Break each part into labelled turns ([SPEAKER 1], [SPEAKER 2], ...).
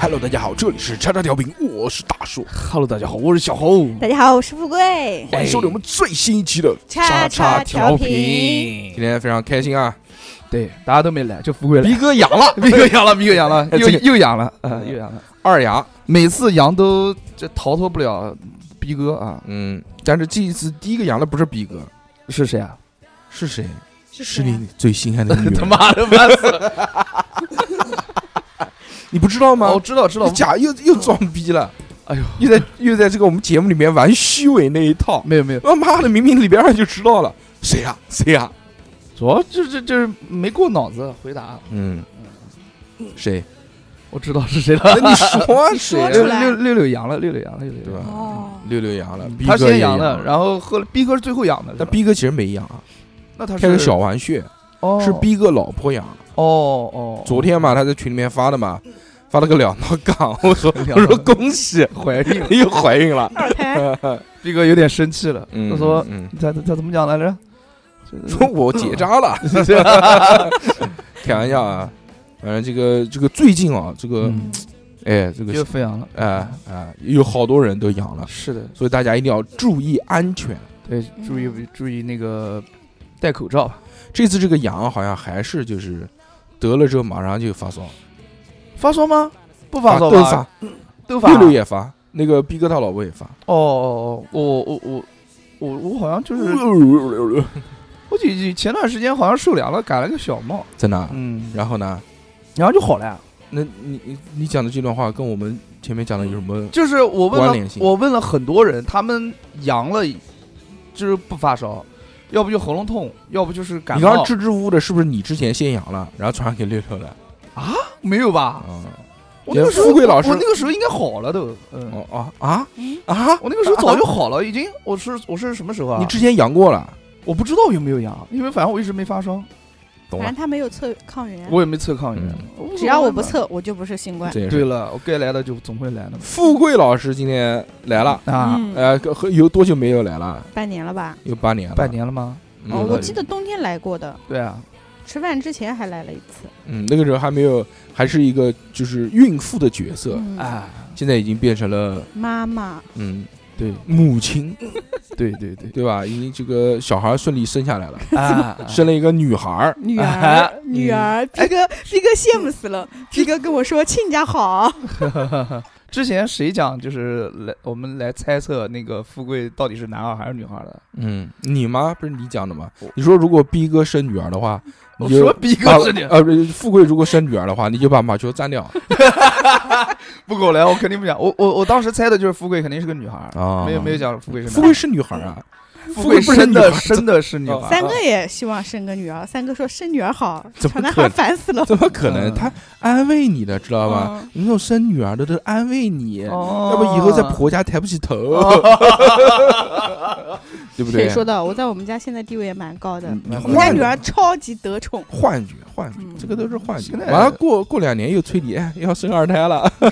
[SPEAKER 1] Hello，大家好，这里是叉叉调频，我是大叔，
[SPEAKER 2] Hello，大家好，我是小红。
[SPEAKER 3] 大家好，我是富贵。
[SPEAKER 1] 欢迎收听我们最新一期的。
[SPEAKER 3] 叉叉调频，
[SPEAKER 1] 哎今天非常开心啊，
[SPEAKER 2] 对，大家都没来，就富 贵来。
[SPEAKER 1] 逼哥阳了，
[SPEAKER 2] 逼哥阳了，逼哥阳了，
[SPEAKER 1] 哎
[SPEAKER 2] 又
[SPEAKER 1] 这个
[SPEAKER 2] 又阳了，啊，
[SPEAKER 1] 嗯
[SPEAKER 2] 又阳了。
[SPEAKER 1] 二阳，
[SPEAKER 2] 每次阳都这逃脱不了逼哥啊，
[SPEAKER 1] 嗯，但是这一次第一个阳的不是逼哥，
[SPEAKER 2] 是谁啊？
[SPEAKER 1] 是谁？
[SPEAKER 3] 是
[SPEAKER 1] 是你最心爱的 女人，
[SPEAKER 2] 他妈的，烦死了！
[SPEAKER 1] 你不哦知道吗？
[SPEAKER 2] 我哦知道，知道
[SPEAKER 1] 你，假又又装逼了，
[SPEAKER 2] 哎呦，
[SPEAKER 1] 又在又在这个我们节目里面玩虚伪那一套，
[SPEAKER 2] 没有没有，
[SPEAKER 1] 他妈的，明明里边儿就知道了，谁呀、谁啊呀、
[SPEAKER 2] 主要这这这没过脑子回答，
[SPEAKER 1] 嗯，谁？
[SPEAKER 2] 我知道是谁了。
[SPEAKER 1] 那你说 啊谁
[SPEAKER 3] 说
[SPEAKER 1] 呀？
[SPEAKER 3] 出
[SPEAKER 2] 六
[SPEAKER 3] 来
[SPEAKER 2] 六六六阳了，六六阳了，六六
[SPEAKER 1] 对
[SPEAKER 2] 阳了。
[SPEAKER 1] 吧？
[SPEAKER 3] 哦，
[SPEAKER 1] 六六阳了，逼
[SPEAKER 2] 他
[SPEAKER 1] 哥
[SPEAKER 2] 先
[SPEAKER 1] 也
[SPEAKER 2] 阳
[SPEAKER 1] 阳
[SPEAKER 2] 的，然后后来逼哥是最后阳的，
[SPEAKER 1] 但
[SPEAKER 2] 逼
[SPEAKER 1] 逼哥其实没阳啊，
[SPEAKER 2] 那他是
[SPEAKER 1] 开个小玩笑，
[SPEAKER 2] 哦
[SPEAKER 1] 是逼哥老婆养。
[SPEAKER 2] 哦哦，
[SPEAKER 1] 昨天嘛，他在群里面发的嘛，发了个两道杠，我说
[SPEAKER 2] 两道
[SPEAKER 1] 我说恭喜，
[SPEAKER 2] 怀孕了，
[SPEAKER 1] 又怀孕了。
[SPEAKER 3] 二胎
[SPEAKER 2] 逼哥有点生气了，
[SPEAKER 1] 嗯
[SPEAKER 2] 他说
[SPEAKER 1] 嗯
[SPEAKER 2] 他他他怎么讲来着？就是
[SPEAKER 1] 说我结扎了，
[SPEAKER 2] 嗯
[SPEAKER 1] 开玩笑啊。反正这个这个最近啊，这个
[SPEAKER 2] 嗯
[SPEAKER 1] 哎这
[SPEAKER 2] 又
[SPEAKER 1] 个
[SPEAKER 2] 飞扬了，
[SPEAKER 1] 哎哎，有好多人都阳了，
[SPEAKER 2] 是的，
[SPEAKER 1] 所以大家一定要注意安全。
[SPEAKER 2] 对，注意注意那个戴口罩吧。
[SPEAKER 1] 这次这个阳好像还是就是得了之后马上就发烧，
[SPEAKER 2] 发烧吗？不发烧
[SPEAKER 1] 都
[SPEAKER 2] 吧？
[SPEAKER 1] 啊发，
[SPEAKER 2] 都发
[SPEAKER 1] 六六也发，那个逼哥他老婆也发，
[SPEAKER 2] 哦哦哦，我我我我我好像就是，我前前段时间好像受凉了，感了个小冒，
[SPEAKER 1] 在哪？
[SPEAKER 2] 嗯，
[SPEAKER 1] 然后呢？
[SPEAKER 2] 然后就好了呀。
[SPEAKER 1] 那你你你讲的这段话跟我们前面讲的有什么？
[SPEAKER 2] 就是我问
[SPEAKER 1] 关联
[SPEAKER 2] 了
[SPEAKER 1] 性
[SPEAKER 2] 我问了很多人，他们阳了就是不发烧，要不就喉咙痛，要不就是感
[SPEAKER 1] 你刚
[SPEAKER 2] 冒
[SPEAKER 1] 刚，支支吾吾的，是不是你之前先阳了，然后传染给六六了？
[SPEAKER 2] 没有吧？
[SPEAKER 1] 啊，
[SPEAKER 2] 我那个时候
[SPEAKER 1] 富贵老师
[SPEAKER 2] 我那个时候应该好了都，嗯，
[SPEAKER 1] 哦哦啊
[SPEAKER 3] 嗯
[SPEAKER 1] 啊！
[SPEAKER 2] 我那个时候 早就好了，已经。我是我是什么时候啊？
[SPEAKER 1] 你之前阳过了，
[SPEAKER 2] 我不知道有没有阳，因为反正我一直没发
[SPEAKER 3] 嗯
[SPEAKER 2] 烧，
[SPEAKER 1] 懂
[SPEAKER 3] 反
[SPEAKER 1] 了
[SPEAKER 3] 正？他没有测抗原，
[SPEAKER 2] 我也没测抗原
[SPEAKER 1] 嗯，
[SPEAKER 2] 无所谓
[SPEAKER 3] 只要我不
[SPEAKER 2] 嘛。
[SPEAKER 3] 测，我就不是新冠。
[SPEAKER 1] 这也
[SPEAKER 2] 对
[SPEAKER 1] 是。
[SPEAKER 2] 了，我该来的就总会来的嘛。
[SPEAKER 1] 富贵老师今天来了，
[SPEAKER 2] 啊，
[SPEAKER 3] 嗯，
[SPEAKER 1] 呃，和有多久没有来了？
[SPEAKER 3] 半年了吧？
[SPEAKER 1] 有八年了，
[SPEAKER 2] 半。年了吗？
[SPEAKER 1] 嗯
[SPEAKER 3] 哦，
[SPEAKER 2] 有
[SPEAKER 3] 我
[SPEAKER 2] 的
[SPEAKER 3] 记得冬天来过的，
[SPEAKER 2] 对啊，
[SPEAKER 3] 吃饭之前还来了一次。
[SPEAKER 1] 嗯，那个时候还没有，还是一个就是孕妇的角色，
[SPEAKER 3] 嗯
[SPEAKER 2] 啊，
[SPEAKER 1] 现在已经变成了
[SPEAKER 3] 妈妈，
[SPEAKER 1] 嗯
[SPEAKER 2] 对
[SPEAKER 1] 母亲，
[SPEAKER 2] 对对 对，
[SPEAKER 1] 对吧？已经这个小孩顺利生下来了，
[SPEAKER 2] 啊，
[SPEAKER 1] 生了一个女孩儿。
[SPEAKER 3] 女
[SPEAKER 2] 啊
[SPEAKER 3] 儿，女儿，皮哥，皮哥羡慕死了。皮哥跟我说亲家好，
[SPEAKER 2] 之前谁讲就是来我们来猜测那个富贵到底是男孩还是女孩的？
[SPEAKER 1] 嗯，你妈不是你讲的吗？你说如果逼哥生女儿的话，你
[SPEAKER 2] 我
[SPEAKER 1] 就
[SPEAKER 2] 说逼哥是你
[SPEAKER 1] 啊，呃，不是富贵如果生女儿的话，你就把马球占 掉
[SPEAKER 2] 不给我来，我肯定不讲。我我我当时猜的就是富贵肯定是个女孩，
[SPEAKER 1] 啊
[SPEAKER 2] 没有没有，讲富贵是
[SPEAKER 1] 富
[SPEAKER 2] 男孩
[SPEAKER 1] 贵。是女孩啊，
[SPEAKER 2] 富
[SPEAKER 1] 贵
[SPEAKER 2] 贵
[SPEAKER 1] 不是
[SPEAKER 2] 生的
[SPEAKER 1] 女孩
[SPEAKER 2] 生的是女
[SPEAKER 1] 哦
[SPEAKER 2] 孩，
[SPEAKER 3] 三哥也希望生个女儿。三哥说生女儿好，
[SPEAKER 1] 怎么
[SPEAKER 3] 小男
[SPEAKER 1] 可
[SPEAKER 3] 孩
[SPEAKER 1] 能
[SPEAKER 3] 烦死了。
[SPEAKER 1] 怎么可能？
[SPEAKER 2] 嗯啊
[SPEAKER 1] 她安慰你的，知道吧？
[SPEAKER 3] 嗯
[SPEAKER 1] 你那种生女儿的都安慰你，要
[SPEAKER 2] 哦
[SPEAKER 1] 不以后在婆家抬不起 头，对不对？
[SPEAKER 3] 谁说的？我在我们家现在地位也蛮高的，
[SPEAKER 1] 嗯你
[SPEAKER 3] 我们家
[SPEAKER 1] 换
[SPEAKER 3] 女儿超级得宠。
[SPEAKER 1] 幻觉，幻觉
[SPEAKER 3] 嗯，
[SPEAKER 1] 这个都是幻觉。
[SPEAKER 2] 现在
[SPEAKER 1] 完了，过过两年又催你，哎，要生二胎了，对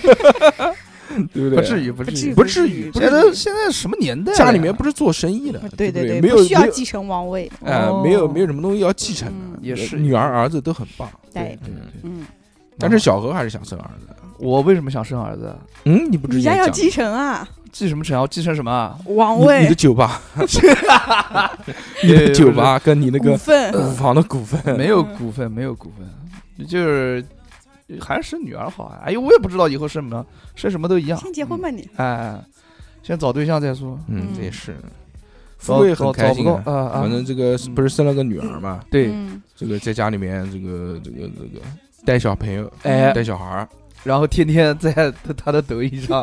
[SPEAKER 1] 不
[SPEAKER 2] 不
[SPEAKER 1] 对？
[SPEAKER 2] 至于不
[SPEAKER 3] 不
[SPEAKER 2] 至
[SPEAKER 3] 至
[SPEAKER 2] 于
[SPEAKER 3] 于，
[SPEAKER 1] 不至于
[SPEAKER 3] 不
[SPEAKER 2] 现
[SPEAKER 3] 至
[SPEAKER 2] 在
[SPEAKER 3] 于
[SPEAKER 2] 现在什么年代了呀？
[SPEAKER 1] 家里面不是做生意的，
[SPEAKER 3] 对
[SPEAKER 1] 不啊对，
[SPEAKER 3] 对，
[SPEAKER 1] 没有
[SPEAKER 3] 不需要
[SPEAKER 1] 没有
[SPEAKER 3] 继承王位。
[SPEAKER 1] 哎，
[SPEAKER 2] 哦
[SPEAKER 1] 没有没有什么东西要继承的
[SPEAKER 3] 嗯，
[SPEAKER 2] 也是
[SPEAKER 1] 女儿儿子都很棒。
[SPEAKER 3] 对，
[SPEAKER 1] 对
[SPEAKER 3] 嗯，
[SPEAKER 1] 但是小何还是想生儿子。
[SPEAKER 2] 我为什么想生儿子？
[SPEAKER 1] 嗯，你不之
[SPEAKER 3] 你
[SPEAKER 1] 前
[SPEAKER 3] 家要
[SPEAKER 1] 讲
[SPEAKER 3] 继承啊，
[SPEAKER 2] 继什么承啊？继承什 么啊？
[SPEAKER 3] 王
[SPEAKER 1] 你你的
[SPEAKER 3] 位
[SPEAKER 1] 酒吧，你的酒吧跟你那
[SPEAKER 3] 股
[SPEAKER 1] 个呃
[SPEAKER 3] 份，
[SPEAKER 1] 五房的股份，
[SPEAKER 2] 没有股份，没有股份，就是还是生女儿好啊！哎呦，我也不知道以后生什么，生什么都一样。
[SPEAKER 3] 先结婚吧你。
[SPEAKER 2] 哎，先找对象再说。
[SPEAKER 1] 嗯，
[SPEAKER 3] 嗯
[SPEAKER 1] 这也是。富
[SPEAKER 2] 找
[SPEAKER 1] 贵
[SPEAKER 2] 找
[SPEAKER 1] 很开
[SPEAKER 2] 找不
[SPEAKER 1] 心
[SPEAKER 2] 到
[SPEAKER 1] 啊，
[SPEAKER 2] 啊啊！
[SPEAKER 1] 反正这个
[SPEAKER 2] 嗯
[SPEAKER 1] 不是生了个女儿嘛，
[SPEAKER 2] 对，
[SPEAKER 3] 嗯
[SPEAKER 1] 这个在家里面这个这个这个带小朋友，
[SPEAKER 2] 哎，
[SPEAKER 1] 带小孩儿，
[SPEAKER 2] 然后天天在他他的抖音上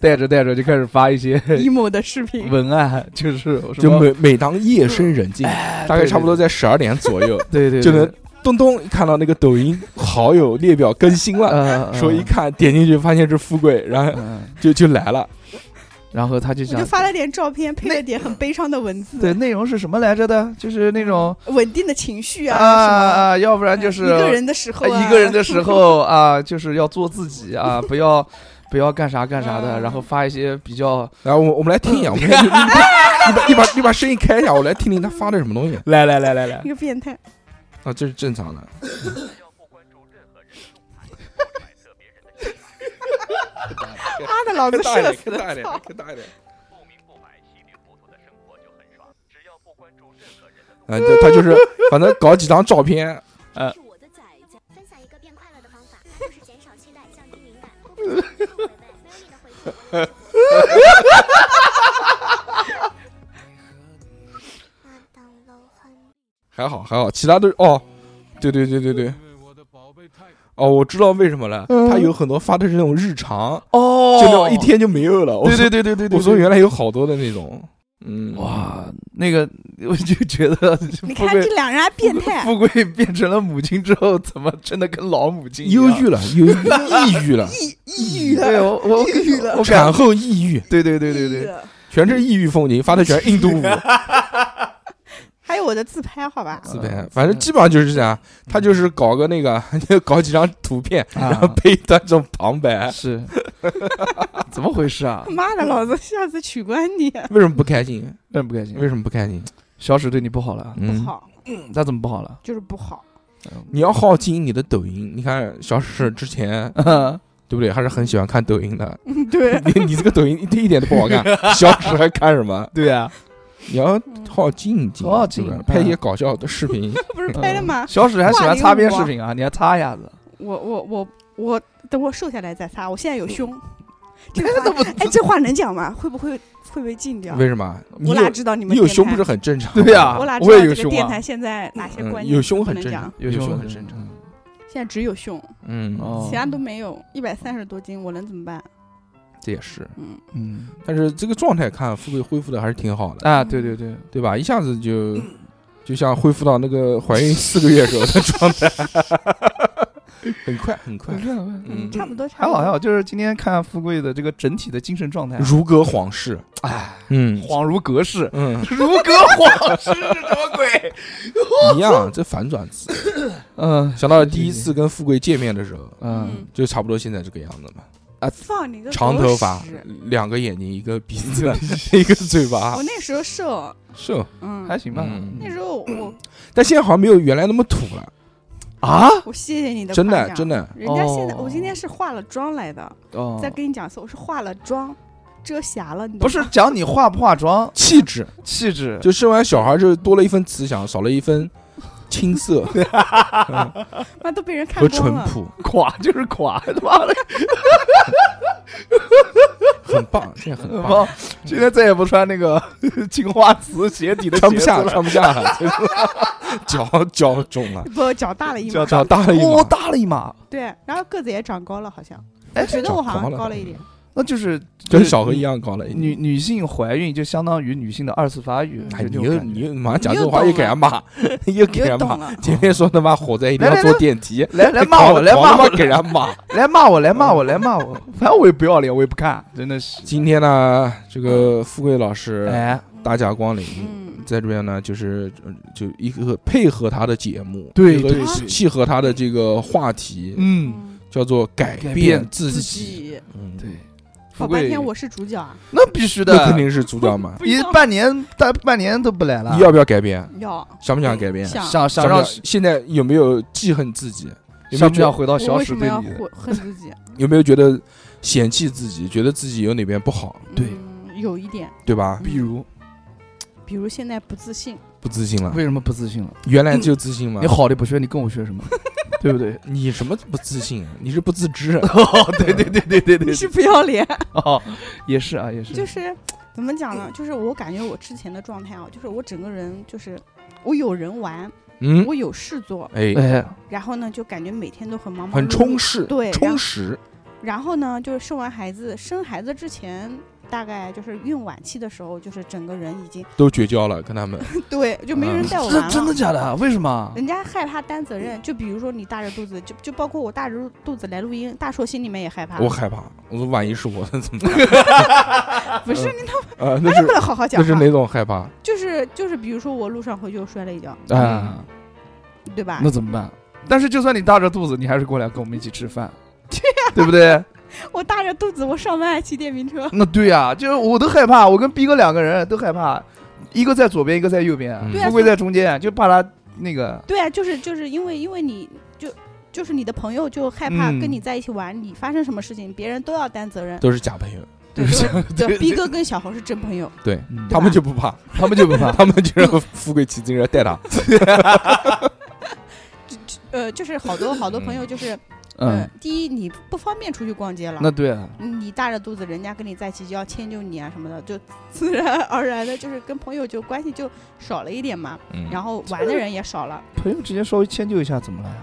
[SPEAKER 2] 带着带着就开始发 一些
[SPEAKER 3] ，emo 的视频，
[SPEAKER 2] 文案，就是什
[SPEAKER 1] 就
[SPEAKER 2] 么
[SPEAKER 1] 每每当夜深人静，嗯哎大概差不多在十二点左 右，
[SPEAKER 2] 对对，
[SPEAKER 1] 就
[SPEAKER 2] 对
[SPEAKER 1] 能咚咚一看到那个抖音好友列表更新了，
[SPEAKER 2] 呃，
[SPEAKER 1] 说一看点进去发现是富贵，然后
[SPEAKER 2] 嗯，嗯
[SPEAKER 1] 就就来了。
[SPEAKER 2] 然后他就
[SPEAKER 3] 我
[SPEAKER 2] 讲
[SPEAKER 3] 就，发了点照片，配了点很悲伤的文字，
[SPEAKER 2] 对，内容是什么来着的？就是那种
[SPEAKER 3] 稳定的情绪
[SPEAKER 2] 啊
[SPEAKER 3] 啊，
[SPEAKER 2] 啊，要不然
[SPEAKER 3] 什么
[SPEAKER 2] 就是
[SPEAKER 3] 一个人的时候
[SPEAKER 2] 啊
[SPEAKER 3] 啊，
[SPEAKER 2] 一个人的时候 啊，就是要做自己啊，不要不要干啥干啥的，
[SPEAKER 3] 嗯
[SPEAKER 2] 然后发一些比较
[SPEAKER 1] 然后我我们来听一下，我们来听你把你把你把你把声音开一下，我来听听他发的什么东西
[SPEAKER 2] 来来来来来
[SPEAKER 3] 一，个变态，
[SPEAKER 1] 啊，这是正常的。
[SPEAKER 3] 妈的，老子
[SPEAKER 1] 大一
[SPEAKER 3] 社
[SPEAKER 1] 点，
[SPEAKER 3] 死
[SPEAKER 1] 更大一
[SPEAKER 3] 了！
[SPEAKER 1] 点
[SPEAKER 3] 操，
[SPEAKER 1] 更大一点。
[SPEAKER 4] 不明不白、稀里糊涂的生活就很爽，只要不关注任何人的动
[SPEAKER 1] 啊，就他就是反正搞几张照片，
[SPEAKER 5] 是我的崽子。分享一个变快乐的方法，那就是减少期待，降低敏感，不不后悔呗。没有你的回复，我也不会那当老汉
[SPEAKER 1] 还好还好，其他都哦，对对对对对。哦，我知道为什么了，
[SPEAKER 2] 嗯
[SPEAKER 1] 他有很多发的是那种日常，
[SPEAKER 2] 哦
[SPEAKER 1] 就那种一，天就没有了。我
[SPEAKER 2] 对
[SPEAKER 1] 说
[SPEAKER 2] 对对对对对，
[SPEAKER 1] 我说原来有好多的那种，嗯，
[SPEAKER 2] 哇，那个 我就觉得
[SPEAKER 3] 你
[SPEAKER 2] 富
[SPEAKER 3] 看
[SPEAKER 2] 贵
[SPEAKER 3] 这两人还变态，
[SPEAKER 2] 富贵变成了母亲之后，怎么真的跟老母亲一样
[SPEAKER 1] 忧郁了，忧郁抑 郁了，
[SPEAKER 3] 抑抑郁
[SPEAKER 2] 对
[SPEAKER 3] 了，
[SPEAKER 2] 我我
[SPEAKER 3] 抑郁了
[SPEAKER 2] 我感
[SPEAKER 1] 产后抑郁，
[SPEAKER 2] 对对对对啊
[SPEAKER 3] 抑郁
[SPEAKER 2] 对，
[SPEAKER 3] 了
[SPEAKER 1] 全是抑郁风情，发的全是 印度舞
[SPEAKER 3] 还有我的自拍，好吧，
[SPEAKER 1] 自拍，反正基本上就是这样。他就是搞个那个， 就搞几张图片，
[SPEAKER 2] 啊
[SPEAKER 1] 然后配一段这种旁白。
[SPEAKER 2] 是怎么回事啊？
[SPEAKER 3] 妈的，老子下次取关你，啊
[SPEAKER 1] 为什么不开心？
[SPEAKER 2] 为什么不开心？
[SPEAKER 1] 为什么不开心？
[SPEAKER 2] 小史对你不好了，
[SPEAKER 3] 不
[SPEAKER 1] 嗯，
[SPEAKER 3] 好，
[SPEAKER 2] 他怎么不好了？
[SPEAKER 3] 就是不好。
[SPEAKER 1] 你要好经营你的抖音。你看小史之前
[SPEAKER 2] 嗯
[SPEAKER 1] 对不对，还是很喜欢看抖音的。
[SPEAKER 3] 嗯，对，
[SPEAKER 1] 你你这个抖音一一点都不 好看，小史还看什么？
[SPEAKER 2] 对 啊，
[SPEAKER 1] 你要好经营经营，
[SPEAKER 2] 好好经营
[SPEAKER 1] 对吧拍一
[SPEAKER 3] 嗯
[SPEAKER 1] 些搞笑的视 频。
[SPEAKER 3] 不是拍的吗？
[SPEAKER 2] 小史还喜欢擦边视频啊，你还擦一下子，
[SPEAKER 3] 我我我我，等我瘦下来再擦，我现在有
[SPEAKER 2] 嗯
[SPEAKER 3] 胸。这个话，哎，这话能讲吗？会不会会不会禁掉？
[SPEAKER 1] 为什么？你
[SPEAKER 3] 我哪
[SPEAKER 1] 有
[SPEAKER 3] 知道你们
[SPEAKER 1] 你有
[SPEAKER 3] 电
[SPEAKER 1] 胸
[SPEAKER 3] 台
[SPEAKER 1] 不是很正常？啊
[SPEAKER 2] 对呀
[SPEAKER 3] 我哪知
[SPEAKER 2] 我也
[SPEAKER 3] 道
[SPEAKER 2] 有
[SPEAKER 3] 这
[SPEAKER 2] 胸
[SPEAKER 3] 个
[SPEAKER 2] 啊
[SPEAKER 3] 电台现在哪些
[SPEAKER 1] 嗯
[SPEAKER 3] 关键
[SPEAKER 1] 有胸
[SPEAKER 3] 不
[SPEAKER 1] 很
[SPEAKER 3] 能
[SPEAKER 1] 正
[SPEAKER 3] 讲
[SPEAKER 1] 常？，
[SPEAKER 2] 有
[SPEAKER 1] 胸
[SPEAKER 2] 胸
[SPEAKER 1] 很正常。
[SPEAKER 3] 现在只有胸，
[SPEAKER 1] 嗯，
[SPEAKER 2] 哦，
[SPEAKER 3] 其他都没有，一百三十多斤，我能怎么办？
[SPEAKER 1] 这也是。
[SPEAKER 3] 嗯，
[SPEAKER 2] 嗯
[SPEAKER 1] 但是这个状态看，富贵恢复的还是挺好的，
[SPEAKER 2] 啊，对对对，
[SPEAKER 1] 对吧？一下子就就像恢复到那个怀孕四个月时候的状 态，很快很快，嗯，
[SPEAKER 3] 差不多，差
[SPEAKER 2] 还
[SPEAKER 3] 不
[SPEAKER 2] 好还
[SPEAKER 3] 多。
[SPEAKER 2] 好，就是今天看富贵的这个整体的精神状态，
[SPEAKER 1] 如隔皇室，
[SPEAKER 2] 哎，
[SPEAKER 1] 嗯
[SPEAKER 2] 恍如隔世，
[SPEAKER 1] 嗯，
[SPEAKER 2] 如隔恍世是什么鬼？
[SPEAKER 1] 一样，这反转词。
[SPEAKER 2] 嗯，
[SPEAKER 1] 想到第一次跟富贵见面的时候，
[SPEAKER 2] 嗯，，
[SPEAKER 1] 就差不多现在这个样子嘛，
[SPEAKER 3] 放你个
[SPEAKER 1] 长
[SPEAKER 3] 狗
[SPEAKER 1] 头发
[SPEAKER 3] 屎，
[SPEAKER 1] 两个眼睛，一个鼻 子， 一个嘴巴
[SPEAKER 3] 我，那时候瘦，
[SPEAKER 1] 是，
[SPEAKER 3] 嗯，
[SPEAKER 2] 还行吧。
[SPEAKER 1] 嗯
[SPEAKER 3] 那时候 我
[SPEAKER 1] 但现在好像没有原来那么土了，
[SPEAKER 2] 啊，
[SPEAKER 3] 我谢谢你的
[SPEAKER 1] 真
[SPEAKER 3] 夸
[SPEAKER 1] 的
[SPEAKER 3] 奖
[SPEAKER 1] 真。的，
[SPEAKER 3] 人家现在，
[SPEAKER 2] 哦
[SPEAKER 3] 我今天是化了妆来的，
[SPEAKER 2] 哦
[SPEAKER 3] 再跟你讲一次，我是化了妆，遮瑕了，你懂
[SPEAKER 2] 不是
[SPEAKER 3] 吗
[SPEAKER 2] 讲你化不化妆，
[SPEAKER 1] 气质
[SPEAKER 2] 气 质
[SPEAKER 1] 就生完小孩就多了一分慈祥，少了一分青 涩
[SPEAKER 3] 妈都被人看
[SPEAKER 1] 和
[SPEAKER 3] 光
[SPEAKER 1] 淳
[SPEAKER 3] 了，
[SPEAKER 1] 朴，
[SPEAKER 2] 垮就是垮，他妈 的，
[SPEAKER 1] 很 棒，现在很
[SPEAKER 2] 怎
[SPEAKER 1] 棒
[SPEAKER 2] 么，哦今天再也不穿那个 青花瓷鞋底的
[SPEAKER 1] 穿不
[SPEAKER 2] 鞋子
[SPEAKER 1] 下，
[SPEAKER 2] 了
[SPEAKER 1] 穿不下了，真的 脚脚肿了，
[SPEAKER 3] 不脚大了一码
[SPEAKER 2] 脚，
[SPEAKER 1] 长大了一
[SPEAKER 2] 哦，
[SPEAKER 1] 码，
[SPEAKER 2] 大了一码，
[SPEAKER 3] 对，然后个子也长高了，好像，
[SPEAKER 2] 哎
[SPEAKER 3] 我觉得我好
[SPEAKER 1] 长高
[SPEAKER 3] 像
[SPEAKER 1] 了
[SPEAKER 3] 高了一点，
[SPEAKER 2] 那就是
[SPEAKER 1] 跟小何一样高了一
[SPEAKER 2] 女
[SPEAKER 1] 点。
[SPEAKER 2] 女性怀孕就相当于女性的二次发育，
[SPEAKER 3] 嗯
[SPEAKER 1] 哎，
[SPEAKER 2] 就
[SPEAKER 1] 你
[SPEAKER 2] 这种
[SPEAKER 1] 又
[SPEAKER 2] 感觉
[SPEAKER 1] 你又马上讲
[SPEAKER 3] 你
[SPEAKER 1] 这
[SPEAKER 3] 又
[SPEAKER 1] 种话
[SPEAKER 3] 懂
[SPEAKER 1] 又给人 骂，又
[SPEAKER 3] 你
[SPEAKER 1] 给
[SPEAKER 3] 又
[SPEAKER 1] 人
[SPEAKER 3] 懂
[SPEAKER 1] 骂。
[SPEAKER 3] 了，
[SPEAKER 1] 前面说他妈火灾一定
[SPEAKER 2] 哦来
[SPEAKER 1] 要
[SPEAKER 2] 来
[SPEAKER 1] 坐
[SPEAKER 2] 来
[SPEAKER 1] 电梯，
[SPEAKER 2] 来来骂我，来骂我
[SPEAKER 1] 我，给人骂。
[SPEAKER 2] 来骂我，来骂我，来骂我，反正我也不要脸，我也不看，真的是，
[SPEAKER 1] 今天呢，这个富贵老师
[SPEAKER 2] 哎，
[SPEAKER 1] 大驾光临，
[SPEAKER 3] 嗯，
[SPEAKER 1] 在这边呢，就是呃就一个配合他的节目，
[SPEAKER 2] 对
[SPEAKER 1] 这个
[SPEAKER 2] 对
[SPEAKER 3] 对
[SPEAKER 1] 契合他的这个话题，
[SPEAKER 2] 嗯，
[SPEAKER 3] 嗯，
[SPEAKER 1] 叫做改
[SPEAKER 2] 改
[SPEAKER 1] 变
[SPEAKER 2] 变
[SPEAKER 1] 自
[SPEAKER 3] 自
[SPEAKER 1] 己。
[SPEAKER 3] 己
[SPEAKER 1] 嗯，
[SPEAKER 2] 对，
[SPEAKER 3] 搞
[SPEAKER 2] 富
[SPEAKER 3] 哦半
[SPEAKER 2] 贵
[SPEAKER 3] 天我是主角啊，
[SPEAKER 2] 那必须
[SPEAKER 1] 那
[SPEAKER 2] 的，
[SPEAKER 1] 肯定是主角嘛。
[SPEAKER 3] 不
[SPEAKER 2] 一
[SPEAKER 3] 要
[SPEAKER 2] 半年大半年都不来了
[SPEAKER 1] 你，要不要改变？
[SPEAKER 3] 要
[SPEAKER 1] 想不想改变？
[SPEAKER 3] 想
[SPEAKER 2] 嗯想
[SPEAKER 1] 想
[SPEAKER 2] 想
[SPEAKER 1] 不
[SPEAKER 2] 让
[SPEAKER 1] 想现在有没有记恨自己？有没有
[SPEAKER 2] 想不
[SPEAKER 1] 觉
[SPEAKER 2] 想
[SPEAKER 1] 得
[SPEAKER 2] 回到
[SPEAKER 3] 我
[SPEAKER 2] 小
[SPEAKER 3] 为
[SPEAKER 2] 史
[SPEAKER 3] 什么
[SPEAKER 2] 对
[SPEAKER 3] 要
[SPEAKER 2] 你的
[SPEAKER 3] 恨恨自己？
[SPEAKER 1] 有没有觉得嫌弃自己？觉得自己有哪边不好，
[SPEAKER 2] 对
[SPEAKER 3] 嗯，有一点，
[SPEAKER 1] 对吧？
[SPEAKER 2] 比如
[SPEAKER 3] 比如现在不自信，
[SPEAKER 1] 不自信了，
[SPEAKER 2] 为什么不自信了？
[SPEAKER 1] 原来就自信吗
[SPEAKER 2] 你？好的不学，你跟我学什么？ 对 不对？
[SPEAKER 1] 你什么不自信啊？你是不自知。
[SPEAKER 2] 哦，对对对对对
[SPEAKER 3] 你是不要脸，
[SPEAKER 2] 哦，也是啊，也是，
[SPEAKER 3] 就是怎么讲呢？就是我感觉我之前的状态啊，就是我整个人就是我有人玩，
[SPEAKER 1] 嗯，
[SPEAKER 3] 我有事做，
[SPEAKER 1] 哎，
[SPEAKER 2] 哎，
[SPEAKER 3] 然后呢就感觉每天都很忙忙，
[SPEAKER 1] 很充。实，
[SPEAKER 3] 嗯对
[SPEAKER 1] 充实。
[SPEAKER 3] 然后呢，就是生完孩子，生孩子之前。大概就是孕晚期的时候，就是整个人已经
[SPEAKER 1] 都绝交了，跟他们
[SPEAKER 3] 对，就没人带我玩了。
[SPEAKER 2] 嗯这真的假的啊？为什么？
[SPEAKER 3] 人家害怕担责任，就比如说你大着肚子，就就包括我大着肚子来录音，大硕心里面也害怕。
[SPEAKER 1] 我害怕。我说万一是我的怎么 办？
[SPEAKER 3] 不是你
[SPEAKER 1] 呃，那
[SPEAKER 3] 他不
[SPEAKER 1] 是
[SPEAKER 3] 能好好讲
[SPEAKER 1] 那是
[SPEAKER 3] 话，
[SPEAKER 1] 哪种害怕？
[SPEAKER 3] 就是就是，比如说我路上回去我摔了一跤，
[SPEAKER 2] 啊，
[SPEAKER 3] 对吧
[SPEAKER 2] 那？怎么办？但是就算你大着肚子，你还是过来跟我们一起吃饭，对不对？
[SPEAKER 3] 我大着肚子，我上班还骑电瓶车。
[SPEAKER 2] 那对呀、就是我都害怕，我跟逼哥两个人都害怕，一个在左边，一个在右边
[SPEAKER 1] 嗯，
[SPEAKER 3] 对啊
[SPEAKER 2] 富贵在中间，就怕他那个
[SPEAKER 3] 对啊，就是就是因为因为你就就是你的朋友就害怕
[SPEAKER 2] 嗯
[SPEAKER 3] 跟你在一起玩，你发生什么事情，别人都要担责任。
[SPEAKER 1] 都是假朋友，
[SPEAKER 2] 对 对
[SPEAKER 3] 对，啊逼哥跟小猴是真朋友，
[SPEAKER 1] 对
[SPEAKER 2] 嗯
[SPEAKER 1] 他们就不怕，
[SPEAKER 2] 他们就不怕。
[SPEAKER 1] 他们就让富贵骑自行车带 他，
[SPEAKER 3] 呃，就是好多好多朋友就是，
[SPEAKER 2] 嗯
[SPEAKER 3] 呃，，第一你不方便出去逛街了，嗯
[SPEAKER 2] 那对啊，
[SPEAKER 3] 你大着肚子，人家跟你在一起就要迁就你啊什么的，就 自然而然的就是跟朋友就关系就少了一点嘛，
[SPEAKER 1] 嗯，
[SPEAKER 3] 然后玩的人也少了，
[SPEAKER 2] 朋友之间稍微迁就一下怎么了呀？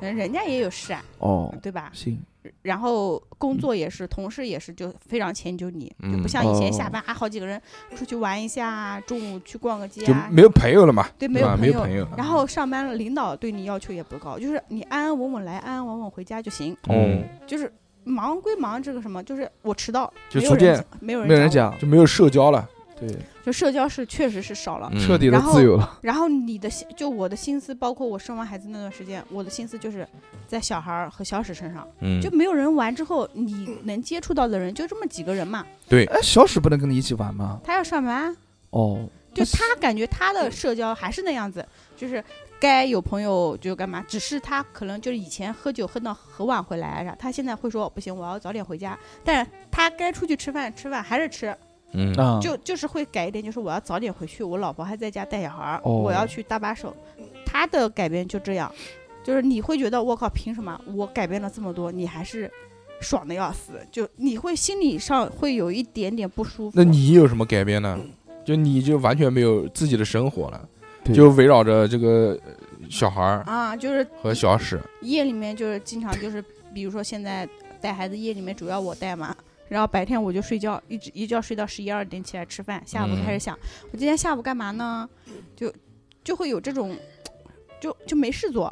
[SPEAKER 3] 人人家也有事啊，
[SPEAKER 2] 哦，
[SPEAKER 3] 对吧？
[SPEAKER 2] 行，
[SPEAKER 3] 然后工作也是，同事也是，就非常迁就你，
[SPEAKER 1] 嗯
[SPEAKER 3] 就不像以前
[SPEAKER 2] 哦
[SPEAKER 3] 下班啊好几个人出去玩一下啊，中午去逛个街
[SPEAKER 1] 就
[SPEAKER 3] 啊，
[SPEAKER 1] 没有朋友了嘛，
[SPEAKER 3] 对，没
[SPEAKER 1] 对
[SPEAKER 3] 有
[SPEAKER 1] 吧？
[SPEAKER 3] 朋
[SPEAKER 1] 没有
[SPEAKER 3] 友
[SPEAKER 1] 朋。友，
[SPEAKER 3] 然后上班了，领导对你要求也不高，就是你安安稳稳来，安安稳稳回家就行。
[SPEAKER 1] 嗯，
[SPEAKER 3] 就是忙归忙，这个什么，就是我迟到，
[SPEAKER 1] 就
[SPEAKER 3] 没有
[SPEAKER 1] 逐渐
[SPEAKER 3] 人没有人
[SPEAKER 2] 没人
[SPEAKER 3] 找
[SPEAKER 2] 讲，
[SPEAKER 1] 就没有社交了，
[SPEAKER 2] 对，
[SPEAKER 3] 我，就社交是确实是少
[SPEAKER 1] 嗯
[SPEAKER 3] 了。
[SPEAKER 2] 彻底的
[SPEAKER 3] 然后
[SPEAKER 2] 自由了。
[SPEAKER 3] 然后你的心，就我的心思，包括我生完孩子那段时间，我的心思就是在小孩儿和小史身上，
[SPEAKER 1] 嗯，
[SPEAKER 3] 就没有人玩之后，你能接触到的人就这么几个人嘛。
[SPEAKER 2] 哎，小史不能跟你一起玩吗？
[SPEAKER 3] 他要上班，
[SPEAKER 2] 哦，
[SPEAKER 3] 就他感觉他的社交还是那样子，就是该有朋友就干嘛，只是他可能就是以前喝酒喝到很晚回来啊啥，他现在会说不行，我要早点回家，但是他该出去吃饭吃饭还是吃，
[SPEAKER 1] 嗯
[SPEAKER 2] 啊，
[SPEAKER 3] 就就是会改一点，就是我要早点回去，我老婆还在家带小孩儿，
[SPEAKER 2] 哦
[SPEAKER 3] 我要去搭把手。他的改变就这样，就是你会觉得我靠，凭什么我改变了这么多，你还是爽的要死？就你会心理上会有一点点不舒服。
[SPEAKER 1] 那你有什么改变呢？就你就完全没有自己的生活了，
[SPEAKER 2] 对
[SPEAKER 1] 就围绕着这个呃小孩儿
[SPEAKER 3] 啊，就是
[SPEAKER 1] 和小史，
[SPEAKER 3] 夜里面就是经常就是，比如说现在带孩子，夜里面主要我带嘛，然后白天我就睡觉，一直一觉睡到十一二点起来吃饭，下午
[SPEAKER 1] 嗯
[SPEAKER 3] 开始想、哦我今天下午干嘛呢？就就会有这种，就就没事做，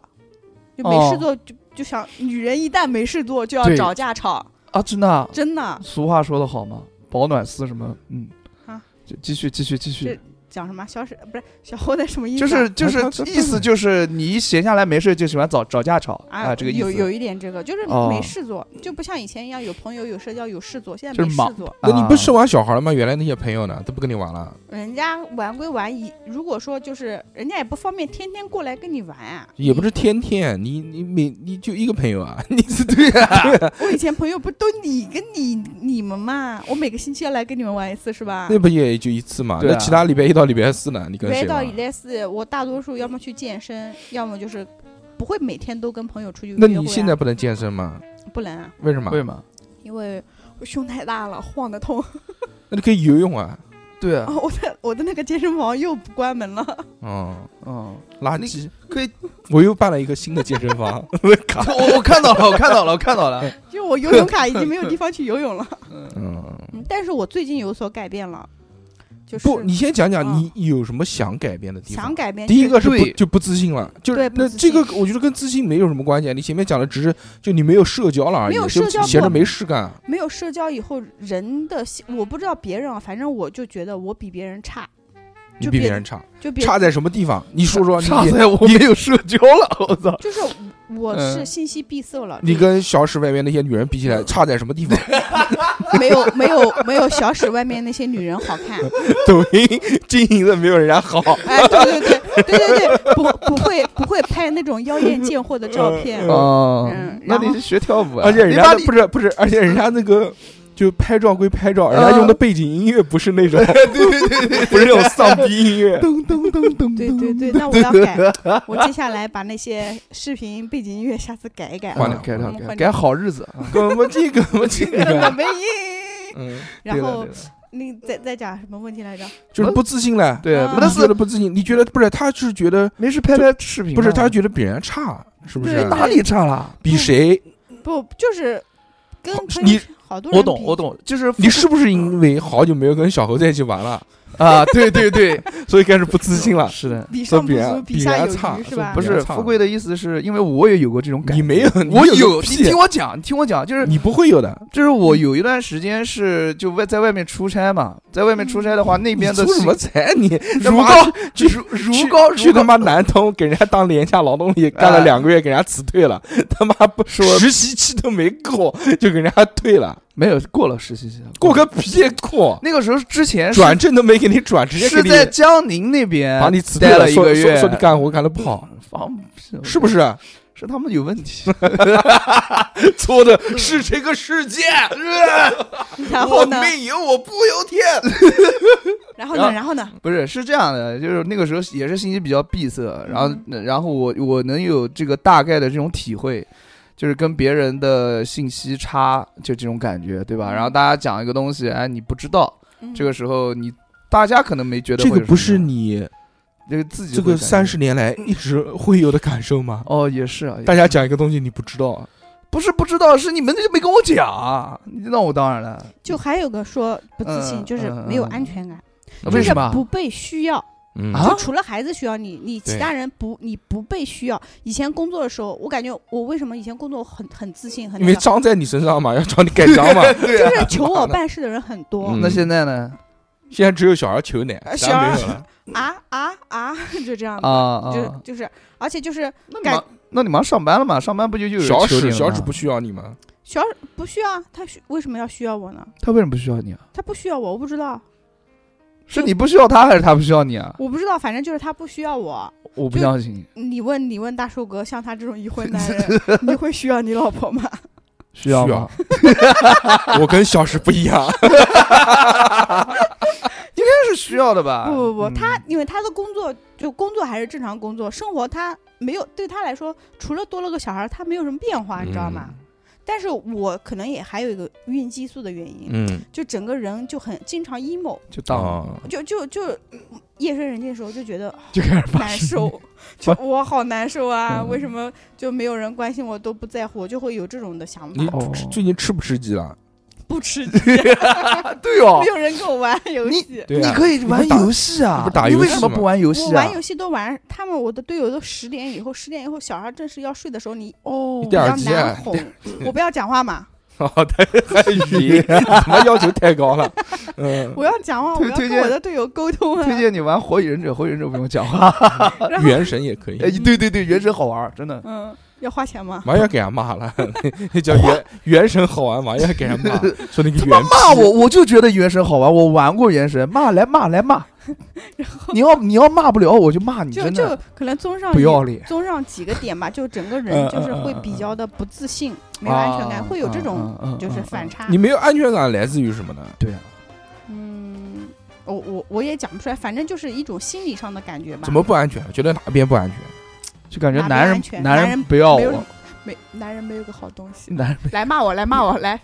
[SPEAKER 3] 就没事
[SPEAKER 2] 哦
[SPEAKER 3] 做、就就想，女人一旦没事做就要
[SPEAKER 2] 对
[SPEAKER 3] 找架吵，
[SPEAKER 2] 啊，真的啊，
[SPEAKER 3] 真的
[SPEAKER 2] 俗话说得好嘛，保暖思什么，嗯
[SPEAKER 3] 啊，
[SPEAKER 2] 就继续继续继续，
[SPEAKER 3] 讲什么小史不是小侯的什么意思
[SPEAKER 2] 就
[SPEAKER 3] 啊？
[SPEAKER 2] 是就是
[SPEAKER 1] 他他他
[SPEAKER 2] 意思就是你一闲下来没事就喜欢找 找架吵
[SPEAKER 3] 啊，
[SPEAKER 2] 啊，这个意
[SPEAKER 3] 有有
[SPEAKER 2] 思。
[SPEAKER 3] 一点这个，就是
[SPEAKER 2] 哦
[SPEAKER 3] 没事做，就不像以前一样有朋友有社交有事做，现在
[SPEAKER 2] 就
[SPEAKER 3] 没
[SPEAKER 2] 是
[SPEAKER 3] 事
[SPEAKER 2] 忙
[SPEAKER 3] 做。
[SPEAKER 1] 那你
[SPEAKER 2] 啊
[SPEAKER 1] 不生完小孩了吗？原来那些朋友呢，都不跟你玩了，
[SPEAKER 3] 人家玩归玩，以如果说就是人家也不方便天天过来跟你玩啊。
[SPEAKER 1] 也不是天天，你你每你就一个朋友啊， 你是对啊，
[SPEAKER 3] 我以前朋友不都你跟你你们嘛，我每个星期要来跟你们玩一次是吧？
[SPEAKER 1] 那不也就一次嘛？
[SPEAKER 2] 对啊
[SPEAKER 1] 那其他礼拜一到礼拜四呢？你跟
[SPEAKER 3] 来
[SPEAKER 1] 谁
[SPEAKER 3] 到
[SPEAKER 1] 玩？
[SPEAKER 3] 礼拜四，我大多数要么去健身，要么就是不会每天都跟朋友出去约
[SPEAKER 1] 那
[SPEAKER 3] 会啊、
[SPEAKER 1] 你现在不能健身吗？
[SPEAKER 3] 不能啊，
[SPEAKER 1] 为什么？
[SPEAKER 2] 会吗？
[SPEAKER 3] 因为我胸太大了，晃得痛。
[SPEAKER 1] 那你可以游泳啊，
[SPEAKER 2] 对啊
[SPEAKER 3] 然，后 我的我的那个健身房又不关门了，
[SPEAKER 1] 嗯，
[SPEAKER 3] 哦
[SPEAKER 2] 嗯，
[SPEAKER 1] 垃圾。
[SPEAKER 2] 可以，
[SPEAKER 1] 我又办了一个新的健身 房，
[SPEAKER 2] 我我看到了，我看到了，我看 到了，
[SPEAKER 3] 就我游泳卡已经没有地方去游泳了。
[SPEAKER 1] 嗯，
[SPEAKER 3] 嗯但是我最近有所改变了，就是
[SPEAKER 1] 不，你先讲讲
[SPEAKER 3] 嗯
[SPEAKER 1] 你有什么想改变的地方
[SPEAKER 3] 想。改变、
[SPEAKER 1] 第一个是不
[SPEAKER 2] 对
[SPEAKER 1] 就不自信了，就是
[SPEAKER 3] 对不
[SPEAKER 1] 那
[SPEAKER 3] 自
[SPEAKER 1] 这个
[SPEAKER 3] 信
[SPEAKER 1] 我觉得跟自信没有什么关系。你前面讲的只是就你没有社交了而已，
[SPEAKER 3] 没有
[SPEAKER 1] 就
[SPEAKER 3] 社交
[SPEAKER 1] 闲着
[SPEAKER 3] 过
[SPEAKER 1] 没事干。
[SPEAKER 3] 没有社交以后，人的心我不知道别人啊，反正我就觉得我比别人差，
[SPEAKER 1] 你
[SPEAKER 3] 就
[SPEAKER 1] 比
[SPEAKER 3] 别
[SPEAKER 1] 别人差，
[SPEAKER 3] 就别
[SPEAKER 1] 差在什么地方？你说说，
[SPEAKER 2] 差
[SPEAKER 1] 你
[SPEAKER 2] 在我没有社交了，我操！
[SPEAKER 3] 就是我
[SPEAKER 2] 嗯
[SPEAKER 3] 是信息闭塞了，
[SPEAKER 1] 你
[SPEAKER 3] 就是
[SPEAKER 1] 跟小史外面那些女人比起来，差在什么地 方？
[SPEAKER 3] 没有没有没有小史外面那些女人好看，
[SPEAKER 1] 抖音经营的没有人家好，
[SPEAKER 3] 哎，对对对对对对，不不会不会拍那种妖艳贱货的照片，
[SPEAKER 2] 哦
[SPEAKER 3] 嗯
[SPEAKER 2] 那
[SPEAKER 3] 然后
[SPEAKER 2] 你是学跳舞啊？
[SPEAKER 1] 而且人
[SPEAKER 2] 你
[SPEAKER 1] 家
[SPEAKER 2] 把
[SPEAKER 1] 的
[SPEAKER 2] 你
[SPEAKER 1] 不是不是，而且人家那个。就拍照归拍照，人家
[SPEAKER 2] 啊
[SPEAKER 1] 用的背景音乐不是那种，对对对，不是那种丧逼音乐，
[SPEAKER 2] 咚咚咚咚
[SPEAKER 3] 对
[SPEAKER 2] 咚
[SPEAKER 3] 对对，那我要 改，我接下来把那些视频背景音乐下次改一改，
[SPEAKER 1] 换
[SPEAKER 2] 换
[SPEAKER 1] 了
[SPEAKER 2] 了，改掉
[SPEAKER 3] 嗯
[SPEAKER 2] 改
[SPEAKER 3] 换
[SPEAKER 2] 改好日子啊！
[SPEAKER 1] 怎么这个怎么 这
[SPEAKER 3] 我
[SPEAKER 1] 个？
[SPEAKER 3] 没音。
[SPEAKER 1] 嗯，
[SPEAKER 3] 然后
[SPEAKER 2] 对了
[SPEAKER 3] 你再再讲什么问题来着？
[SPEAKER 1] 就是不自信了。
[SPEAKER 2] 对了，对
[SPEAKER 3] 啊
[SPEAKER 2] 但
[SPEAKER 1] 你觉
[SPEAKER 2] 是
[SPEAKER 1] 得不自信？你觉得不是？他是觉得
[SPEAKER 2] 没事拍拍视频嘛，
[SPEAKER 1] 不是？他觉得比人家差，是不是
[SPEAKER 3] 对？
[SPEAKER 2] 哪里差了？
[SPEAKER 1] 比谁？
[SPEAKER 3] 不就是跟
[SPEAKER 1] 好
[SPEAKER 3] 朋
[SPEAKER 1] 你
[SPEAKER 3] 友好多人
[SPEAKER 2] 我懂
[SPEAKER 3] 比
[SPEAKER 2] 我懂，就是
[SPEAKER 1] 你是不是因为好久没有跟小猴在一起玩了，
[SPEAKER 2] 啊，对 对对，
[SPEAKER 1] 所以开始不自信了？
[SPEAKER 2] 是的，
[SPEAKER 3] 比
[SPEAKER 1] 说
[SPEAKER 3] 上不
[SPEAKER 1] 比人
[SPEAKER 2] 啊
[SPEAKER 3] 足，
[SPEAKER 1] 比
[SPEAKER 3] 下
[SPEAKER 1] 人
[SPEAKER 3] 有
[SPEAKER 1] 差
[SPEAKER 3] 余是
[SPEAKER 1] 说
[SPEAKER 3] 吧
[SPEAKER 2] 不？
[SPEAKER 1] 比
[SPEAKER 2] 是
[SPEAKER 1] 较差
[SPEAKER 2] 富贵的意思是因为我也有过这种感
[SPEAKER 1] 你
[SPEAKER 2] 觉，
[SPEAKER 1] 没有，
[SPEAKER 2] 我
[SPEAKER 1] 你
[SPEAKER 2] 有，
[SPEAKER 1] 个
[SPEAKER 2] 你
[SPEAKER 1] 屁啊
[SPEAKER 2] 听我讲，你听我讲，就是
[SPEAKER 1] 你不会有的。
[SPEAKER 2] 就是我有一段时间是就外在外面出差嘛，在外面出差的话，那
[SPEAKER 1] 你
[SPEAKER 2] 边的
[SPEAKER 1] 出什么财？你
[SPEAKER 2] 如皋
[SPEAKER 1] 去
[SPEAKER 2] 如如皋如
[SPEAKER 1] 去他
[SPEAKER 2] 皋
[SPEAKER 1] 妈南通给人家当廉价劳动力，干了
[SPEAKER 2] 哎
[SPEAKER 1] 两个月，给人家辞退了，他妈不
[SPEAKER 2] 说
[SPEAKER 1] 实习期都没过就给人家退了，
[SPEAKER 2] 没有过了实习期了，
[SPEAKER 1] 过个屁过！
[SPEAKER 2] 那个时候之前是
[SPEAKER 1] 转正都没给你转，直接
[SPEAKER 2] 是
[SPEAKER 1] 给你
[SPEAKER 2] 在江宁那边
[SPEAKER 1] 把你辞退
[SPEAKER 2] 待了
[SPEAKER 1] 了，
[SPEAKER 2] 一
[SPEAKER 1] 说
[SPEAKER 2] 个
[SPEAKER 1] 说
[SPEAKER 2] 月嗯
[SPEAKER 1] 说你干活干的不好，
[SPEAKER 2] 放屁
[SPEAKER 1] 是不是？
[SPEAKER 2] 是他们有 问题。
[SPEAKER 1] 错的是这个世 界，
[SPEAKER 3] 然后呢？
[SPEAKER 1] 有我不由天。
[SPEAKER 3] 然
[SPEAKER 2] 啊
[SPEAKER 3] 后呢？然后呢？
[SPEAKER 2] 不是，是这样的，就是那个时候也是信息比较闭
[SPEAKER 3] 嗯
[SPEAKER 2] 塞，然后，然后我我能有这个大概的这种体会，就是跟别人的信息差，就这种感觉，对吧？然后大家讲一个东西，哎，你不知道，
[SPEAKER 3] 嗯
[SPEAKER 2] 这个时候你大家可能没觉得
[SPEAKER 1] 这
[SPEAKER 2] 会
[SPEAKER 1] 个
[SPEAKER 2] 有什么
[SPEAKER 1] 不是你
[SPEAKER 2] 这个自己
[SPEAKER 1] 这个
[SPEAKER 2] 会感觉
[SPEAKER 1] 三十年来一直会有的感受吗？
[SPEAKER 2] 哦，也是啊，
[SPEAKER 1] 大家讲一个东西你不知道，
[SPEAKER 2] 不是不知道，是你们就没跟我讲，那我当 然了，
[SPEAKER 3] 就还有个说不自信，
[SPEAKER 2] 嗯
[SPEAKER 3] 就是
[SPEAKER 2] 嗯
[SPEAKER 3] 没有
[SPEAKER 2] 嗯
[SPEAKER 3] 安全感，
[SPEAKER 2] 为
[SPEAKER 3] 就是
[SPEAKER 2] 什么
[SPEAKER 3] 不被需要。
[SPEAKER 1] 嗯
[SPEAKER 2] 啊
[SPEAKER 3] 就除了孩子需要你，你其
[SPEAKER 1] 对
[SPEAKER 3] 他人不，你不被需要。以前工作的时候，我感觉我为什么以前工作很很自信，很
[SPEAKER 1] 因
[SPEAKER 3] 那
[SPEAKER 1] 为
[SPEAKER 3] 个，
[SPEAKER 1] 章在你身上嘛，要找你盖章嘛。
[SPEAKER 2] 对啊
[SPEAKER 3] 就是求我办事的人很多
[SPEAKER 1] 嗯
[SPEAKER 2] 那现在呢？
[SPEAKER 1] 现在只有小孩求奶，
[SPEAKER 3] 哎
[SPEAKER 1] 其他没有
[SPEAKER 3] 小
[SPEAKER 1] 了。
[SPEAKER 3] 啊啊啊， 就这样
[SPEAKER 2] 啊
[SPEAKER 3] 的，
[SPEAKER 2] 嗯啊，
[SPEAKER 3] 就是就是，而且就是
[SPEAKER 2] 那你
[SPEAKER 3] 感
[SPEAKER 2] 忙，那你忙上班了嘛？上班不就就有人
[SPEAKER 1] 小
[SPEAKER 2] 求你
[SPEAKER 1] 史
[SPEAKER 2] 了
[SPEAKER 1] 小
[SPEAKER 2] 吗
[SPEAKER 1] 史不需要你吗？
[SPEAKER 3] 小不需要啊他需为什么要需要我呢？
[SPEAKER 2] 他为什么不需要你啊？
[SPEAKER 3] 他不需要我，我不知道，
[SPEAKER 2] 是你不需要他，还是他不需要你啊？
[SPEAKER 3] 我不知道，反正就是他不需要我。
[SPEAKER 2] 我不
[SPEAKER 3] 就
[SPEAKER 2] 相信，
[SPEAKER 3] 你问你问大寿哥，像他这种已婚男 人，你会需要你老婆吗？
[SPEAKER 2] 需要
[SPEAKER 1] 需
[SPEAKER 2] 吗？
[SPEAKER 1] 我跟小史不一样，
[SPEAKER 2] 但是需要的吧？
[SPEAKER 3] 不不不，
[SPEAKER 2] 嗯
[SPEAKER 3] 他因为他的工作就工作还是正常工作，生活他没有对他来说，除了多了个小孩儿，他没有什么变 化，你知道吗？
[SPEAKER 2] 嗯
[SPEAKER 3] 但是我可能也还有一个孕激素的原因，
[SPEAKER 1] 嗯，
[SPEAKER 3] 就整个人就很经常 emo，
[SPEAKER 2] 就当
[SPEAKER 1] 啊，
[SPEAKER 3] 就就就嗯夜深人静的时候就觉得
[SPEAKER 2] 就开始发
[SPEAKER 3] 难
[SPEAKER 2] 誓
[SPEAKER 3] 受， 就我好难受啊！
[SPEAKER 2] 嗯
[SPEAKER 3] 为什么就没有人关心我，都不在乎我，就会有这种的想法
[SPEAKER 1] 你。
[SPEAKER 2] 哦
[SPEAKER 1] 吃最近吃不吃鸡了？
[SPEAKER 3] 不吃鸡，啊
[SPEAKER 2] 对哦
[SPEAKER 3] 没，有人跟我玩游
[SPEAKER 2] 你
[SPEAKER 3] 戏。
[SPEAKER 1] 对啊
[SPEAKER 2] 你可以玩
[SPEAKER 1] 你不打
[SPEAKER 2] 游戏啊，
[SPEAKER 1] 你不打
[SPEAKER 2] 你
[SPEAKER 1] 游
[SPEAKER 2] 为
[SPEAKER 1] 戏
[SPEAKER 2] 什么
[SPEAKER 1] 吗
[SPEAKER 2] 不玩游
[SPEAKER 3] 我
[SPEAKER 2] 戏啊
[SPEAKER 3] 玩？游戏都玩，他们我的队友都十点以后，十点以后小孩正是要睡的时候，你
[SPEAKER 2] 哦
[SPEAKER 1] 你
[SPEAKER 3] 比
[SPEAKER 1] 戴
[SPEAKER 3] 较
[SPEAKER 1] 耳机
[SPEAKER 3] 难
[SPEAKER 1] 啊？
[SPEAKER 3] 哄。我不要讲话嘛，
[SPEAKER 1] 好的，还有哦语 音，他妈要求太高了。嗯，
[SPEAKER 3] 我要讲话，我
[SPEAKER 2] 推
[SPEAKER 3] 要
[SPEAKER 2] 推
[SPEAKER 3] 跟
[SPEAKER 2] 荐
[SPEAKER 3] 我的队友沟通啊。
[SPEAKER 2] 推荐你玩《火影忍者》，《火影忍者》不用讲 话。
[SPEAKER 3] 然后，
[SPEAKER 1] 原神也可以，
[SPEAKER 2] 哎，对对对，原神好玩，真的。
[SPEAKER 3] 嗯，要花钱吗？
[SPEAKER 1] 马上要给人骂了， 那叫原原神好玩，马上要给人 骂，说那个
[SPEAKER 2] 他
[SPEAKER 1] 原
[SPEAKER 2] 妈骂
[SPEAKER 1] 批
[SPEAKER 2] 我，，我就觉得原神好玩，我玩过原神，骂来骂 来骂。你要你要骂不了，我就骂你，
[SPEAKER 3] 就
[SPEAKER 2] 真
[SPEAKER 3] 就
[SPEAKER 2] 的
[SPEAKER 3] 可能综上
[SPEAKER 2] 不
[SPEAKER 3] 一
[SPEAKER 2] 要脸。
[SPEAKER 3] 综上几个点吧，就整个
[SPEAKER 2] 嗯
[SPEAKER 3] 人就是
[SPEAKER 2] 嗯
[SPEAKER 3] 会
[SPEAKER 2] 嗯
[SPEAKER 3] 比
[SPEAKER 2] 嗯
[SPEAKER 3] 较的不自信，没有安全感，
[SPEAKER 2] 啊
[SPEAKER 3] 会有这种就是反。
[SPEAKER 2] 嗯嗯嗯嗯
[SPEAKER 3] 差。
[SPEAKER 1] 你没有安全感来自于什么呢？
[SPEAKER 2] 嗯对啊，
[SPEAKER 3] 嗯，我我我也讲不出来，反正就是一种心理上的感觉吧。
[SPEAKER 1] 怎么不安全？觉得哪边不安全？
[SPEAKER 2] 就感觉
[SPEAKER 3] 哪边
[SPEAKER 2] 男
[SPEAKER 3] 安
[SPEAKER 2] 人
[SPEAKER 3] 全
[SPEAKER 2] 男
[SPEAKER 3] 男
[SPEAKER 2] 人
[SPEAKER 3] 人
[SPEAKER 2] 不要
[SPEAKER 3] 没有
[SPEAKER 2] 我，
[SPEAKER 3] 没男人没有个好东 西？
[SPEAKER 2] 男人
[SPEAKER 3] 来骂我，来骂我，来，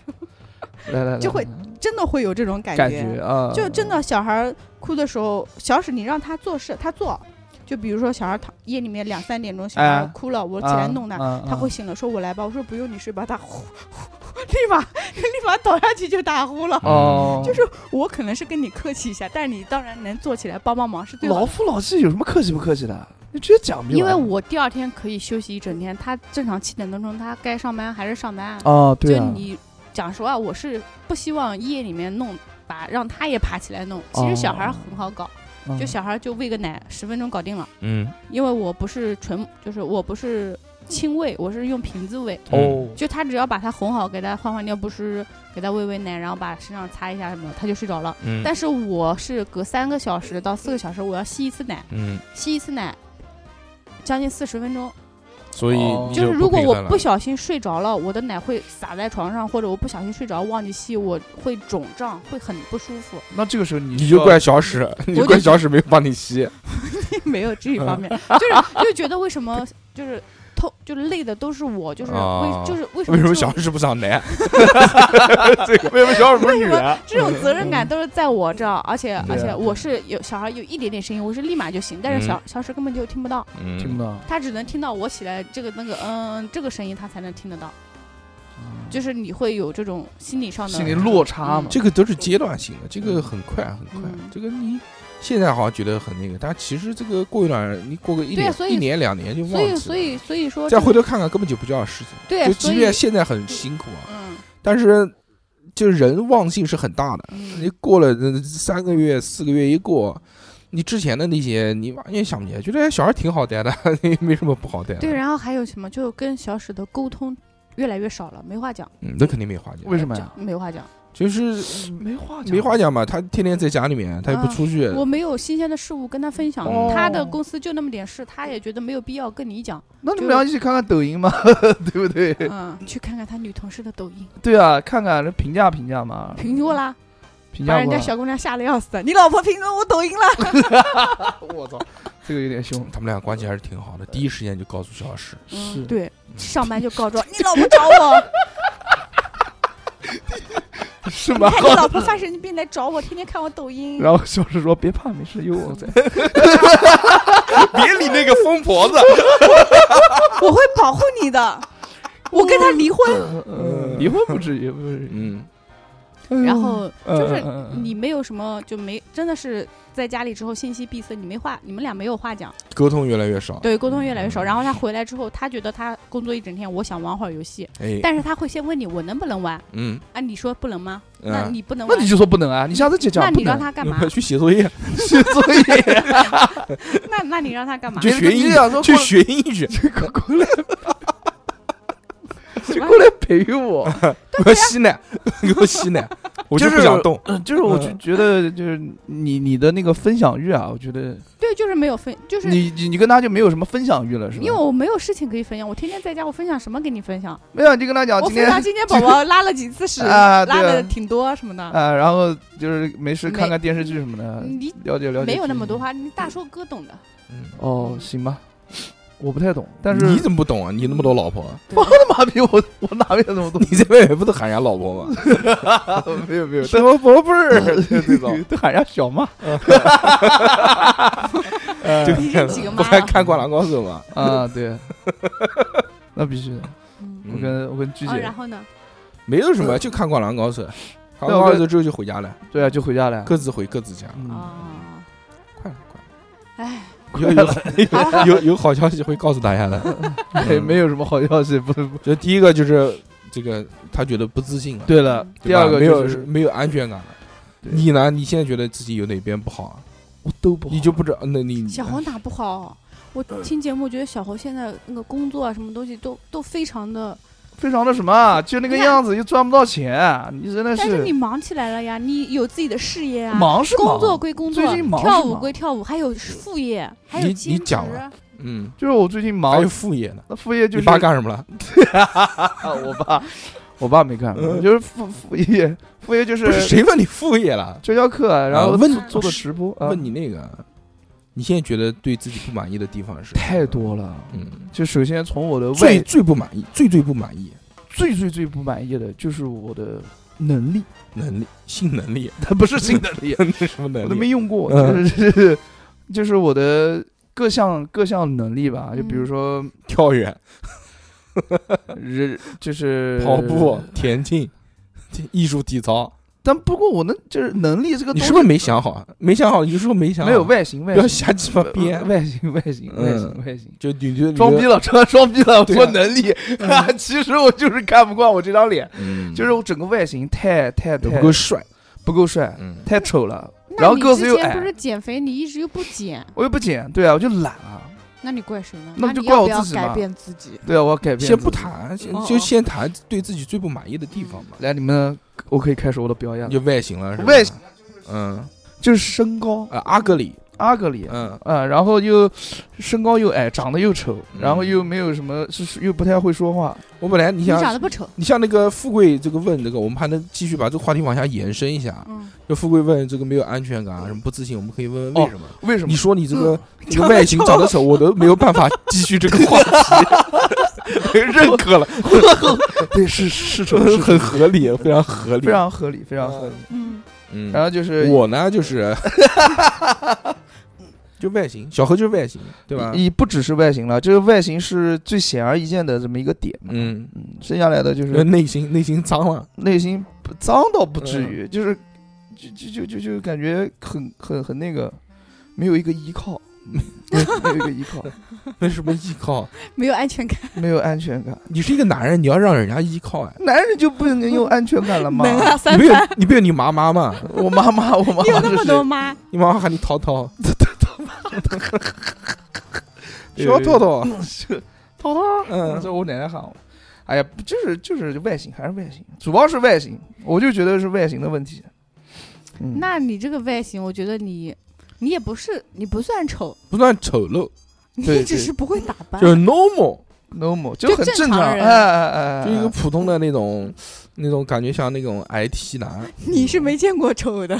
[SPEAKER 2] 来来来
[SPEAKER 3] 就会
[SPEAKER 2] 来
[SPEAKER 3] 真的会有这种
[SPEAKER 2] 感觉啊，
[SPEAKER 3] 就真的小孩儿哭的时候，小史你让他做事，他做。就比如说小孩儿躺夜里面两三点钟，小孩儿
[SPEAKER 2] 哎
[SPEAKER 3] 哭了，我
[SPEAKER 2] 我
[SPEAKER 3] 起来弄他，他会
[SPEAKER 2] 啊
[SPEAKER 3] 醒了，说我来吧。我说不用，你睡吧。他呼呼， 立马立马倒下去就打呼了。
[SPEAKER 2] 哦，
[SPEAKER 3] 就是我可能是跟你客气一下，但是你当然能坐起来帮帮忙是最好
[SPEAKER 2] 老
[SPEAKER 3] 的。
[SPEAKER 2] 夫老妻有什么客气不客气的？你直接讲不就
[SPEAKER 3] 因为
[SPEAKER 2] 完了
[SPEAKER 3] 我第二天可以休息一整天，他正常七点多钟他该上班还是上班啊。
[SPEAKER 2] 哦，对
[SPEAKER 3] 就
[SPEAKER 2] 啊，
[SPEAKER 3] 你讲实话，我是不希望夜里面弄把让他也爬起来弄。其
[SPEAKER 2] 哦
[SPEAKER 3] 实小孩儿很好搞。
[SPEAKER 2] 嗯
[SPEAKER 3] 就小孩就喂个奶，十分钟搞定了。
[SPEAKER 1] 嗯，
[SPEAKER 3] 因为我不是纯，就是我不是亲喂，我是用瓶子喂。
[SPEAKER 1] 嗯
[SPEAKER 2] 哦，
[SPEAKER 3] 就他只要把他哄好，给他换换尿不湿，给他喂喂奶，然后把身上擦一下什么，他就睡着了。
[SPEAKER 1] 嗯
[SPEAKER 3] 但是我是隔三个小时到四个小时，我要吸一次奶，
[SPEAKER 1] 嗯，
[SPEAKER 3] 吸一次奶，将近四十分钟。
[SPEAKER 1] 所以
[SPEAKER 2] 哦
[SPEAKER 1] 你
[SPEAKER 3] 就是
[SPEAKER 1] 不
[SPEAKER 3] 如果
[SPEAKER 1] 平
[SPEAKER 3] 我
[SPEAKER 1] 衡了
[SPEAKER 3] 不小心睡着了，我的奶会洒在床上，或者我不小心睡着忘记吸，我会肿胀，会很不舒服。
[SPEAKER 2] 那这个时候你
[SPEAKER 1] 你
[SPEAKER 2] 需
[SPEAKER 1] 就
[SPEAKER 2] 要
[SPEAKER 1] 怪小史，你就
[SPEAKER 3] 就
[SPEAKER 1] 怪小史没有帮你吸。
[SPEAKER 3] 没有这一方面，就是就觉得为什么就是痛，就是累的都是我，就是为、
[SPEAKER 1] 啊
[SPEAKER 3] 就是为什
[SPEAKER 1] 为什么
[SPEAKER 3] 么这种
[SPEAKER 1] 小史不上 来？这个为什么小史不是 女人？
[SPEAKER 3] 这种责任感都是在我这儿，而且
[SPEAKER 1] 对
[SPEAKER 3] 而且我是有小孩有一点点声音，我是立马就醒，但是小、小石根本就听不到，
[SPEAKER 2] 听
[SPEAKER 1] 嗯
[SPEAKER 2] 不到
[SPEAKER 3] 他只能听到我起来这个那个嗯这个声音，他才能听得到。就是你会有这种心理上的
[SPEAKER 2] 心理落差嘛
[SPEAKER 3] 嗯
[SPEAKER 1] 这个都是阶段性的，这个很快很快
[SPEAKER 3] 嗯。
[SPEAKER 1] 这个你现在好像觉得很那个，但其实这个过一段，你过个一
[SPEAKER 3] 对啊
[SPEAKER 1] 年
[SPEAKER 3] 所以
[SPEAKER 1] 一年两年就忘
[SPEAKER 3] 所
[SPEAKER 1] 记
[SPEAKER 3] 以
[SPEAKER 1] 了。
[SPEAKER 3] 所以所以说
[SPEAKER 1] 再回
[SPEAKER 3] 头
[SPEAKER 1] 头看看，根本就不叫事情。
[SPEAKER 3] 哦对啊
[SPEAKER 1] 就
[SPEAKER 3] 所
[SPEAKER 1] 即
[SPEAKER 3] 以
[SPEAKER 1] 便现在很辛苦啊，
[SPEAKER 3] 嗯
[SPEAKER 1] 但是就人忘性是很大的。你
[SPEAKER 3] 嗯
[SPEAKER 1] 过了呃三个月、四个月一过，你之前的那些你完全想不起来，觉得哎小孩挺好带的， 也没什么不好带的。
[SPEAKER 3] 对，然后还有什么就跟小史的沟通越来越少了，没话讲，
[SPEAKER 1] 嗯，那肯定没话讲。
[SPEAKER 2] 为什么呀？
[SPEAKER 3] 没话讲。
[SPEAKER 1] 就是
[SPEAKER 2] 嗯没话讲
[SPEAKER 1] 没话讲嘛，他天天在家里面，他也不出去，
[SPEAKER 3] 我没有新鲜的事物跟他分享，
[SPEAKER 2] 哦
[SPEAKER 3] 他的公司就那么点事，他也觉得没有必要跟你讲。
[SPEAKER 2] 那你们俩一起看看抖音嘛， 对不对？
[SPEAKER 3] 嗯，你去看看他女同事的抖音，
[SPEAKER 2] 对啊，看看这评价评价嘛，
[SPEAKER 3] 评过啦，
[SPEAKER 2] 评
[SPEAKER 3] 把
[SPEAKER 2] 价
[SPEAKER 3] 人
[SPEAKER 2] 过
[SPEAKER 3] 家
[SPEAKER 2] 嗯啊。
[SPEAKER 3] 小姑娘吓得要死。你老婆评论我抖音了，
[SPEAKER 2] 我操，这个有点凶。
[SPEAKER 1] 他们俩关系还是挺好的，第一时间就告诉小石，
[SPEAKER 2] 是
[SPEAKER 3] 嗯，对，上班就 告状，你老婆找我，
[SPEAKER 2] 是
[SPEAKER 3] 你
[SPEAKER 2] 吗？
[SPEAKER 3] 看你老婆发神经病来找我，天天看我抖音，
[SPEAKER 2] 然后小石说：“别怕，没事，有我在。
[SPEAKER 1] 别理那个疯婆子，
[SPEAKER 3] 我会保护你的，
[SPEAKER 2] 嗯
[SPEAKER 3] 我跟他离婚。
[SPEAKER 2] 呃”离婚不至于，不至于。
[SPEAKER 1] 嗯，
[SPEAKER 3] 然后就是
[SPEAKER 2] 嗯嗯嗯
[SPEAKER 3] 你没有什么，就没真的是在家里之后信息闭塞，你没话，你们俩没有话
[SPEAKER 2] 哦
[SPEAKER 3] 讲，
[SPEAKER 1] 沟通越来越少，
[SPEAKER 3] 对，沟通越来越
[SPEAKER 2] 嗯
[SPEAKER 3] 少。然后他回来之后，他觉得他工作一整天，我想玩会儿游戏，
[SPEAKER 1] 哎，
[SPEAKER 3] 但是他会先问你我能不能玩
[SPEAKER 1] 嗯，
[SPEAKER 3] 啊？你说不能吗？那
[SPEAKER 1] 嗯，
[SPEAKER 3] 你不能
[SPEAKER 2] 那
[SPEAKER 3] 玩
[SPEAKER 2] 你，就说不能啊，你下次就
[SPEAKER 3] 那
[SPEAKER 2] 讲不
[SPEAKER 3] 你让
[SPEAKER 2] 能。
[SPEAKER 3] 他干嘛
[SPEAKER 1] 要不？
[SPEAKER 3] 哎
[SPEAKER 1] 要去写 作业，
[SPEAKER 2] 写作业，
[SPEAKER 3] 那那你让他干嘛？
[SPEAKER 1] 去学英
[SPEAKER 2] 你想说
[SPEAKER 1] 语，去
[SPEAKER 2] 过
[SPEAKER 1] 学英语，
[SPEAKER 2] 过过来，就过来陪我。
[SPEAKER 1] 给我吸奶， 给我吸奶，我就不想动，
[SPEAKER 2] 嗯 就是我就
[SPEAKER 1] 嗯
[SPEAKER 2] 觉得，就是你你的那个分享欲啊，我觉得
[SPEAKER 3] 对，就是没有分，就是
[SPEAKER 2] 你你你跟他就没有什么分享欲了，是吧
[SPEAKER 3] 因为？我没有事情可以分享，我天天在家，我分享什么给你分享？
[SPEAKER 2] 没有，你就跟他讲
[SPEAKER 3] 我
[SPEAKER 2] 啊今
[SPEAKER 3] 分
[SPEAKER 2] 天
[SPEAKER 3] 享今天宝宝拉了几次屎，
[SPEAKER 2] 啊对
[SPEAKER 3] 拉
[SPEAKER 2] 啊
[SPEAKER 3] 的挺多什么的，
[SPEAKER 2] 啊，然后就是没事
[SPEAKER 3] 没
[SPEAKER 2] 看看电视剧什么的，
[SPEAKER 3] 你
[SPEAKER 2] 了解了解。
[SPEAKER 3] 没有那么多。话，你大叔哥懂的。
[SPEAKER 1] 嗯
[SPEAKER 2] 哦，行吧，我不太懂，但是
[SPEAKER 1] 你怎么不懂啊？你那么多老婆，
[SPEAKER 2] 我他妈逼我我哪有那么多？
[SPEAKER 1] 你在外面不都喊人家老婆吗？
[SPEAKER 2] 没有没有，
[SPEAKER 1] 什么宝贝儿，这种
[SPEAKER 2] 都喊人家小嘛。
[SPEAKER 1] 就
[SPEAKER 3] 你认几个妈
[SPEAKER 1] 不还看《灌篮高手》吗？
[SPEAKER 2] 啊，对， 那必须的。
[SPEAKER 3] 嗯，
[SPEAKER 2] 我跟我跟鞠
[SPEAKER 3] 啊，
[SPEAKER 2] 姐
[SPEAKER 3] 然，后呢？
[SPEAKER 1] 没有什么，就看《灌篮高手》，看完《
[SPEAKER 2] 对我
[SPEAKER 1] 灌篮高
[SPEAKER 2] 跟
[SPEAKER 1] 手》之后就回家了，
[SPEAKER 2] 对啊，就回家了。
[SPEAKER 1] 各自回各自家，
[SPEAKER 2] 嗯，
[SPEAKER 3] 啊，
[SPEAKER 1] 快了快
[SPEAKER 3] 哎，
[SPEAKER 1] 了，有有有有好消息会告诉大家的。
[SPEAKER 2] 没没有什么好消息，不不。
[SPEAKER 1] 就第一个就是这个，他觉得不自信了。啊
[SPEAKER 2] 嗯对了，
[SPEAKER 1] 对
[SPEAKER 2] 第
[SPEAKER 1] 吧，
[SPEAKER 2] 二个
[SPEAKER 1] 没
[SPEAKER 2] 就
[SPEAKER 1] 有
[SPEAKER 2] 是
[SPEAKER 1] 没有安全感了。
[SPEAKER 2] 对
[SPEAKER 1] 你呢？你现在觉得自己有哪边不好啊？
[SPEAKER 2] 我都不好
[SPEAKER 1] 你就不知道？那
[SPEAKER 2] 嗯
[SPEAKER 1] 你
[SPEAKER 3] 小红哪不好？我听节目觉得小红现在那个工作啊，什么东西都都非常的，
[SPEAKER 2] 非常的什么啊，就那个
[SPEAKER 3] 你看
[SPEAKER 2] 样子，又赚不到钱，你真的
[SPEAKER 3] 但是你忙起来了呀，你有自己的事业啊，
[SPEAKER 2] 忙是忙
[SPEAKER 3] 工作归工作
[SPEAKER 2] 最近，忙是
[SPEAKER 3] 跳舞
[SPEAKER 2] 忙
[SPEAKER 3] 归跳舞，还有副业，还有
[SPEAKER 1] 你
[SPEAKER 3] 兼
[SPEAKER 1] 你
[SPEAKER 3] 职
[SPEAKER 1] 讲。了嗯，
[SPEAKER 2] 就是我最近
[SPEAKER 1] 还
[SPEAKER 2] 忙
[SPEAKER 1] 有，副业呢。
[SPEAKER 2] 那副业就
[SPEAKER 1] 你
[SPEAKER 2] 是
[SPEAKER 1] 爸干什么了？
[SPEAKER 2] 啊，我爸，我爸没干，
[SPEAKER 1] 嗯
[SPEAKER 2] 就是副副业，副业就
[SPEAKER 1] 不是
[SPEAKER 2] 是
[SPEAKER 1] 谁问你副业了？
[SPEAKER 2] 教教课啊，然
[SPEAKER 1] 啊
[SPEAKER 2] 后
[SPEAKER 1] 问
[SPEAKER 2] 做个直播，啊
[SPEAKER 1] 问你那个，你现在觉得对自己不满意的地方是？
[SPEAKER 2] 太多了。
[SPEAKER 1] 嗯，
[SPEAKER 2] 就首先从我的外
[SPEAKER 1] 最最不满意，最最不满意
[SPEAKER 2] 最最最不满意的就是我的能力，
[SPEAKER 1] 能力，性能力，
[SPEAKER 2] 它 不是新能力，
[SPEAKER 1] 那什么
[SPEAKER 2] 我
[SPEAKER 1] 能
[SPEAKER 2] 都
[SPEAKER 1] 力？
[SPEAKER 2] 没用过，就
[SPEAKER 1] 嗯
[SPEAKER 2] 是 就是我的各项各项能力吧，就比如
[SPEAKER 3] 嗯
[SPEAKER 2] 说
[SPEAKER 1] 跳远、
[SPEAKER 2] 人，就是
[SPEAKER 1] 跑步、田径、艺术体操，
[SPEAKER 2] 但不过我能就是能力这个
[SPEAKER 1] 你
[SPEAKER 2] 东西，
[SPEAKER 1] 是不是没想好？没想好，你是不是没想好？
[SPEAKER 2] 没有外形？
[SPEAKER 1] 不
[SPEAKER 2] 外
[SPEAKER 1] 要
[SPEAKER 2] 形
[SPEAKER 1] 瞎鸡巴编
[SPEAKER 2] 呃，外形外形
[SPEAKER 1] 嗯
[SPEAKER 2] 外形外形，
[SPEAKER 1] 就你觉得
[SPEAKER 2] 装逼，了，装装逼了，
[SPEAKER 1] 对啊
[SPEAKER 2] 说能力， 其实我就是看不惯我这张脸，
[SPEAKER 1] 嗯
[SPEAKER 2] 就是我整个外形太太
[SPEAKER 1] 都
[SPEAKER 2] 太
[SPEAKER 1] 不够帅，
[SPEAKER 2] 不够帅，
[SPEAKER 1] 嗯，
[SPEAKER 2] 太丑了，
[SPEAKER 3] 那
[SPEAKER 2] 然后
[SPEAKER 3] 你
[SPEAKER 2] 个子
[SPEAKER 3] 之
[SPEAKER 2] 又哎
[SPEAKER 3] 前
[SPEAKER 2] 矮
[SPEAKER 3] 不是减肥，你一直又不减，
[SPEAKER 2] 我又不减，对啊，我就懒啊，
[SPEAKER 3] 那你怪谁呢？
[SPEAKER 2] 那
[SPEAKER 3] 那
[SPEAKER 2] 就
[SPEAKER 3] 你
[SPEAKER 2] 怪
[SPEAKER 3] 要
[SPEAKER 2] 我
[SPEAKER 3] 不要
[SPEAKER 2] 自己
[SPEAKER 3] 改
[SPEAKER 2] 嘛
[SPEAKER 3] 变自己。
[SPEAKER 2] 对啊，我要改变。
[SPEAKER 1] 先不，谈，先
[SPEAKER 3] 哦
[SPEAKER 1] 就
[SPEAKER 3] 哦
[SPEAKER 1] 先谈对自己最不满意的地方嘛，
[SPEAKER 2] 来你们，我可以开始我的表演了，
[SPEAKER 1] 就外形了，是吧
[SPEAKER 2] 嗯外形，
[SPEAKER 1] 嗯，
[SPEAKER 2] 就是身高
[SPEAKER 1] 啊，阿格里，
[SPEAKER 2] 阿格里。
[SPEAKER 1] 嗯，
[SPEAKER 2] 啊、然后又身高又矮，长得又丑，
[SPEAKER 1] 嗯
[SPEAKER 2] 然后又没有什么，是又不太会说话，
[SPEAKER 1] 我本来你
[SPEAKER 3] 你
[SPEAKER 1] 想
[SPEAKER 3] 长得不丑，
[SPEAKER 1] 你像那个富贵这个问这个，我们还能继续把这个话题往下延伸一下。
[SPEAKER 3] 嗯，
[SPEAKER 1] 就富贵问这个没有安全感啊，什么不自信，我们可以问问为什么？
[SPEAKER 2] 为什么
[SPEAKER 1] 哦你？说你这个
[SPEAKER 2] 嗯
[SPEAKER 1] 这个外形长得丑，我都没有办法继续这个话 题，认可 了，
[SPEAKER 2] 对，是是丑，是
[SPEAKER 1] 很
[SPEAKER 2] 丑
[SPEAKER 1] 很合理，啊非常合理，啊
[SPEAKER 2] 非常合理，非常合理。
[SPEAKER 3] 嗯，
[SPEAKER 1] 嗯
[SPEAKER 2] 然后就是
[SPEAKER 1] 我呢，就是 就外形，小何就是外形，对吧？
[SPEAKER 2] 你不只是外形了，这个外形是最显而易见的这么一个点嘛。
[SPEAKER 1] 嗯，
[SPEAKER 2] 嗯，剩下来的就
[SPEAKER 1] 就是
[SPEAKER 2] 是
[SPEAKER 1] 内心内心脏啊了，
[SPEAKER 2] 内心不脏倒不至于，
[SPEAKER 1] 嗯
[SPEAKER 2] 就是就就就就就感觉很很很那个，没有一个依靠，嗯没有一个依靠，
[SPEAKER 1] 没什么依靠。
[SPEAKER 3] 没有安全感，
[SPEAKER 2] 没有安全感。
[SPEAKER 1] 你是一个男人，你要让人家依靠哎。
[SPEAKER 2] 男人就不能有安全感 了吗？
[SPEAKER 3] 能啊，
[SPEAKER 1] 你
[SPEAKER 3] 三
[SPEAKER 1] 不
[SPEAKER 3] 分
[SPEAKER 1] 有。你不有你妈妈吗？
[SPEAKER 2] 我妈妈，我妈
[SPEAKER 3] 你有
[SPEAKER 2] 妈
[SPEAKER 3] 那么
[SPEAKER 2] 啊是嗯
[SPEAKER 3] 多
[SPEAKER 2] 谁？
[SPEAKER 3] 妈？
[SPEAKER 1] 你妈妈喊你淘淘，
[SPEAKER 2] 对
[SPEAKER 1] 小淘淘，
[SPEAKER 2] 是淘淘，嗯
[SPEAKER 1] 嗯
[SPEAKER 2] 这我奶奶喊我。哎呀，就是就是外形，还是外形，主要是外形，我就觉得是外形的问题。嗯、
[SPEAKER 3] 那你这个外形，我觉得你你也不是你不算丑，
[SPEAKER 1] 不算丑陋，
[SPEAKER 2] 对
[SPEAKER 3] 你只是不会打扮
[SPEAKER 1] 就。是 normal，
[SPEAKER 2] normal 就很
[SPEAKER 3] 就正
[SPEAKER 2] 正
[SPEAKER 3] 常
[SPEAKER 2] 常，哎
[SPEAKER 3] 人
[SPEAKER 2] 哎哎，哎
[SPEAKER 1] 就一个普通的那种，那种感觉像那种 IT 男，
[SPEAKER 3] 你是没见过丑的，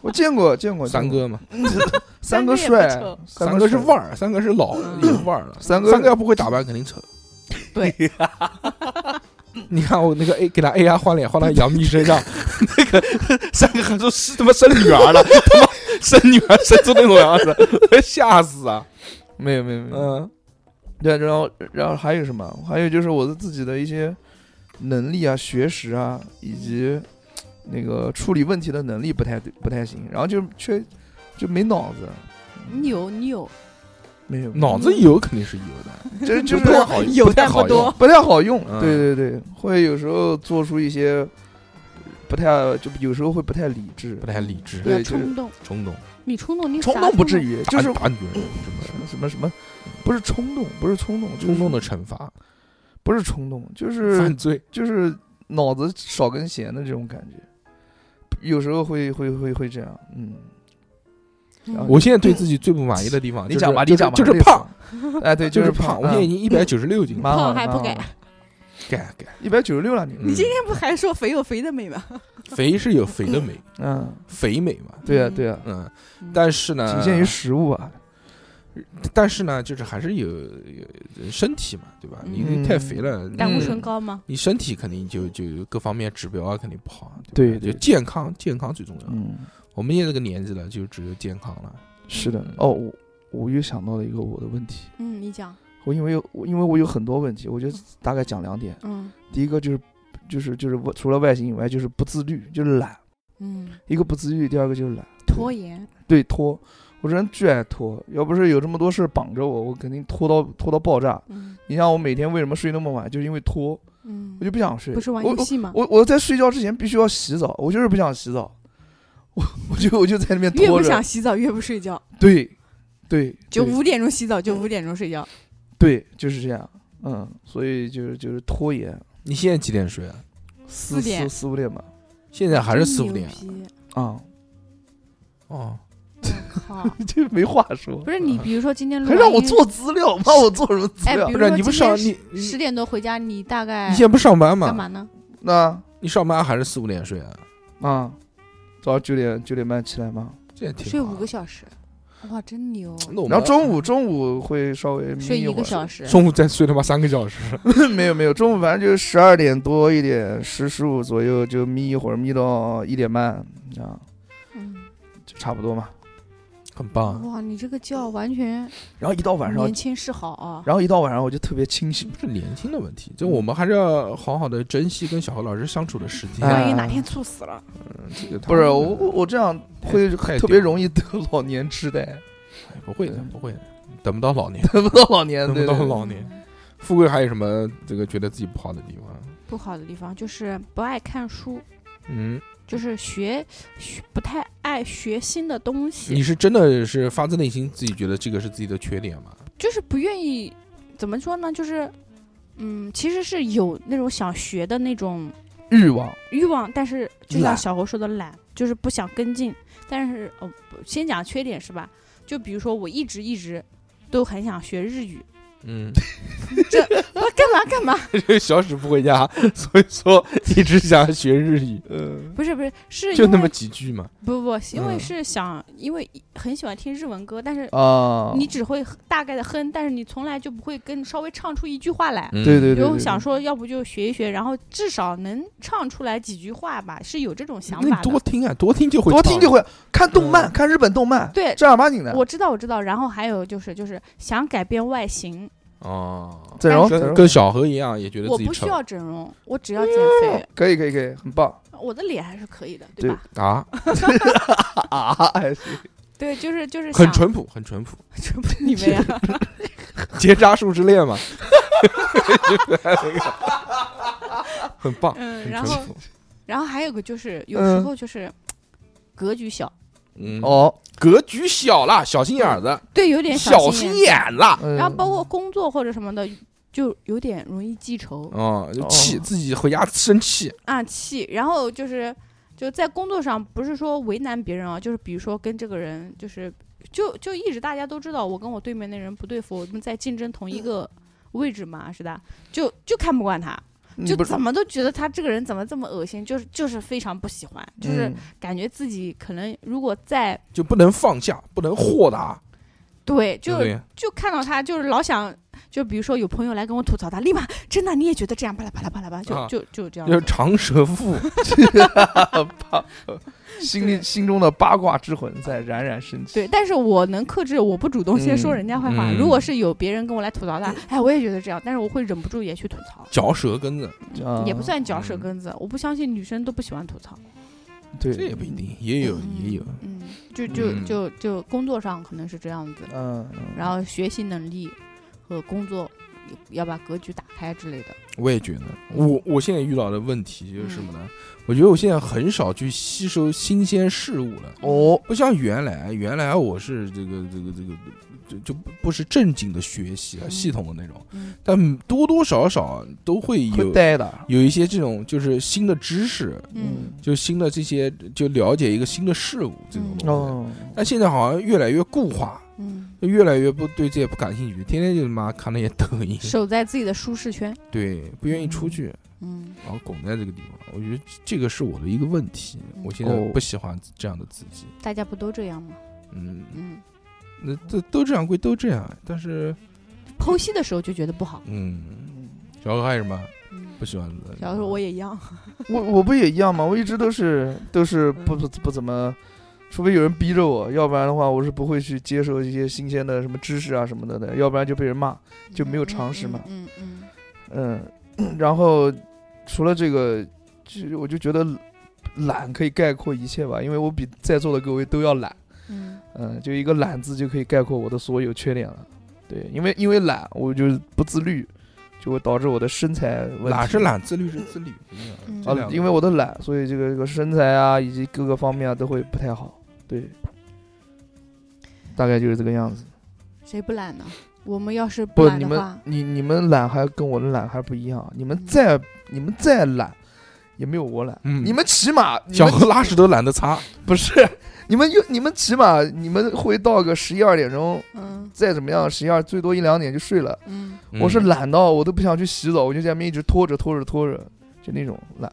[SPEAKER 2] 我见过见过
[SPEAKER 1] 三，哥嘛，
[SPEAKER 2] 见过
[SPEAKER 3] 三
[SPEAKER 2] 三哥
[SPEAKER 3] 哥也
[SPEAKER 2] 帅
[SPEAKER 3] 不丑，
[SPEAKER 1] 三哥是
[SPEAKER 2] 帅
[SPEAKER 1] 腕儿，三哥是老
[SPEAKER 3] 嗯
[SPEAKER 1] 有腕儿了，
[SPEAKER 2] 三
[SPEAKER 1] 三
[SPEAKER 2] 哥
[SPEAKER 1] 哥要不会打扮肯定丑。
[SPEAKER 3] 对，
[SPEAKER 1] 你看我那个 A 给他 AI 换脸换到杨幂身上，
[SPEAKER 6] 三个还说是他妈生女儿了，他妈生女儿生出那种样子，
[SPEAKER 1] 吓死啊！
[SPEAKER 2] 没有没有没有，
[SPEAKER 1] 嗯，
[SPEAKER 2] 对，然后然后还有什么？还有就是我的自己的一些能力啊、学识啊，以及那个处理问题的能力不太不太行，然后就缺就没脑子，嗯
[SPEAKER 3] 你有你有，
[SPEAKER 2] 没有，
[SPEAKER 1] 嗯脑子有肯定是有的，
[SPEAKER 2] 就是 就
[SPEAKER 1] 不太
[SPEAKER 2] 是
[SPEAKER 1] 好，
[SPEAKER 3] 有
[SPEAKER 1] 不太
[SPEAKER 3] 但
[SPEAKER 1] 好
[SPEAKER 3] 不多
[SPEAKER 1] 用。
[SPEAKER 2] 啊不太好用。
[SPEAKER 1] 嗯
[SPEAKER 2] 对对对，会有时候做出一些不太就有时候会不太理智
[SPEAKER 1] 不，太理智
[SPEAKER 3] 比，较
[SPEAKER 2] 对就是
[SPEAKER 3] 冲动。
[SPEAKER 1] 冲动，
[SPEAKER 3] 你冲动，你
[SPEAKER 2] 冲
[SPEAKER 3] 啥
[SPEAKER 2] 动不至于，
[SPEAKER 1] 就
[SPEAKER 2] 就是是
[SPEAKER 1] 打女人，
[SPEAKER 2] 什么什么什么，不是冲动，不是冲动，就是
[SPEAKER 1] 冲动的惩罚，
[SPEAKER 2] 不是冲动，就是
[SPEAKER 1] 犯罪。
[SPEAKER 2] 就是脑子少根弦的这种感觉，有时候会会会会这样， 嗯，
[SPEAKER 3] 嗯
[SPEAKER 1] 我现在对自己最不满意的地方，
[SPEAKER 2] 你
[SPEAKER 1] 就是
[SPEAKER 2] 讲吧，
[SPEAKER 1] 就
[SPEAKER 2] 你
[SPEAKER 1] 是
[SPEAKER 2] 讲吧，
[SPEAKER 1] 就是
[SPEAKER 2] 累死
[SPEAKER 1] 胖，
[SPEAKER 2] 了，哎，对，
[SPEAKER 1] 就是
[SPEAKER 2] 是嗯
[SPEAKER 1] 胖。我现在已经一百九十六斤了，
[SPEAKER 2] 蛮好
[SPEAKER 3] 胖
[SPEAKER 2] 的，
[SPEAKER 3] 还不改，
[SPEAKER 1] 改改。
[SPEAKER 2] 一百九十六了，你，
[SPEAKER 1] 嗯
[SPEAKER 3] 你今天不还说肥有肥的美吗？
[SPEAKER 1] 肥是有肥的美，
[SPEAKER 2] 嗯，
[SPEAKER 1] 肥美嘛。
[SPEAKER 2] 对呀
[SPEAKER 3] 嗯
[SPEAKER 2] 对呀，啊
[SPEAKER 1] 嗯
[SPEAKER 3] 嗯，
[SPEAKER 1] 但是呢，
[SPEAKER 2] 仅限于食物啊，
[SPEAKER 1] 但是呢，就是还是有有身体嘛，对吧？你
[SPEAKER 2] 嗯
[SPEAKER 1] 太肥了，
[SPEAKER 3] 胆固
[SPEAKER 1] 你
[SPEAKER 3] 醇高吗？
[SPEAKER 1] 你身体肯定就就各方面指标啊，肯定不好啊。吧
[SPEAKER 2] 对对
[SPEAKER 1] 就健康，健康最重要。
[SPEAKER 2] 嗯，
[SPEAKER 1] 我们现在这个年纪了，就只有健康了。
[SPEAKER 2] 是的，哦，我我又想到了一个我的问题，
[SPEAKER 3] 嗯，你讲，
[SPEAKER 2] 我因为有我因为我有很多问题，我就大概讲两点，
[SPEAKER 3] 嗯
[SPEAKER 2] 第一个就是就是就是我除了外形以外，就是不自律，就是懒，
[SPEAKER 3] 嗯，
[SPEAKER 2] 一个不自律，第二个就是懒，
[SPEAKER 3] 拖延，
[SPEAKER 2] 对拖，我这人巨爱拖，要不是有这么多事儿绑着我，我肯定拖到拖到爆炸。
[SPEAKER 3] 嗯
[SPEAKER 2] 你像我每天为什么睡那么晚，就是因为拖，
[SPEAKER 3] 嗯
[SPEAKER 2] 我，就不想睡。
[SPEAKER 3] 不是玩
[SPEAKER 2] 我
[SPEAKER 3] 游戏吗？
[SPEAKER 2] 我我在睡觉之前必须要洗澡，我就是不想洗澡， 我我就我就在那边
[SPEAKER 3] 越
[SPEAKER 2] 拖
[SPEAKER 3] 不
[SPEAKER 2] 着
[SPEAKER 3] 想。洗澡越不睡觉，
[SPEAKER 2] 对，对，
[SPEAKER 3] 就
[SPEAKER 2] 对
[SPEAKER 3] 五点钟洗澡就五点钟睡觉。
[SPEAKER 2] 对，就是这样。嗯，所以就是就是拖延，
[SPEAKER 1] 你现在几点睡啊？
[SPEAKER 2] 四
[SPEAKER 3] 四点
[SPEAKER 2] 四四五点吧。
[SPEAKER 1] 现在还是四
[SPEAKER 3] 真
[SPEAKER 1] 五点
[SPEAKER 3] 牛逼
[SPEAKER 2] 啊，
[SPEAKER 1] 哦，
[SPEAKER 3] 靠！
[SPEAKER 2] 这没话说。
[SPEAKER 3] 不是你，比如说今天录
[SPEAKER 2] 还
[SPEAKER 3] 完
[SPEAKER 2] 让我
[SPEAKER 3] 音
[SPEAKER 2] 做资料，妈我做什么资
[SPEAKER 3] 哎，
[SPEAKER 2] 料
[SPEAKER 3] 比？
[SPEAKER 1] 不
[SPEAKER 3] 如
[SPEAKER 1] 是
[SPEAKER 3] 说
[SPEAKER 1] 你不
[SPEAKER 3] 今
[SPEAKER 1] 上
[SPEAKER 3] 天
[SPEAKER 1] 你
[SPEAKER 3] 十
[SPEAKER 1] 你
[SPEAKER 3] 十点多回家，你大概
[SPEAKER 1] 你现在不上班
[SPEAKER 3] 干
[SPEAKER 1] 吗？
[SPEAKER 3] 嘛呢？
[SPEAKER 2] 那
[SPEAKER 1] 你上班还是四五点睡啊？
[SPEAKER 2] 啊，早上九点九点半起来吗？
[SPEAKER 1] 这也挺
[SPEAKER 3] 睡
[SPEAKER 1] 好啊
[SPEAKER 3] 五个。小时，哇，真牛！
[SPEAKER 1] 那我们
[SPEAKER 2] 然后中午中午会稍微眯
[SPEAKER 3] 睡一
[SPEAKER 2] 会
[SPEAKER 3] 个
[SPEAKER 2] 儿
[SPEAKER 3] 小时，哦
[SPEAKER 1] 中午再睡他妈三个小时，
[SPEAKER 2] 没有没有，中午反正就是十二点多一点，十十五左右就眯一会儿，眯到一点半啊，
[SPEAKER 3] 嗯，
[SPEAKER 2] 就差不多嘛。
[SPEAKER 1] 很棒啊。
[SPEAKER 3] 哇，你这个觉完全
[SPEAKER 2] 然后一到晚上
[SPEAKER 3] 年，轻是好啊！
[SPEAKER 2] 然后一到晚上我就特别清醒
[SPEAKER 1] 不。是年轻的问题，
[SPEAKER 3] 嗯
[SPEAKER 1] 就我们还是要好好的珍惜跟小何老师相处的时间。
[SPEAKER 2] 哎
[SPEAKER 3] 万一哪天猝死了，
[SPEAKER 1] 嗯这个他
[SPEAKER 2] 不是我我我这样会
[SPEAKER 1] 太
[SPEAKER 2] 特别
[SPEAKER 1] 屌了
[SPEAKER 2] 容易得老年痴呆，
[SPEAKER 1] 哎不会的，
[SPEAKER 3] 嗯
[SPEAKER 1] 不会的，等不到老年，
[SPEAKER 2] 得不到老年，
[SPEAKER 1] 等不
[SPEAKER 2] 对
[SPEAKER 1] 到
[SPEAKER 2] 对对
[SPEAKER 1] 老年。
[SPEAKER 3] 嗯
[SPEAKER 1] 富贵还有什么这个觉得自己不好的地方？
[SPEAKER 3] 不好的地方就是不爱看书，
[SPEAKER 1] 嗯，
[SPEAKER 3] 就是学学不太爱学新的东西
[SPEAKER 1] 你，是真的是发自内心自己觉得这个是自己的缺点吗？
[SPEAKER 3] 就是不愿意怎么说呢？就是嗯，其实是有那种想学的那种
[SPEAKER 2] 欲望，
[SPEAKER 3] 欲望，但是就像
[SPEAKER 2] 懒
[SPEAKER 3] 小侯说的懒，就是不想跟进。但是哦，不先讲缺点是吧？就比如说我一直一直都很想学日 语，
[SPEAKER 1] 嗯，
[SPEAKER 3] 我干嘛干嘛？
[SPEAKER 1] 小史不回家，所以说一直想学日语，
[SPEAKER 2] 嗯，
[SPEAKER 3] 不是不是，是
[SPEAKER 1] 就
[SPEAKER 3] 因
[SPEAKER 1] 那
[SPEAKER 3] 为
[SPEAKER 1] 么几句嘛。
[SPEAKER 3] 不不，是因为
[SPEAKER 1] 嗯哦
[SPEAKER 3] 是想，因为很喜欢听日文歌，但是
[SPEAKER 2] 啊，
[SPEAKER 3] 你只会哼大概的哼，但是你从来就不会跟稍微唱出一句话来。
[SPEAKER 1] 对
[SPEAKER 2] 对对对
[SPEAKER 3] 然后
[SPEAKER 2] 对，
[SPEAKER 3] 想
[SPEAKER 2] 对
[SPEAKER 3] 说，要不就学一学，然后至少能唱出来几句话吧，是有这种想
[SPEAKER 1] 那
[SPEAKER 3] 法
[SPEAKER 1] 你
[SPEAKER 3] 的。
[SPEAKER 1] 多听啊，多听就会，
[SPEAKER 2] 多听就。会看动漫，看日本动漫，
[SPEAKER 3] 嗯对
[SPEAKER 2] 正儿八经的。
[SPEAKER 3] 我知道，我知道。然后还有就是，就是想改变外形，
[SPEAKER 1] 哦，
[SPEAKER 2] 整容，整
[SPEAKER 1] 跟
[SPEAKER 2] 容
[SPEAKER 1] 跟小何一样，也觉得
[SPEAKER 3] 我
[SPEAKER 1] 自己
[SPEAKER 3] 不需
[SPEAKER 1] 丑
[SPEAKER 3] 要整容，我只要减肥，
[SPEAKER 2] 可以可以可以，很棒
[SPEAKER 3] 我的脸还是可以的，
[SPEAKER 2] 对
[SPEAKER 3] 吧？
[SPEAKER 1] 啊，
[SPEAKER 2] 啊！ 哎
[SPEAKER 3] 对，就是就是
[SPEAKER 1] 很
[SPEAKER 3] 想，
[SPEAKER 1] 淳朴，很淳朴，
[SPEAKER 3] 你们呀，
[SPEAKER 1] 结扎术之恋嘛， 很棒，
[SPEAKER 3] 嗯，
[SPEAKER 1] 很
[SPEAKER 3] 然
[SPEAKER 1] 淳
[SPEAKER 3] 后
[SPEAKER 1] 朴。
[SPEAKER 3] 然后还有个就是，有时
[SPEAKER 2] 嗯
[SPEAKER 3] 候就是格局小，
[SPEAKER 1] 嗯，
[SPEAKER 2] 哦，
[SPEAKER 1] 格局小了，小心眼儿子，
[SPEAKER 3] 对，有点
[SPEAKER 1] 小
[SPEAKER 3] 嗯心
[SPEAKER 1] 眼了。哦
[SPEAKER 2] 嗯
[SPEAKER 3] 然后包括工作或者什么的，就有点容易记仇
[SPEAKER 1] 啊，就气
[SPEAKER 6] 哦
[SPEAKER 1] 自己回家生气，
[SPEAKER 3] 啊气，然后就是就在工作上不是说为难别人啊，就是比如说跟这个人就是就就一直大家都知道我跟我对面那人不对付，我们在竞争同一个位置嘛，是的，就就看不惯他，就
[SPEAKER 2] 嗯不是
[SPEAKER 3] 怎么都觉得他这个人怎么这么恶心，就是就是非常不喜欢，
[SPEAKER 2] 嗯
[SPEAKER 3] 就是感觉自己可能如果再
[SPEAKER 1] 就不能放下，不能豁达，
[SPEAKER 3] 对
[SPEAKER 1] 对
[SPEAKER 3] 就
[SPEAKER 1] 不对？
[SPEAKER 3] 就看到他就是老想。就比如说有朋友来跟我吐槽他，立马真的你也觉得这样巴拉巴拉巴拉巴拉，就、
[SPEAKER 1] 啊
[SPEAKER 3] 就就这样
[SPEAKER 1] 就
[SPEAKER 3] 子，
[SPEAKER 1] 是长舌妇，
[SPEAKER 2] 心里心中的八卦之魂在冉冉升起。
[SPEAKER 3] 对，但是我能克制，我不主动先说
[SPEAKER 2] 嗯
[SPEAKER 3] 人家坏话。
[SPEAKER 1] 嗯
[SPEAKER 3] 如果是有别人跟我来吐槽他，哎，我也觉得这样，但是我会忍不住也去吐槽，
[SPEAKER 1] 嚼舌根子，
[SPEAKER 2] 啊
[SPEAKER 3] 也不算嚼舌根子。我不相信女生都不喜欢吐槽，
[SPEAKER 2] 对，
[SPEAKER 1] 这也不一定，也有也有。
[SPEAKER 3] 嗯，就就
[SPEAKER 1] 嗯
[SPEAKER 3] 就就工作上可能是这样子，
[SPEAKER 2] 嗯，
[SPEAKER 3] 然后学习能力和工作要把格局打开之类的。
[SPEAKER 1] 我也觉得，我我现在遇到的问题就是什么呢？我觉得我现在很少去吸收新鲜事物了。
[SPEAKER 2] 哦，
[SPEAKER 1] 不像原来，原来我是这个这个这个，就就不不是正经的学习啊，
[SPEAKER 3] 嗯
[SPEAKER 1] 系统的那种，
[SPEAKER 3] 嗯
[SPEAKER 1] 但多多少少都会
[SPEAKER 2] 会
[SPEAKER 1] 有
[SPEAKER 2] 呆的，
[SPEAKER 1] 有一些这种就是新的知识，
[SPEAKER 3] 嗯，
[SPEAKER 1] 就新的这些就了解一个新的事物这种
[SPEAKER 3] 嗯
[SPEAKER 1] 东西。
[SPEAKER 2] 哦，
[SPEAKER 1] 但现在好像越来越固化，
[SPEAKER 3] 嗯，
[SPEAKER 1] 就越来越不对这些不感兴趣，天天就他妈看那些抖音，
[SPEAKER 3] 守在自己的舒适圈。
[SPEAKER 1] 对，不愿意出去。
[SPEAKER 3] 嗯
[SPEAKER 1] 然后拱在这个地方，我觉得这个是我的一个问题。
[SPEAKER 3] 嗯
[SPEAKER 1] 我现在
[SPEAKER 2] 哦
[SPEAKER 1] 不喜欢这样的自己。，
[SPEAKER 3] 大家不都这样吗？
[SPEAKER 1] 嗯，
[SPEAKER 3] 嗯，
[SPEAKER 1] 那都都这样归都这样，但是
[SPEAKER 3] 剖析的时候就觉得不好。
[SPEAKER 1] 嗯，小何还有什么
[SPEAKER 3] 嗯，
[SPEAKER 1] 不喜欢的？
[SPEAKER 3] 小时候我也一样。
[SPEAKER 2] 我我不也一样吗？我一直都是都是不不不怎么，除非有人逼着我，要不然的话我是不会去接受一些新鲜的什么知识啊什么的的，要不然就被人骂。就没有常识嘛
[SPEAKER 3] 嗯嗯
[SPEAKER 2] 嗯，然后除了这个，就我就觉得懒可以概括一切吧，因为我比在座的各位都要懒。
[SPEAKER 3] 嗯
[SPEAKER 2] 嗯，就一个懒字就可以概括我的所有缺点了。对，因为因为懒，我就不自律，就会导致我的身材问题。
[SPEAKER 1] 懒是懒，自律是自律。
[SPEAKER 3] 嗯
[SPEAKER 1] 这
[SPEAKER 2] 啊
[SPEAKER 1] 两，个
[SPEAKER 2] 因为我的懒，所以这个这个身材啊，以及各个方面啊都会不太好。对，大概就是这个样子。
[SPEAKER 3] 谁不懒呢？我们要是
[SPEAKER 2] 不，
[SPEAKER 3] 懒
[SPEAKER 2] 你
[SPEAKER 3] 的
[SPEAKER 2] 们
[SPEAKER 3] 话，
[SPEAKER 2] 你你们懒还跟我的懒还不一样，你们
[SPEAKER 3] 嗯
[SPEAKER 2] 再你们再懒，也没有我懒。
[SPEAKER 1] 嗯
[SPEAKER 2] 你们起码你
[SPEAKER 1] 小
[SPEAKER 2] 们
[SPEAKER 1] 何拉屎都懒得擦，
[SPEAKER 2] 不是，你们又你们起码你们会到个十一二点钟，
[SPEAKER 3] 嗯
[SPEAKER 2] 再怎么样十一二最多一两点就睡了。
[SPEAKER 3] 嗯，
[SPEAKER 2] 我是。懒到我都不想去洗澡，我就在那边一直拖着拖着拖着，就那种懒。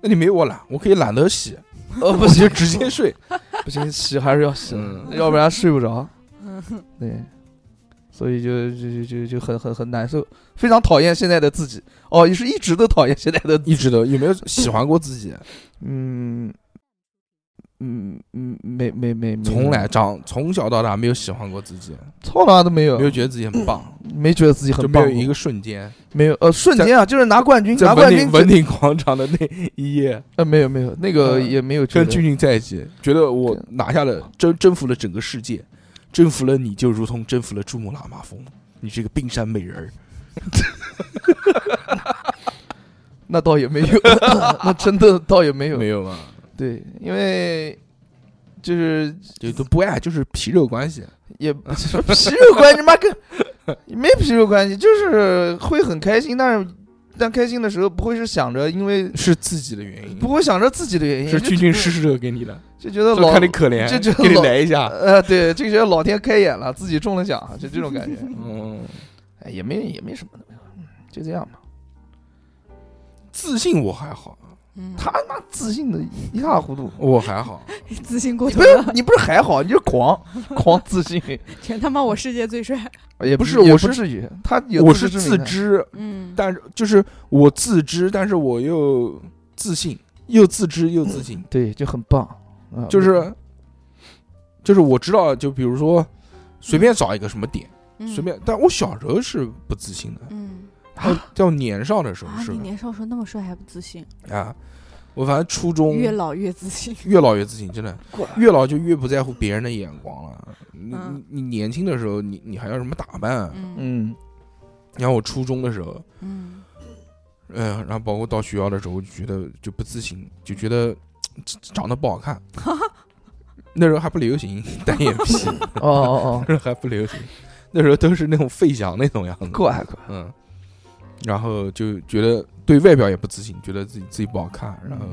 [SPEAKER 1] 那你没我懒，我可以懒得洗，
[SPEAKER 2] 呃，不
[SPEAKER 1] 我就哦直接睡。
[SPEAKER 2] 不行，洗还是要洗，
[SPEAKER 1] 嗯
[SPEAKER 2] 要不然睡不着。对，所以就就就就就很很很难受，非常讨厌现在的自己。哦，也是一直都讨厌现在的自己。
[SPEAKER 1] 一直都有没有喜欢过自己？
[SPEAKER 2] 嗯嗯嗯，没没没，没
[SPEAKER 1] 从来长从小到大没有喜欢过自己，
[SPEAKER 2] 从来都没有
[SPEAKER 1] 没，有觉得自己很棒，
[SPEAKER 2] 没觉得自己
[SPEAKER 1] 就
[SPEAKER 2] 很
[SPEAKER 1] 没
[SPEAKER 2] 棒
[SPEAKER 1] 有
[SPEAKER 2] 过，
[SPEAKER 1] 一个瞬间
[SPEAKER 2] 没有呃瞬间啊，就是拿冠军，
[SPEAKER 1] 在
[SPEAKER 2] 拿
[SPEAKER 1] 文
[SPEAKER 2] 冠
[SPEAKER 1] 鼎
[SPEAKER 2] 军
[SPEAKER 1] 文鼎广场的那一夜。
[SPEAKER 2] 呃没有没有，那个也没有觉
[SPEAKER 1] 跟
[SPEAKER 2] 得
[SPEAKER 1] 俊俊在一起，觉得我拿下了征征服了整个世界，征服了你就如同征服了珠穆朗玛峰，你这个冰山美人儿。
[SPEAKER 2] 那倒也 没有，那真的倒也没有，
[SPEAKER 1] 没有吗？
[SPEAKER 2] 对，因为就是
[SPEAKER 1] 就都不爱，就是皮肉关系。
[SPEAKER 2] 也不是皮肉关系，妈跟没皮肉关系，就是会很开心，但是但开心的时候不会是想着因为
[SPEAKER 1] 是自己的原因，
[SPEAKER 2] 不会想着自己的原因，
[SPEAKER 1] 嗯是
[SPEAKER 2] 就
[SPEAKER 1] 俊俊施舍给你的，
[SPEAKER 2] 就觉得
[SPEAKER 1] 就
[SPEAKER 2] 老
[SPEAKER 1] 看你可怜，
[SPEAKER 2] 就就
[SPEAKER 1] 给你
[SPEAKER 2] 老
[SPEAKER 1] 来一下。
[SPEAKER 2] 呃对，就觉得老天开眼了，自己中了奖，就这 种感觉，
[SPEAKER 1] 嗯，
[SPEAKER 2] 哎也没也没什么的，嗯就这样吧。
[SPEAKER 1] 自信我还好，
[SPEAKER 3] 嗯
[SPEAKER 2] 他妈自信的一塌糊涂，
[SPEAKER 1] 我还好，
[SPEAKER 3] 自信过
[SPEAKER 2] 你
[SPEAKER 3] 头
[SPEAKER 2] 不是
[SPEAKER 3] 了，
[SPEAKER 2] 你不是还好，你就是狂狂 自信，
[SPEAKER 3] 全他妈我世界最帅。
[SPEAKER 2] 也
[SPEAKER 1] 不是
[SPEAKER 2] 也
[SPEAKER 1] 我
[SPEAKER 2] 不
[SPEAKER 1] 是
[SPEAKER 2] 至于，他有
[SPEAKER 1] 我
[SPEAKER 2] 自
[SPEAKER 1] 是
[SPEAKER 2] 知之
[SPEAKER 1] 自
[SPEAKER 2] 明的
[SPEAKER 1] 知，
[SPEAKER 3] 嗯，
[SPEAKER 1] 但是就是我自知，但是我又自信，又自知又自信。
[SPEAKER 2] 对，就很棒。啊
[SPEAKER 1] 就是就是我知道，就比如说随便找一个什么点，
[SPEAKER 3] 嗯
[SPEAKER 1] 随。便，但我小时候是不自信的，
[SPEAKER 3] 嗯
[SPEAKER 1] 到到年少的时候
[SPEAKER 3] 啊，
[SPEAKER 1] 是
[SPEAKER 3] 你年少时候那么帅还不自信，
[SPEAKER 1] 啊，我反正初中
[SPEAKER 3] 越老越自信。
[SPEAKER 1] 越老越自信，真的
[SPEAKER 2] 怪
[SPEAKER 1] 越老就越不在乎别人的眼光了。你
[SPEAKER 3] 嗯
[SPEAKER 1] 你你年轻的时候，你你还要什么打扮啊？
[SPEAKER 3] 嗯
[SPEAKER 2] 嗯，
[SPEAKER 1] 你看我初中的时候，
[SPEAKER 3] 嗯
[SPEAKER 1] 嗯，然后包括到学校的时候，我就觉得就不自信，就觉得长得不好 看。那时候还不流行 单眼皮，
[SPEAKER 2] 哦哦
[SPEAKER 1] 那时候还不流行，那时候都是那种费翔那种样子。
[SPEAKER 2] 哦，怪怪，
[SPEAKER 1] 嗯，然后就觉得对外表也不自信，觉得自己自己不好看，然后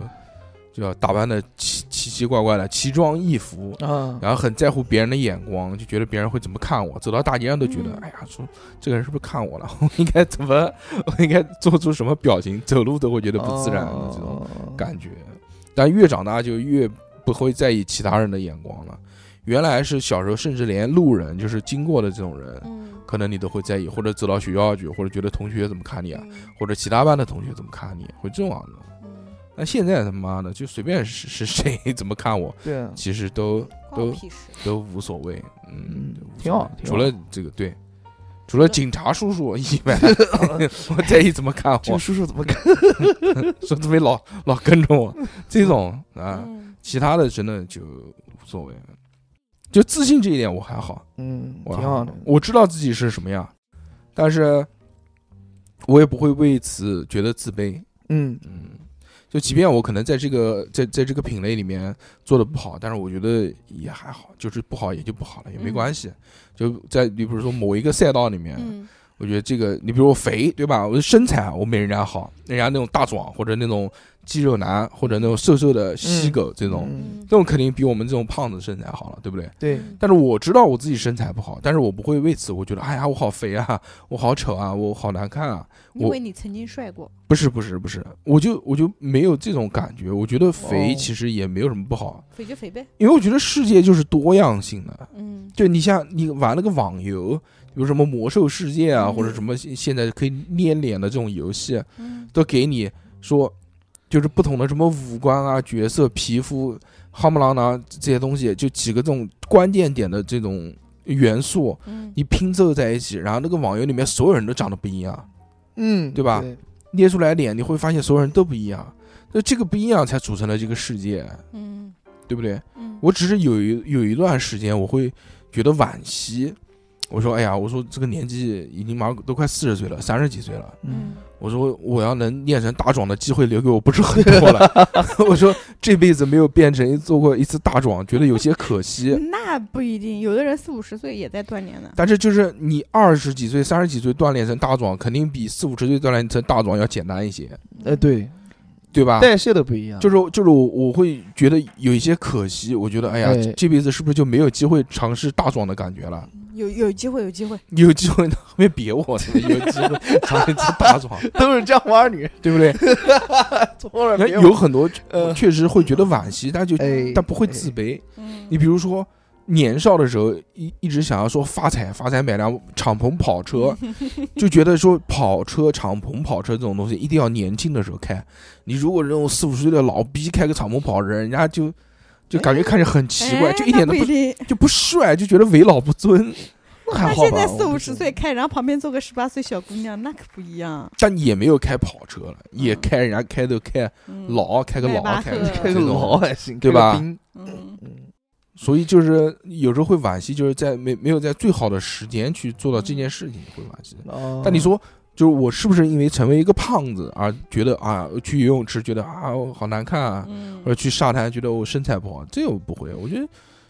[SPEAKER 1] 就要打扮的奇奇奇怪怪的，奇装异服，
[SPEAKER 2] 啊，
[SPEAKER 1] 然后很在乎别人的眼光，就觉得别人会怎么看我，走到大街上都觉得，
[SPEAKER 3] 嗯
[SPEAKER 1] 哎呀，说这个人是不是看我了？ 我应该怎么， 我应该做出什么表情，走路都会觉得不自然的这种
[SPEAKER 2] 哦
[SPEAKER 1] 感觉。但越长大就越不会在意其他人的眼光了。原来是小时候，甚至连路人，就是经过的这种人，
[SPEAKER 3] 嗯
[SPEAKER 1] 可能你都会在意，或者走到学校去，或者觉得同学怎么看你啊，或者其他班的同学怎么看你，会这样的。
[SPEAKER 3] 嗯，
[SPEAKER 1] 那现在他妈的就随便是是谁 怎么看我，
[SPEAKER 2] 对，啊
[SPEAKER 1] 其实都
[SPEAKER 3] 关
[SPEAKER 1] 都
[SPEAKER 3] 我屁事。
[SPEAKER 1] 都无所谓，嗯
[SPEAKER 2] 嗯，
[SPEAKER 1] 都无所谓
[SPEAKER 2] 挺好挺
[SPEAKER 1] 除
[SPEAKER 2] 好
[SPEAKER 1] 了这个对，除了警察叔叔以外， 我在意怎么看
[SPEAKER 2] 这
[SPEAKER 1] 我
[SPEAKER 2] 个，叔叔怎么看？
[SPEAKER 1] 说怎么老老跟着我，这种啊，
[SPEAKER 3] 嗯，
[SPEAKER 1] 其他的真的就无所谓了。就自信这一点我还好，
[SPEAKER 2] 嗯，
[SPEAKER 1] 我
[SPEAKER 2] 挺
[SPEAKER 1] 还
[SPEAKER 2] 好的。
[SPEAKER 1] 我知道自己是什么样，但是我也不会为此觉得自卑。
[SPEAKER 2] 嗯
[SPEAKER 1] 嗯，就即便我可能在这个在在这个品类里面做的不好，但是我觉得也还好，就是不好也就不好了，也没
[SPEAKER 3] 嗯
[SPEAKER 1] 关系。就在你比如说某一个赛道里面，
[SPEAKER 3] 嗯
[SPEAKER 1] 我觉得这个你比如我肥对吧？我的身材啊我没人家好，人家那种大壮或者那种肌肉男或者那种瘦瘦的西狗这种，
[SPEAKER 2] 嗯，
[SPEAKER 3] 嗯，
[SPEAKER 1] 这种肯定比我们这种胖子身材好了，对不对？
[SPEAKER 2] 对，
[SPEAKER 1] 但是我知道我自己身材不好，但是我不会为此我觉得哎呀我好肥啊，我好丑啊，我好难看啊，
[SPEAKER 3] 因为你曾经帅过，
[SPEAKER 1] 不是不是不是，我就我就没有这种感觉。我觉得肥
[SPEAKER 2] 哦
[SPEAKER 1] 其实也没有什么不好，
[SPEAKER 3] 肥就肥呗。
[SPEAKER 1] 因为我觉得世界就是多样性的。
[SPEAKER 3] 嗯
[SPEAKER 1] 就你像你玩了个网游，有什么魔兽世界啊，
[SPEAKER 3] 嗯
[SPEAKER 1] 或者什么现现在可以捏脸的这种游戏，
[SPEAKER 3] 嗯
[SPEAKER 1] 都给你说，就是不同的什么五官啊、角色、皮肤、哈姆朗囊啊这些东西，就几个这种关键点的这种元素，
[SPEAKER 3] 嗯，
[SPEAKER 1] 你拼凑在一起，然后那个网游里面所有人都长得不一样。
[SPEAKER 2] 嗯，
[SPEAKER 1] 对吧捏出来脸，你会发现所有人都不一样。那这个不一样才组成了这个世界，
[SPEAKER 3] 嗯
[SPEAKER 1] 对不对？
[SPEAKER 3] 嗯，
[SPEAKER 1] 我只是有一有一段时间，我会觉得惋惜。我说，哎呀，我说这个年纪已经马上都快四十岁了，三十几岁了。
[SPEAKER 2] 嗯，
[SPEAKER 1] 我说，我要能练成大壮的机会留给我不是很多了。 我说，这辈子没有变成做过一次大壮，觉得有些可惜。
[SPEAKER 3] 嗯那不一定，有的人四五十岁也在锻炼 呢。
[SPEAKER 1] 但是就是你二十几岁、三十几岁锻炼成大壮，肯定比四五十岁锻炼成大壮要简单一些，
[SPEAKER 2] 呃，对，
[SPEAKER 1] 对吧？
[SPEAKER 2] 代谢的不一样，
[SPEAKER 1] 啊就是就是我我会觉得有一些可惜，我觉得哎呀，
[SPEAKER 2] 哎
[SPEAKER 1] 这辈子是不是就没有机会尝试大壮的感觉了？
[SPEAKER 3] 有有机会，有机会。
[SPEAKER 1] 有机会呢，后面别我，真的有机会尝一次 大壮，
[SPEAKER 2] 都是这样玩女，
[SPEAKER 1] 对不对？
[SPEAKER 2] 从来
[SPEAKER 1] 那哎有很多
[SPEAKER 2] 呃
[SPEAKER 1] 确实会觉得惋惜，但就
[SPEAKER 2] 哎
[SPEAKER 1] 但不会自卑。
[SPEAKER 3] 嗯，
[SPEAKER 1] 你比如说年少的时候，一一直想要说发财，发财买辆敞篷跑 车，就觉得说跑车、敞篷跑车这种东西一定要年轻的时候开。你如果这种四五十岁的老逼开个敞篷跑车，人家就就感觉看着很奇怪，
[SPEAKER 3] 哎
[SPEAKER 1] 就一点都
[SPEAKER 3] 那不
[SPEAKER 1] 不
[SPEAKER 3] 一定。
[SPEAKER 1] 就不帅，就觉得为老不尊。
[SPEAKER 2] 那还
[SPEAKER 3] 他
[SPEAKER 2] 好吧？
[SPEAKER 3] 现在四
[SPEAKER 2] 我
[SPEAKER 3] 五
[SPEAKER 2] 不
[SPEAKER 3] 十
[SPEAKER 2] 是
[SPEAKER 3] 岁，开，然后旁边坐个十八岁小姑娘，那可不一样。
[SPEAKER 1] 但也没有开跑车了，也开人家开都开
[SPEAKER 3] 嗯，
[SPEAKER 1] 老开个老
[SPEAKER 3] 迈巴
[SPEAKER 1] 开
[SPEAKER 3] 赫
[SPEAKER 2] 开
[SPEAKER 1] 这
[SPEAKER 2] 哎个
[SPEAKER 1] 种
[SPEAKER 2] 老还行，
[SPEAKER 1] 对
[SPEAKER 2] 开个
[SPEAKER 1] 吧
[SPEAKER 2] 兵
[SPEAKER 3] 嗯
[SPEAKER 2] 嗯
[SPEAKER 1] 所以就是有时候会惋惜，就是在没没有在最好的时间去做到这件事情，会惋
[SPEAKER 3] 嗯
[SPEAKER 1] 惜。
[SPEAKER 2] 哦
[SPEAKER 1] 但你说，就是我是不是因为成为一个胖子而觉得啊，去游泳池觉得啊我好难看啊，
[SPEAKER 3] 嗯
[SPEAKER 1] 或者去沙滩觉得我身材不好？这我不会，我觉得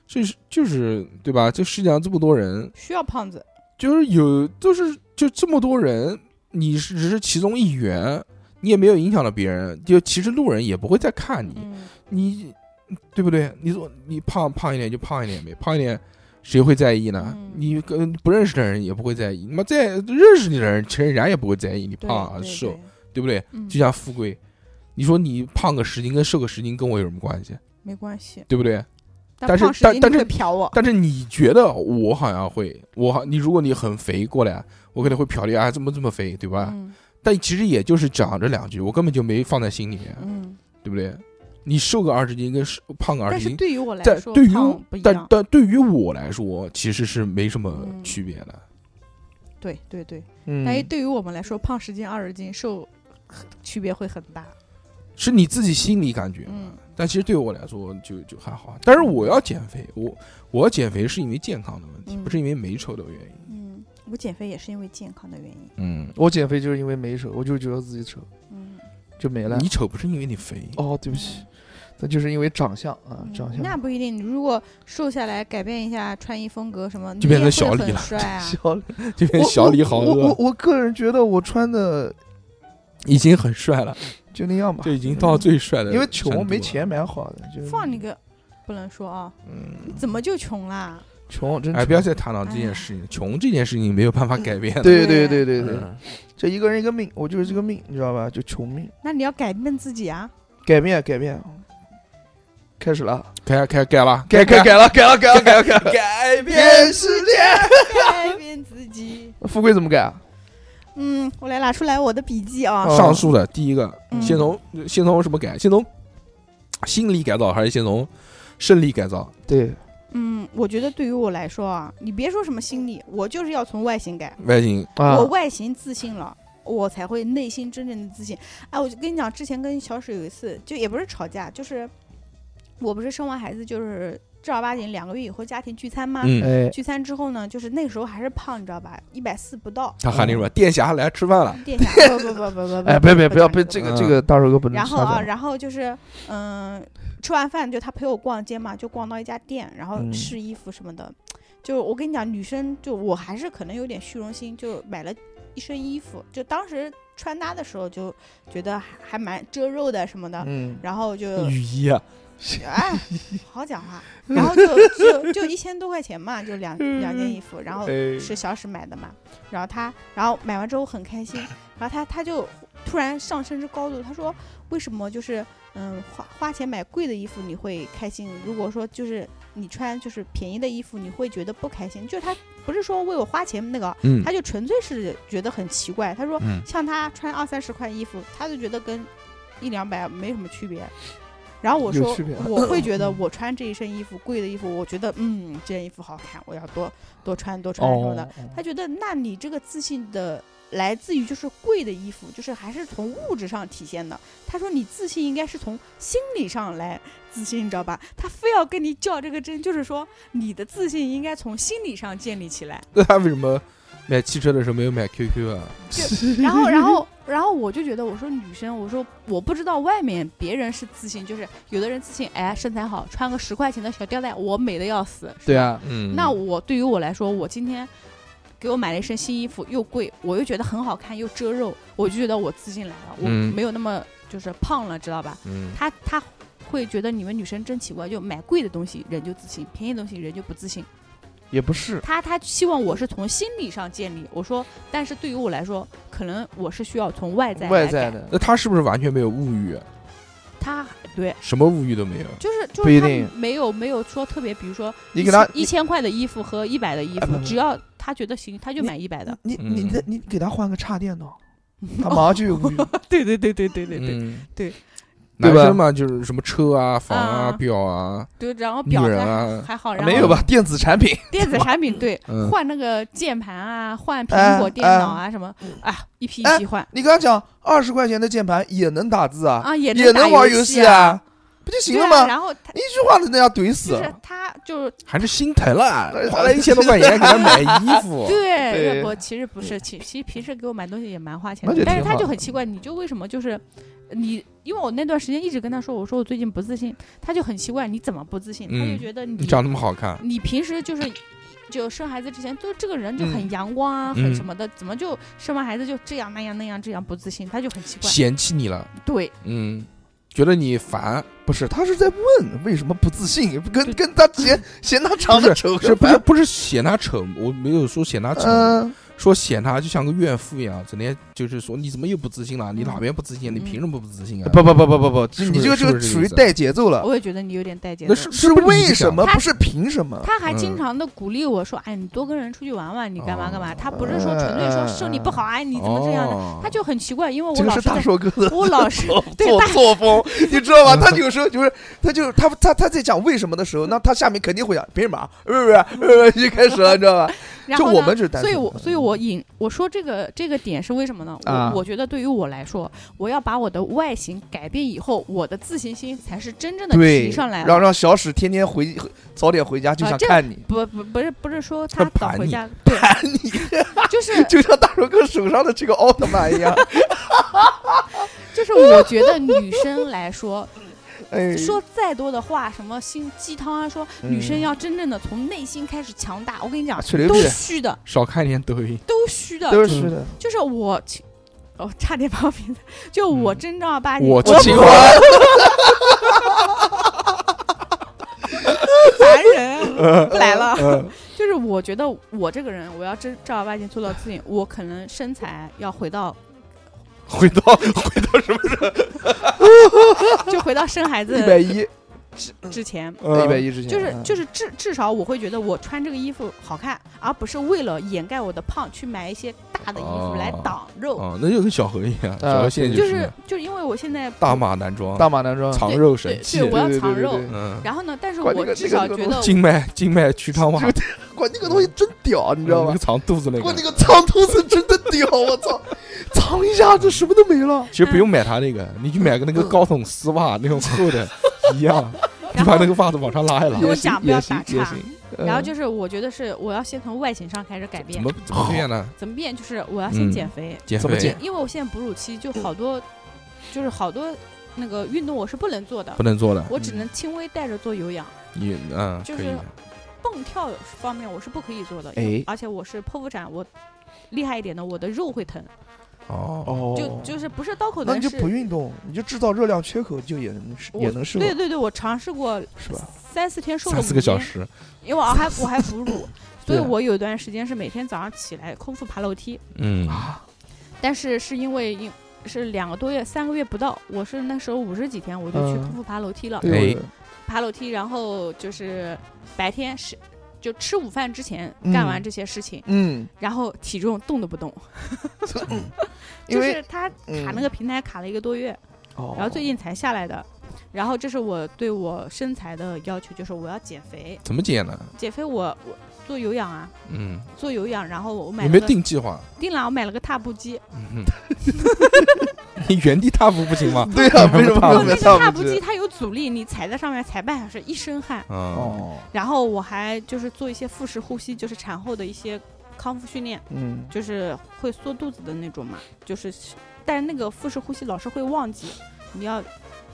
[SPEAKER 1] 这是就是对吧？这世界上这么多人，
[SPEAKER 3] 需要胖子。
[SPEAKER 1] 就是有都是就这么多人，你是只是其中一员，你也没有影响到别人，就其实路人也不会再看你，
[SPEAKER 3] 嗯，
[SPEAKER 1] 你对不对？你说你胖胖一点就胖一点呗，胖一点谁会在意呢？
[SPEAKER 3] 嗯
[SPEAKER 1] 你跟不认识的人也不会在意，那么在认识你的人，其实人家也不会在意你
[SPEAKER 3] 对
[SPEAKER 1] 胖啊
[SPEAKER 3] 对
[SPEAKER 1] 瘦，
[SPEAKER 3] 对
[SPEAKER 1] 对不对？
[SPEAKER 3] 嗯
[SPEAKER 1] 就像富贵，你说你胖个十斤跟瘦个十斤跟我有什么关系？
[SPEAKER 3] 没关系。
[SPEAKER 1] 对不对？但
[SPEAKER 3] 但
[SPEAKER 1] 是
[SPEAKER 3] 胖十斤
[SPEAKER 1] 但
[SPEAKER 3] 你
[SPEAKER 1] 但
[SPEAKER 3] 会啊瞟我。
[SPEAKER 1] 但是你觉得我好像会，我好你如果你很肥过来，我可能会瞟你啊，怎么这么肥，对吧？
[SPEAKER 3] 嗯
[SPEAKER 1] 但其实也就是讲这两句，我根本就没放在心里面，
[SPEAKER 3] 嗯，
[SPEAKER 1] 对不对？你瘦个二十斤跟瘦胖个二
[SPEAKER 3] 但
[SPEAKER 1] 十
[SPEAKER 3] 是
[SPEAKER 1] 斤，
[SPEAKER 3] 对于我来
[SPEAKER 1] 在
[SPEAKER 3] 说，
[SPEAKER 1] 对于
[SPEAKER 3] 胖不一
[SPEAKER 1] 但
[SPEAKER 3] 样。
[SPEAKER 1] 但对于我来说，其实是没什么
[SPEAKER 3] 嗯
[SPEAKER 1] 区别的。
[SPEAKER 3] 对对对，
[SPEAKER 2] 嗯
[SPEAKER 3] 但是对于我们来说，胖十斤、二十斤，瘦很区别会很大。
[SPEAKER 1] 是你自己心里感觉，
[SPEAKER 3] 嗯
[SPEAKER 1] 但其实对我来说就就还好。啊但是我要减肥，我我要减肥是因为健康的问题，
[SPEAKER 3] 嗯
[SPEAKER 1] 不是因为美丑的原因。
[SPEAKER 3] 嗯，我减肥也是因为健康的原因。
[SPEAKER 1] 嗯，
[SPEAKER 2] 我减肥就是因为没手，我就觉得自己丑，
[SPEAKER 3] 嗯，
[SPEAKER 2] 就没了
[SPEAKER 1] 你。丑不是因为你肥，
[SPEAKER 2] 哦，对不起，那就是因为长相啊，
[SPEAKER 3] 嗯
[SPEAKER 2] 长
[SPEAKER 3] 那
[SPEAKER 2] 相。
[SPEAKER 3] 不一定，你如果瘦下来，改变一下穿衣风格什么，
[SPEAKER 1] 就变成
[SPEAKER 3] 你也会
[SPEAKER 1] 小李
[SPEAKER 3] 很
[SPEAKER 1] 了
[SPEAKER 3] 帅啊。
[SPEAKER 2] 小
[SPEAKER 1] 这边小李好
[SPEAKER 2] 我我
[SPEAKER 1] 饿。
[SPEAKER 2] 我我个人觉得我穿的
[SPEAKER 1] 已经很帅了，
[SPEAKER 2] 就那样吧
[SPEAKER 1] 这。已经到最帅的，
[SPEAKER 2] 因为穷没，钱买好的，就是
[SPEAKER 3] 放你个，不能说啊，
[SPEAKER 1] 嗯，
[SPEAKER 3] 怎么就穷啦？
[SPEAKER 2] 穷真
[SPEAKER 1] 哎，
[SPEAKER 2] 穷
[SPEAKER 1] 不要再谈到这件事情，穷这件事情没有办法改变的，
[SPEAKER 2] 哎对对
[SPEAKER 3] 对
[SPEAKER 2] 对对对，
[SPEAKER 1] 嗯
[SPEAKER 2] 这一个人一个命，我就是这个命，你知道吧？就穷命，
[SPEAKER 3] 那你要改变自己啊！
[SPEAKER 2] 改变改变，啊开始了，
[SPEAKER 1] 改改改了，
[SPEAKER 2] 改改改了，改了改了改了 改了，
[SPEAKER 1] 改
[SPEAKER 2] 变世界。
[SPEAKER 3] 改变自己。
[SPEAKER 2] 富贵怎么改啊？
[SPEAKER 3] 嗯，我来拿出来我的笔记啊。
[SPEAKER 2] 哦
[SPEAKER 1] 上述的第一个，
[SPEAKER 3] 嗯
[SPEAKER 1] 先从先从什么改？先从心理改造，还是先从生理改造？
[SPEAKER 2] 对，
[SPEAKER 3] 嗯，我觉得对于我来说啊，你别说什么心理，我就是要从外形改。
[SPEAKER 1] 外形
[SPEAKER 2] 啊
[SPEAKER 3] 我，外形自信了，我才会内心真正的自信。哎，我就跟你讲，之前跟小史有一次，就也不是吵架，就是我不是生完孩子，就是正儿八经两个月以后家庭聚餐吗？
[SPEAKER 1] 嗯，
[SPEAKER 2] 哎，
[SPEAKER 3] 聚餐之后呢，就是那时候还是胖，你知道吧？一百四不到。
[SPEAKER 1] 他喊你什么？殿下来吃饭了，
[SPEAKER 3] 殿下，不不不不不不，
[SPEAKER 2] 哎，别别不要，别这
[SPEAKER 3] 个。
[SPEAKER 2] 个
[SPEAKER 1] 嗯
[SPEAKER 2] 这个大手哥不能
[SPEAKER 3] 然
[SPEAKER 2] 插
[SPEAKER 3] 后啊，
[SPEAKER 2] 手
[SPEAKER 3] 然后就是，嗯，吃完饭就他陪我逛街嘛，就逛到一家店，然后
[SPEAKER 2] 嗯
[SPEAKER 3] 试衣服什么的。就我跟你讲，女生就我还是可能有点虚荣心，就买了一身衣服，就当时穿搭的时候就觉得还还蛮遮肉的什么的，
[SPEAKER 2] 嗯，
[SPEAKER 3] 然后就
[SPEAKER 1] 雨衣啊，
[SPEAKER 3] 哎，好讲话，然后就就就一千多块钱嘛，就两两件衣服，然后
[SPEAKER 2] 哎
[SPEAKER 3] 是小史买的嘛，然后他，然后买完之后很开心，然后他他就突然上升至高度，他说为什么就是嗯花花钱买贵的衣服你会开心，如果说就是你穿就是便宜的衣服你会觉得不开心，就是他不是说为我花钱那个，
[SPEAKER 1] 嗯
[SPEAKER 3] 他就纯粹是觉得很奇怪，他说
[SPEAKER 1] 嗯，
[SPEAKER 3] 像他穿二三十块衣服，他就觉得跟一两百没什么区别。然后我
[SPEAKER 2] 有
[SPEAKER 3] 说
[SPEAKER 2] 区别，
[SPEAKER 3] 我会觉得我穿这一身衣服贵的衣服，我觉得嗯，这件衣服好看，我要多多穿多穿什么的。
[SPEAKER 2] 哦，
[SPEAKER 3] 他觉得，那你这个自信的来自于就是贵的衣服，就是还是从物质上体现的。他说你自信应该是从心理上来自信，你知道吧？他非要跟你较这个真，就是说你的自信应该从心理上建立起来。
[SPEAKER 1] 那他为什么买汽车的时候没有买 QQ 啊？
[SPEAKER 3] 然后，然后，然后我就觉得，我说女生，我说我不知道外面别人是自信，就是有的人自信，哎，身材好，穿个十块钱的小吊带，我美的要死。
[SPEAKER 2] 对啊，
[SPEAKER 1] 嗯，
[SPEAKER 3] 那我对于我来说，我今天给我买了一身新衣服，又贵，我又觉得很好看，又遮肉，我就觉得我自信来了，我
[SPEAKER 1] 嗯
[SPEAKER 3] 没有那么就是胖了，知道吧？
[SPEAKER 1] 嗯，
[SPEAKER 3] 他他会觉得你们女生真奇怪，就买贵的东西人就自信，便宜的东西人就不自信。
[SPEAKER 2] 也不是，
[SPEAKER 3] 他他希望我是从心理上建立，我说，但是对于我来说，可能我是需要从外在
[SPEAKER 2] 外
[SPEAKER 3] 来改
[SPEAKER 2] 在。的，
[SPEAKER 1] 那他是不是完全没有物欲？啊
[SPEAKER 3] 他对，
[SPEAKER 1] 什么物欲都没有？
[SPEAKER 3] 就是就
[SPEAKER 2] 不一
[SPEAKER 3] 是
[SPEAKER 2] 定
[SPEAKER 3] 他没有没有说特别，比如说
[SPEAKER 2] 你给他
[SPEAKER 3] 一千块的衣服和一百的衣
[SPEAKER 2] 哎不
[SPEAKER 3] 服，
[SPEAKER 2] 不
[SPEAKER 3] 只要他觉得行，他就买一百的。
[SPEAKER 2] 你你
[SPEAKER 1] 嗯
[SPEAKER 2] 你你给他换个差电脑，他马上就 有物欲。
[SPEAKER 3] 对对对对对对对
[SPEAKER 1] 嗯，
[SPEAKER 3] 对，
[SPEAKER 1] 男
[SPEAKER 2] 对吧
[SPEAKER 1] 生嘛，就是什么车啊、房啊、
[SPEAKER 3] 啊
[SPEAKER 1] 表啊，
[SPEAKER 3] 对，然后
[SPEAKER 1] 女
[SPEAKER 3] 表
[SPEAKER 1] 人
[SPEAKER 3] 还
[SPEAKER 1] 啊，
[SPEAKER 3] 还好，然后
[SPEAKER 2] 没有吧？电子产品，
[SPEAKER 3] 电子产品对，
[SPEAKER 1] 嗯，
[SPEAKER 3] 换那个键盘啊，换
[SPEAKER 2] 哎嗯
[SPEAKER 3] 苹果电脑啊什么啊，一批一批换
[SPEAKER 2] 你刚讲二十块钱的键盘也能打字啊，
[SPEAKER 3] 啊，也
[SPEAKER 2] 也
[SPEAKER 3] 打
[SPEAKER 2] 能玩
[SPEAKER 3] 游
[SPEAKER 2] 戏
[SPEAKER 3] 啊，，
[SPEAKER 2] 不就行
[SPEAKER 3] 对
[SPEAKER 2] 了
[SPEAKER 3] 啊，
[SPEAKER 2] 吗？啊
[SPEAKER 3] 然后他
[SPEAKER 2] 你一句话都能要怼死
[SPEAKER 3] 就。是他就是
[SPEAKER 1] 还是心疼了，
[SPEAKER 2] 哎
[SPEAKER 1] 花了一千多块钱给他买衣服，
[SPEAKER 3] 对，
[SPEAKER 2] 对
[SPEAKER 3] 我其实不是，其其实平时给我买东西也蛮花钱
[SPEAKER 2] 那
[SPEAKER 3] 的
[SPEAKER 2] 就，
[SPEAKER 3] 但是
[SPEAKER 2] 挺
[SPEAKER 3] 他
[SPEAKER 2] 好
[SPEAKER 3] 就
[SPEAKER 2] 的
[SPEAKER 3] 很奇怪，你就为什么就是你，因为我那段时间一直跟他说，我说我最近不自信，他就很奇怪，你怎么不自信？他
[SPEAKER 1] 嗯
[SPEAKER 3] 就觉得
[SPEAKER 1] 你
[SPEAKER 3] 你
[SPEAKER 1] 长那么好看，
[SPEAKER 3] 你平时就是。就生孩子之前，就这个人就很
[SPEAKER 2] 嗯
[SPEAKER 3] 阳光啊，
[SPEAKER 1] 嗯
[SPEAKER 3] 很什么的，怎么就生完孩子就这样那样那样这样不自信？他就很奇怪。
[SPEAKER 1] 嫌弃你了，
[SPEAKER 3] 对，
[SPEAKER 1] 嗯，觉得你烦，
[SPEAKER 2] 不是，他是在问为什么不自信，跟
[SPEAKER 3] 对
[SPEAKER 2] 跟他嫌嫌他长得丑
[SPEAKER 1] 是
[SPEAKER 2] 和
[SPEAKER 1] 不是
[SPEAKER 2] 白。
[SPEAKER 1] 不是嫌他丑？我没有说嫌他丑，
[SPEAKER 3] 呃
[SPEAKER 2] 嗯，
[SPEAKER 1] 说嫌他就像个怨妇一样，整天就是说你怎么又不自信
[SPEAKER 3] 嗯
[SPEAKER 1] 了？你哪边不自信？你凭什么不自信啊？
[SPEAKER 2] 不不不不不不，
[SPEAKER 1] 是不是
[SPEAKER 2] 你这个
[SPEAKER 1] 是
[SPEAKER 2] 这
[SPEAKER 1] 不是
[SPEAKER 2] 个
[SPEAKER 1] 这个
[SPEAKER 2] 属
[SPEAKER 1] 意
[SPEAKER 2] 于
[SPEAKER 1] 思啊
[SPEAKER 2] 带节奏了。
[SPEAKER 3] 我也觉得你有点带节奏。
[SPEAKER 1] 那是
[SPEAKER 2] 是为什么？
[SPEAKER 3] 他
[SPEAKER 2] 不是凭什么？
[SPEAKER 3] 他还经
[SPEAKER 1] 嗯
[SPEAKER 3] 常的鼓励我说：“哎，你多跟人出去玩玩，你干嘛干嘛。”他不是说纯粹
[SPEAKER 2] 嗯嗯
[SPEAKER 3] 说
[SPEAKER 2] 嗯
[SPEAKER 3] 是你不好，哎，你怎么这样的？
[SPEAKER 1] 的
[SPEAKER 3] 他就很奇怪，因为我
[SPEAKER 2] 这个
[SPEAKER 3] 老
[SPEAKER 2] 是
[SPEAKER 3] 是
[SPEAKER 2] 大
[SPEAKER 3] 在
[SPEAKER 2] 硕哥的
[SPEAKER 3] 我老 是
[SPEAKER 2] 作
[SPEAKER 3] 对
[SPEAKER 2] 作
[SPEAKER 3] 大
[SPEAKER 2] 作风，你 知道吗？他有时候就是，他就他他他在讲为什么的时候，那他下面肯定会讲凭什么啊，不是不是不是就开始了，你知道吧？
[SPEAKER 3] 然
[SPEAKER 2] 就
[SPEAKER 3] 后
[SPEAKER 2] 我
[SPEAKER 3] 呢
[SPEAKER 2] 们，只是单
[SPEAKER 3] 所以
[SPEAKER 2] 纯嗯
[SPEAKER 3] 我所以我引我说这个这个点是为什么呢？我、
[SPEAKER 2] 啊
[SPEAKER 3] 我觉得对于我来说，我要把我的外形改变以后，我的自信心才是真正的
[SPEAKER 2] 对，
[SPEAKER 3] 提上来
[SPEAKER 2] 然后
[SPEAKER 3] 了。
[SPEAKER 2] 让小史天天回回早点回家，就
[SPEAKER 3] 啊
[SPEAKER 2] 想
[SPEAKER 3] 这
[SPEAKER 2] 看你，
[SPEAKER 3] 不不不是不是说
[SPEAKER 1] 他
[SPEAKER 3] 他早
[SPEAKER 1] 盘
[SPEAKER 3] 回
[SPEAKER 1] 你
[SPEAKER 3] 家，对， 就是
[SPEAKER 2] 就像大手哥手上的这个奥特曼 一样。
[SPEAKER 3] 就是我觉得女生来 说，
[SPEAKER 2] 哎，
[SPEAKER 3] 说再多的话，什么心鸡汤啊，说女生要真正的从内心开始强大，我跟你讲
[SPEAKER 2] 嗯啊，吹牛
[SPEAKER 3] 都
[SPEAKER 2] 逼
[SPEAKER 3] 虚的，
[SPEAKER 1] 少看一点抖音，
[SPEAKER 3] 都虚的，
[SPEAKER 2] 都是的，
[SPEAKER 3] 就是我其，我差点把我名字，就我
[SPEAKER 1] 嗯
[SPEAKER 3] 正儿八经，
[SPEAKER 1] 我
[SPEAKER 3] 我
[SPEAKER 1] 这
[SPEAKER 2] 秦
[SPEAKER 1] 我
[SPEAKER 2] 淮，
[SPEAKER 3] 烦人，不来了。就是我觉得我这个人，我要真正儿八经做到自己，我可能身材要回到，
[SPEAKER 6] 回到回到什么？
[SPEAKER 3] 就回到生孩
[SPEAKER 2] 一百
[SPEAKER 3] 子
[SPEAKER 2] 一，
[SPEAKER 3] 之前。
[SPEAKER 2] 一百一之前，
[SPEAKER 3] 就是
[SPEAKER 2] 嗯
[SPEAKER 3] 就是至至少我会觉得我穿这个衣服好看，而不是为了掩盖我的胖去买一些大的衣服来
[SPEAKER 1] 哦
[SPEAKER 3] 挡肉。
[SPEAKER 1] 啊，那就跟小何一样，
[SPEAKER 2] 呃
[SPEAKER 1] 小何现在
[SPEAKER 3] 就是是就是因为我现在不
[SPEAKER 1] 大码男装，
[SPEAKER 2] 大码男装，
[SPEAKER 1] 藏肉神
[SPEAKER 3] 对
[SPEAKER 1] 器
[SPEAKER 3] 对，我要
[SPEAKER 2] 对对
[SPEAKER 3] 藏
[SPEAKER 2] 对
[SPEAKER 3] 肉
[SPEAKER 2] 对，
[SPEAKER 1] 嗯，
[SPEAKER 3] 然后呢，但是
[SPEAKER 2] 管
[SPEAKER 3] 我
[SPEAKER 2] 那个
[SPEAKER 3] 至少
[SPEAKER 2] 那个那个
[SPEAKER 3] 觉
[SPEAKER 2] 东
[SPEAKER 3] 得
[SPEAKER 1] 静脉静脉曲肠 袜
[SPEAKER 2] 这，管那个东西真屌，你知道
[SPEAKER 1] 嗯那
[SPEAKER 2] 吗
[SPEAKER 1] 个？藏肚子那
[SPEAKER 2] 管那
[SPEAKER 1] 个，
[SPEAKER 2] 个藏头子真的屌，我操，藏一下这什么都没了。
[SPEAKER 1] 其实不用买他那个，你去买个那 个高筒丝袜，那种厚的，一样，你
[SPEAKER 3] 然
[SPEAKER 1] 把
[SPEAKER 3] 后
[SPEAKER 1] 那个袜子往上拉一拉
[SPEAKER 3] 跟，
[SPEAKER 2] 也
[SPEAKER 3] 我
[SPEAKER 2] 行
[SPEAKER 3] 讲不
[SPEAKER 2] 也
[SPEAKER 3] 要
[SPEAKER 2] 行
[SPEAKER 3] 打
[SPEAKER 2] 也
[SPEAKER 3] 岔
[SPEAKER 2] 行。，嗯
[SPEAKER 3] 然后就是我觉得是我要先从外形上开始改
[SPEAKER 1] 怎
[SPEAKER 3] 变
[SPEAKER 1] 么，怎么变呢？
[SPEAKER 3] 怎么变就是我要先
[SPEAKER 1] 嗯
[SPEAKER 3] 减肥，
[SPEAKER 1] 减
[SPEAKER 2] 怎么
[SPEAKER 1] 肥
[SPEAKER 2] 减
[SPEAKER 3] 因为我现在哺乳期，就好多就是好多那个运动我是不能做的
[SPEAKER 1] 不，能做的，
[SPEAKER 3] 我只能轻微带着做有氧，
[SPEAKER 1] 你嗯
[SPEAKER 3] 就
[SPEAKER 1] 可
[SPEAKER 3] 是
[SPEAKER 1] 以，
[SPEAKER 3] 蹦跳方面我是不可以做的，
[SPEAKER 2] 哎
[SPEAKER 3] 而且我是剖腹产，我厉害一点的，我的肉会疼，
[SPEAKER 1] 哦，
[SPEAKER 2] 哦，
[SPEAKER 3] 就就是不是刀口
[SPEAKER 7] 那
[SPEAKER 3] 疼
[SPEAKER 7] 你就是不。运动，你就制造热量缺口，就也能是也
[SPEAKER 3] 我
[SPEAKER 7] 能是
[SPEAKER 3] 对对对，我尝试过
[SPEAKER 7] 是吧？
[SPEAKER 3] 三四天瘦了
[SPEAKER 1] 三四个
[SPEAKER 3] 5
[SPEAKER 1] 小
[SPEAKER 3] 斤，
[SPEAKER 1] 时，
[SPEAKER 3] 因为我还我还哺乳，所
[SPEAKER 1] 对
[SPEAKER 3] 以
[SPEAKER 1] 啊
[SPEAKER 3] 我有一段时间是每天早上起来空腹爬楼梯，
[SPEAKER 1] 嗯，
[SPEAKER 2] 啊
[SPEAKER 3] 但是是因为因是两个多月三个月不到，我是那时候五十几天我就去
[SPEAKER 2] 嗯
[SPEAKER 3] 空腹爬楼梯了，
[SPEAKER 1] 哎
[SPEAKER 2] 对，
[SPEAKER 3] 爬楼梯，然后就是白天是就吃午饭之前
[SPEAKER 2] 嗯
[SPEAKER 3] 干完这些事情，
[SPEAKER 2] 嗯，
[SPEAKER 3] 然后体重动都不动，
[SPEAKER 2] 因
[SPEAKER 3] 就
[SPEAKER 2] 为
[SPEAKER 3] 是它卡
[SPEAKER 7] 嗯
[SPEAKER 3] 那个平台卡了一个多月，
[SPEAKER 2] 哦
[SPEAKER 3] 然后最近才下来的。然后这是我对我身材的要求，就是我要减肥，
[SPEAKER 1] 怎么减呢？
[SPEAKER 3] 减肥我我做有氧啊，
[SPEAKER 1] 嗯，
[SPEAKER 3] 做有氧，然后我买
[SPEAKER 1] 你
[SPEAKER 3] 了
[SPEAKER 1] 没
[SPEAKER 3] 个
[SPEAKER 1] 定计划，
[SPEAKER 3] 定了，我买了个踏步机，
[SPEAKER 1] 嗯哼你原地踏步不行吗？
[SPEAKER 2] 对啊，为什
[SPEAKER 1] 哦
[SPEAKER 2] 么不
[SPEAKER 3] 那
[SPEAKER 2] 能
[SPEAKER 3] 个
[SPEAKER 2] 上
[SPEAKER 3] 踏步机
[SPEAKER 2] 去？
[SPEAKER 3] 它有阻力，你踩在上面踩半小时，一身汗。
[SPEAKER 1] 嗯，
[SPEAKER 2] 哦，
[SPEAKER 3] 然后我还就是做一些腹式呼吸，就是产后的一些康复训练，
[SPEAKER 2] 嗯，
[SPEAKER 3] 就是会缩肚子的那种嘛，就是，但是那个腹式呼吸老是会忘记，你要。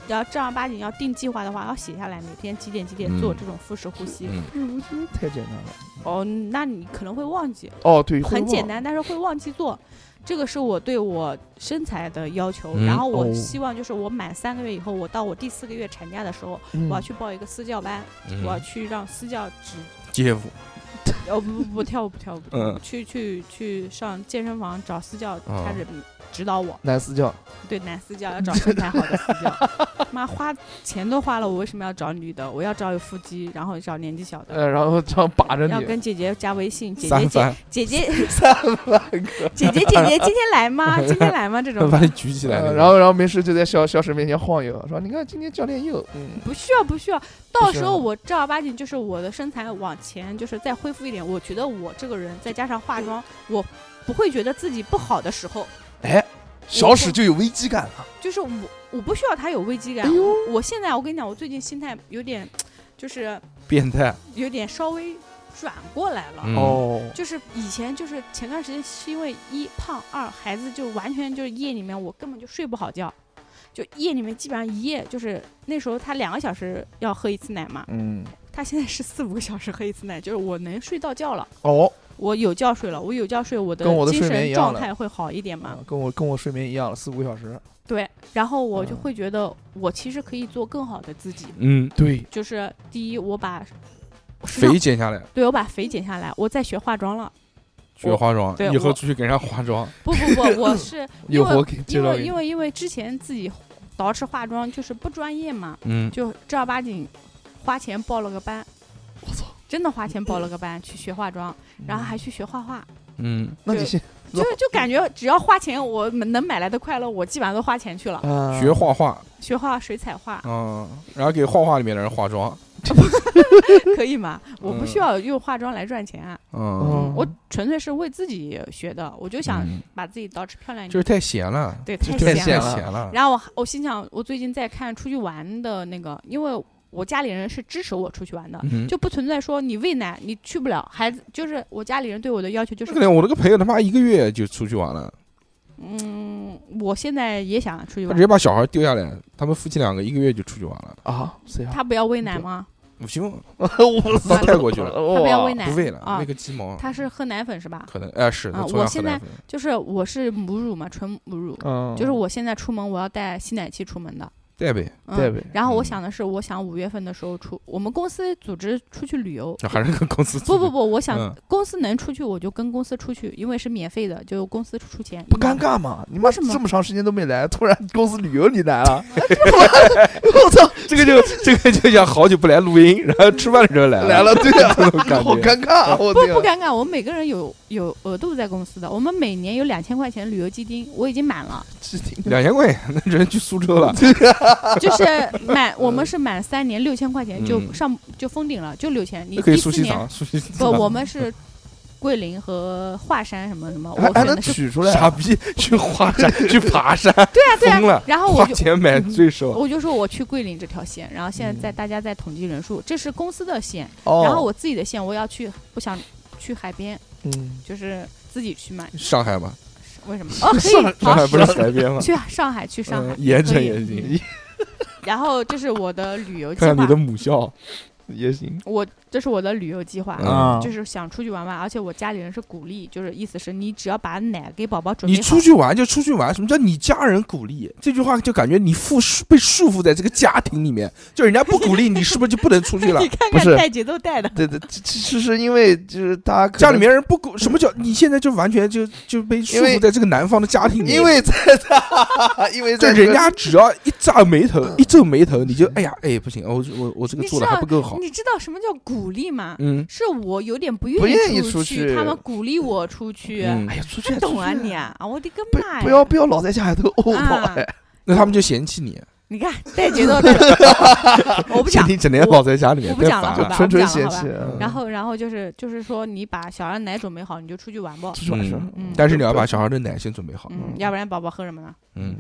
[SPEAKER 3] 要正儿八经要定计划的话，要写下来每天几点几点做
[SPEAKER 1] 嗯
[SPEAKER 3] 这种腹式呼吸。
[SPEAKER 1] 嗯
[SPEAKER 2] 太简单了。
[SPEAKER 3] 哦，那你可能会忘记，
[SPEAKER 2] 哦，对，会
[SPEAKER 3] 很
[SPEAKER 2] 忘
[SPEAKER 3] 简。单，但是会忘记做。这个是我对我身材的要求，
[SPEAKER 1] 嗯
[SPEAKER 3] 然后
[SPEAKER 2] 哦
[SPEAKER 3] 我希望就是我满三个月以后，我到我第四个月产假的时候，
[SPEAKER 2] 嗯
[SPEAKER 3] 我要去报一个私教班，
[SPEAKER 1] 嗯
[SPEAKER 3] 我要去让私教指，
[SPEAKER 1] 街舞，
[SPEAKER 3] 哦不不不跳舞不跳舞，不跳舞
[SPEAKER 1] 嗯
[SPEAKER 3] 去去去上健身房找私教
[SPEAKER 1] 哦
[SPEAKER 3] 开始指导我，
[SPEAKER 2] 男私教，
[SPEAKER 3] 对男私教要找身材好的私教， 妈花钱都花了，我为什么要找女的？我要找有腹肌，然后找年纪小的，
[SPEAKER 2] 呃，然后这样把着
[SPEAKER 3] 要
[SPEAKER 2] 你，
[SPEAKER 3] 跟姐姐加微信，姐姐
[SPEAKER 1] 三
[SPEAKER 3] 姐
[SPEAKER 1] 番
[SPEAKER 3] 姐姐
[SPEAKER 2] 三万 个，
[SPEAKER 3] 姐姐姐姐今天来吗？今天来吗？这种
[SPEAKER 1] 把你举起来那
[SPEAKER 2] 呃
[SPEAKER 1] 个，
[SPEAKER 2] 然后然后没事就在小小沈面前晃悠，说你看今天教练又， 嗯，
[SPEAKER 3] 不需要，不需要。到
[SPEAKER 2] 需
[SPEAKER 3] 时
[SPEAKER 2] 要
[SPEAKER 3] 候我正儿八经就是我的身材往前就是再恢复一点，我觉得我这个人再加上化妆，我不会觉得自己不好的时候，
[SPEAKER 2] 哎，
[SPEAKER 3] 小史
[SPEAKER 2] 就有危机感了。
[SPEAKER 3] 就是我我不需要他有危机感
[SPEAKER 2] 哎。呦，
[SPEAKER 3] 我现在我跟你讲，我最近心态有点，就是
[SPEAKER 1] 变态，
[SPEAKER 3] 有点稍微转过来了。
[SPEAKER 1] 嗯
[SPEAKER 2] 哦，
[SPEAKER 3] 就是以前就是前段时间是因为一胖二孩子就完全就是夜里面我根本就睡不好觉，就夜里面基本上一夜就是那时候他两个小时要喝一次奶嘛，
[SPEAKER 2] 嗯，
[SPEAKER 3] 他现在是四五个小时喝一次奶，就是我能睡到觉了，
[SPEAKER 2] 哦，
[SPEAKER 3] 我有觉睡了，我有觉睡，我的
[SPEAKER 2] 跟我的
[SPEAKER 3] 精
[SPEAKER 2] 睡眠一
[SPEAKER 3] 神
[SPEAKER 2] 样
[SPEAKER 3] 状
[SPEAKER 2] 的
[SPEAKER 3] 态会好一点嘛
[SPEAKER 2] 啊？跟我跟我睡眠一样了，四五个小时。
[SPEAKER 3] 对，然后我就
[SPEAKER 2] 嗯
[SPEAKER 3] 会觉得我其实可以做更好的自己，
[SPEAKER 1] 嗯，
[SPEAKER 2] 对，
[SPEAKER 3] 就是第一，我把身上
[SPEAKER 1] 肥减下来，
[SPEAKER 3] 对我把肥减下来，我在学化妆了。
[SPEAKER 1] 学化妆
[SPEAKER 3] 对，
[SPEAKER 1] 以后
[SPEAKER 3] 我
[SPEAKER 1] 出去给人家化妆，
[SPEAKER 3] 不不不，我是因
[SPEAKER 2] 有活
[SPEAKER 3] 为
[SPEAKER 2] 给介
[SPEAKER 3] 因
[SPEAKER 2] 绍
[SPEAKER 3] 为
[SPEAKER 2] 给你
[SPEAKER 3] 因。为因为之前自己捯饬化妆就是不专业嘛，
[SPEAKER 1] 嗯，
[SPEAKER 3] 就正儿八经花钱报了个班。我操！真的花钱报了个班去学化妆，然后还去学画画，
[SPEAKER 1] 嗯，
[SPEAKER 2] 嗯那你先
[SPEAKER 3] 就就感觉只要花钱，我们能买来的快乐，我基本上都花钱去了。
[SPEAKER 2] 啊
[SPEAKER 1] 学画画，
[SPEAKER 3] 学画画水彩画
[SPEAKER 1] 嗯，然后给画画里面的人化妆，
[SPEAKER 3] 可以吗？我不需要用化妆来赚钱啊，
[SPEAKER 1] 嗯，
[SPEAKER 3] 我纯粹是为自己学的，我就想
[SPEAKER 1] 嗯
[SPEAKER 3] 把自己捯饬漂亮一
[SPEAKER 1] 就
[SPEAKER 3] 点。
[SPEAKER 1] 是太闲了，
[SPEAKER 3] 对，
[SPEAKER 1] 就
[SPEAKER 3] 太
[SPEAKER 1] 就是
[SPEAKER 2] 闲
[SPEAKER 1] 太
[SPEAKER 2] 了
[SPEAKER 1] 闲了，
[SPEAKER 3] 然后我还我心想，我最近在看出去玩的那个，因为我家里人是支持我出去玩的，
[SPEAKER 1] 嗯，
[SPEAKER 3] 就不存在说你喂奶你去不了，孩子就是我家里人对我的要求就
[SPEAKER 1] 这
[SPEAKER 3] 是
[SPEAKER 1] 个，人我那个朋友他妈一个月就出去玩了，
[SPEAKER 3] 嗯，我现在也想出去
[SPEAKER 1] 他直接
[SPEAKER 3] 玩，
[SPEAKER 1] 把小孩丢下来，他们夫妻两个一个月就出去玩了，
[SPEAKER 2] 啊，谁啊？
[SPEAKER 3] 他不要喂奶吗？
[SPEAKER 1] 五星
[SPEAKER 2] 我
[SPEAKER 1] 到泰国去了，
[SPEAKER 3] 他不要
[SPEAKER 2] 哇
[SPEAKER 3] 喂奶，
[SPEAKER 1] 不喂了，
[SPEAKER 3] 啊
[SPEAKER 1] 喂个鸡毛，
[SPEAKER 3] 他是喝奶粉是吧？
[SPEAKER 1] 可能哎是，
[SPEAKER 3] 啊
[SPEAKER 1] 从小
[SPEAKER 3] 我
[SPEAKER 1] 喝
[SPEAKER 3] 现
[SPEAKER 1] 奶
[SPEAKER 3] 在
[SPEAKER 1] 粉
[SPEAKER 3] 就是我是母乳嘛，纯母乳，
[SPEAKER 2] 嗯，
[SPEAKER 3] 就是我现在出门我要带吸奶器出门的。
[SPEAKER 1] 带呗，
[SPEAKER 3] 嗯
[SPEAKER 2] 对呗
[SPEAKER 3] 然后我
[SPEAKER 1] 嗯
[SPEAKER 3] 想的是，我想五月份的时候出，我们公司组织出去旅游。
[SPEAKER 1] 还是跟公司
[SPEAKER 3] 不不不，我想
[SPEAKER 1] 嗯
[SPEAKER 3] 公司能出去，我就跟公司出去，因为是免费的，就公司出钱。
[SPEAKER 2] 不尴尬吗？你妈
[SPEAKER 3] 为什么哎
[SPEAKER 2] 这么长时间都没来，突然公司旅游你来了， 我操，
[SPEAKER 1] 这个就这个就像好久不来录音，然后吃饭的时候来
[SPEAKER 2] 来了，对呀、
[SPEAKER 1] 这种感
[SPEAKER 2] 好
[SPEAKER 1] 觉。
[SPEAKER 2] 尴尬，啊我
[SPEAKER 3] 不
[SPEAKER 2] 天
[SPEAKER 3] 不尴尬，我们每个人有有额度在公司的，我们每年有两千块钱旅游基金，我已经 满了，
[SPEAKER 2] 是挺
[SPEAKER 1] 两千块钱，那只能去苏州了。
[SPEAKER 3] 就是满我们是满三年六千块钱就
[SPEAKER 1] 嗯
[SPEAKER 3] 上、就封顶了，就六千。你
[SPEAKER 1] 那可以
[SPEAKER 3] 第
[SPEAKER 1] 苏
[SPEAKER 3] 四
[SPEAKER 1] 西
[SPEAKER 3] 年
[SPEAKER 1] 藏，苏西藏。
[SPEAKER 3] 不， 我们是桂林和华山什么什么，我
[SPEAKER 2] 还还
[SPEAKER 3] 选
[SPEAKER 2] 能
[SPEAKER 3] 的是
[SPEAKER 2] 取出来
[SPEAKER 1] 傻
[SPEAKER 2] 啊，
[SPEAKER 1] 逼去华山，去爬山，
[SPEAKER 3] 对 啊对
[SPEAKER 1] 疯
[SPEAKER 3] 啊
[SPEAKER 1] 了，，
[SPEAKER 3] 然后
[SPEAKER 1] 花
[SPEAKER 3] 我就
[SPEAKER 1] 钱买罪受。
[SPEAKER 3] 我就说我去桂林这条线，然后现
[SPEAKER 1] 嗯
[SPEAKER 3] 在在大家在统计人数，这是公司的线，
[SPEAKER 2] 哦
[SPEAKER 3] 然后我自己的线我要去，不想去海边，
[SPEAKER 7] 嗯，
[SPEAKER 3] 就是自己去买，
[SPEAKER 1] 上海嘛，
[SPEAKER 3] 为 什么？哦，可
[SPEAKER 1] 上海
[SPEAKER 3] 以，
[SPEAKER 1] 上
[SPEAKER 3] 好，
[SPEAKER 1] 海不是海边吗？
[SPEAKER 3] 去上海去上海
[SPEAKER 1] 嗯，盐
[SPEAKER 3] 可
[SPEAKER 1] 城
[SPEAKER 3] 以
[SPEAKER 1] 也行，
[SPEAKER 3] 然后这是我的旅游计
[SPEAKER 1] 看看你
[SPEAKER 3] 划
[SPEAKER 1] 的，母校。
[SPEAKER 2] 也行
[SPEAKER 3] 我这是我的旅游计划。
[SPEAKER 1] 嗯
[SPEAKER 2] 啊，
[SPEAKER 3] 就是想出去玩玩，而且我家里人是鼓励，就是意思是你只要把奶给宝宝准
[SPEAKER 1] 你
[SPEAKER 3] 备好，
[SPEAKER 1] 出去玩就出去玩，什么叫你家人鼓励？这句话就感觉你附束被束缚在这个家庭里面，就人家不鼓励你，是不是就不能出 去了
[SPEAKER 3] 你？看
[SPEAKER 2] 不
[SPEAKER 3] 看
[SPEAKER 2] 是
[SPEAKER 3] 带节奏带的，
[SPEAKER 2] 对对，其其实是因为就是大家可能
[SPEAKER 1] 家里。面人不鼓，什么叫你现在就完全就就被束
[SPEAKER 2] 因为
[SPEAKER 1] 缚在这个南方的家庭里面？
[SPEAKER 2] 因为在，因为
[SPEAKER 1] 就
[SPEAKER 2] 在
[SPEAKER 1] 人家只要一皱眉头，一皱眉头，你就哎呀，哎不行，哦我我我这个
[SPEAKER 3] 嗯你
[SPEAKER 1] 做的
[SPEAKER 3] 知
[SPEAKER 1] 还
[SPEAKER 3] 道
[SPEAKER 1] 不够好，
[SPEAKER 3] 你知道什么叫鼓励吗？
[SPEAKER 1] 哦嗯，
[SPEAKER 3] 是我有点不愿
[SPEAKER 2] 不愿意
[SPEAKER 3] 出
[SPEAKER 2] 出去
[SPEAKER 3] 他们鼓励我出去。
[SPEAKER 1] 嗯
[SPEAKER 2] 哎呀，出去
[SPEAKER 3] 真懂啊你啊！啊我的个
[SPEAKER 2] 不
[SPEAKER 3] 妈呀！
[SPEAKER 2] 不要不要老在家里头怄闹
[SPEAKER 3] 啊
[SPEAKER 2] 哎，
[SPEAKER 1] 那他们就嫌弃你，
[SPEAKER 3] 你看带节奏带的，我不
[SPEAKER 1] 嫌
[SPEAKER 3] 讲，
[SPEAKER 1] 你整天老在家里面，
[SPEAKER 3] 我不讲了
[SPEAKER 1] 太
[SPEAKER 3] 好
[SPEAKER 1] 烦啊
[SPEAKER 3] 吧？
[SPEAKER 2] 纯
[SPEAKER 3] 我不
[SPEAKER 2] 纯
[SPEAKER 3] 讲
[SPEAKER 2] 嫌
[SPEAKER 3] 了好
[SPEAKER 2] 弃
[SPEAKER 3] 吧。。
[SPEAKER 2] 嗯
[SPEAKER 3] 然后，然后就是就是说，你把小孩奶准备好，你就出去玩吧。
[SPEAKER 2] 出去玩去吧
[SPEAKER 1] 嗯
[SPEAKER 3] 嗯
[SPEAKER 1] 但是你要把小孩的奶先准备好，
[SPEAKER 3] 嗯，要不然宝宝喝什么呢？
[SPEAKER 1] 嗯，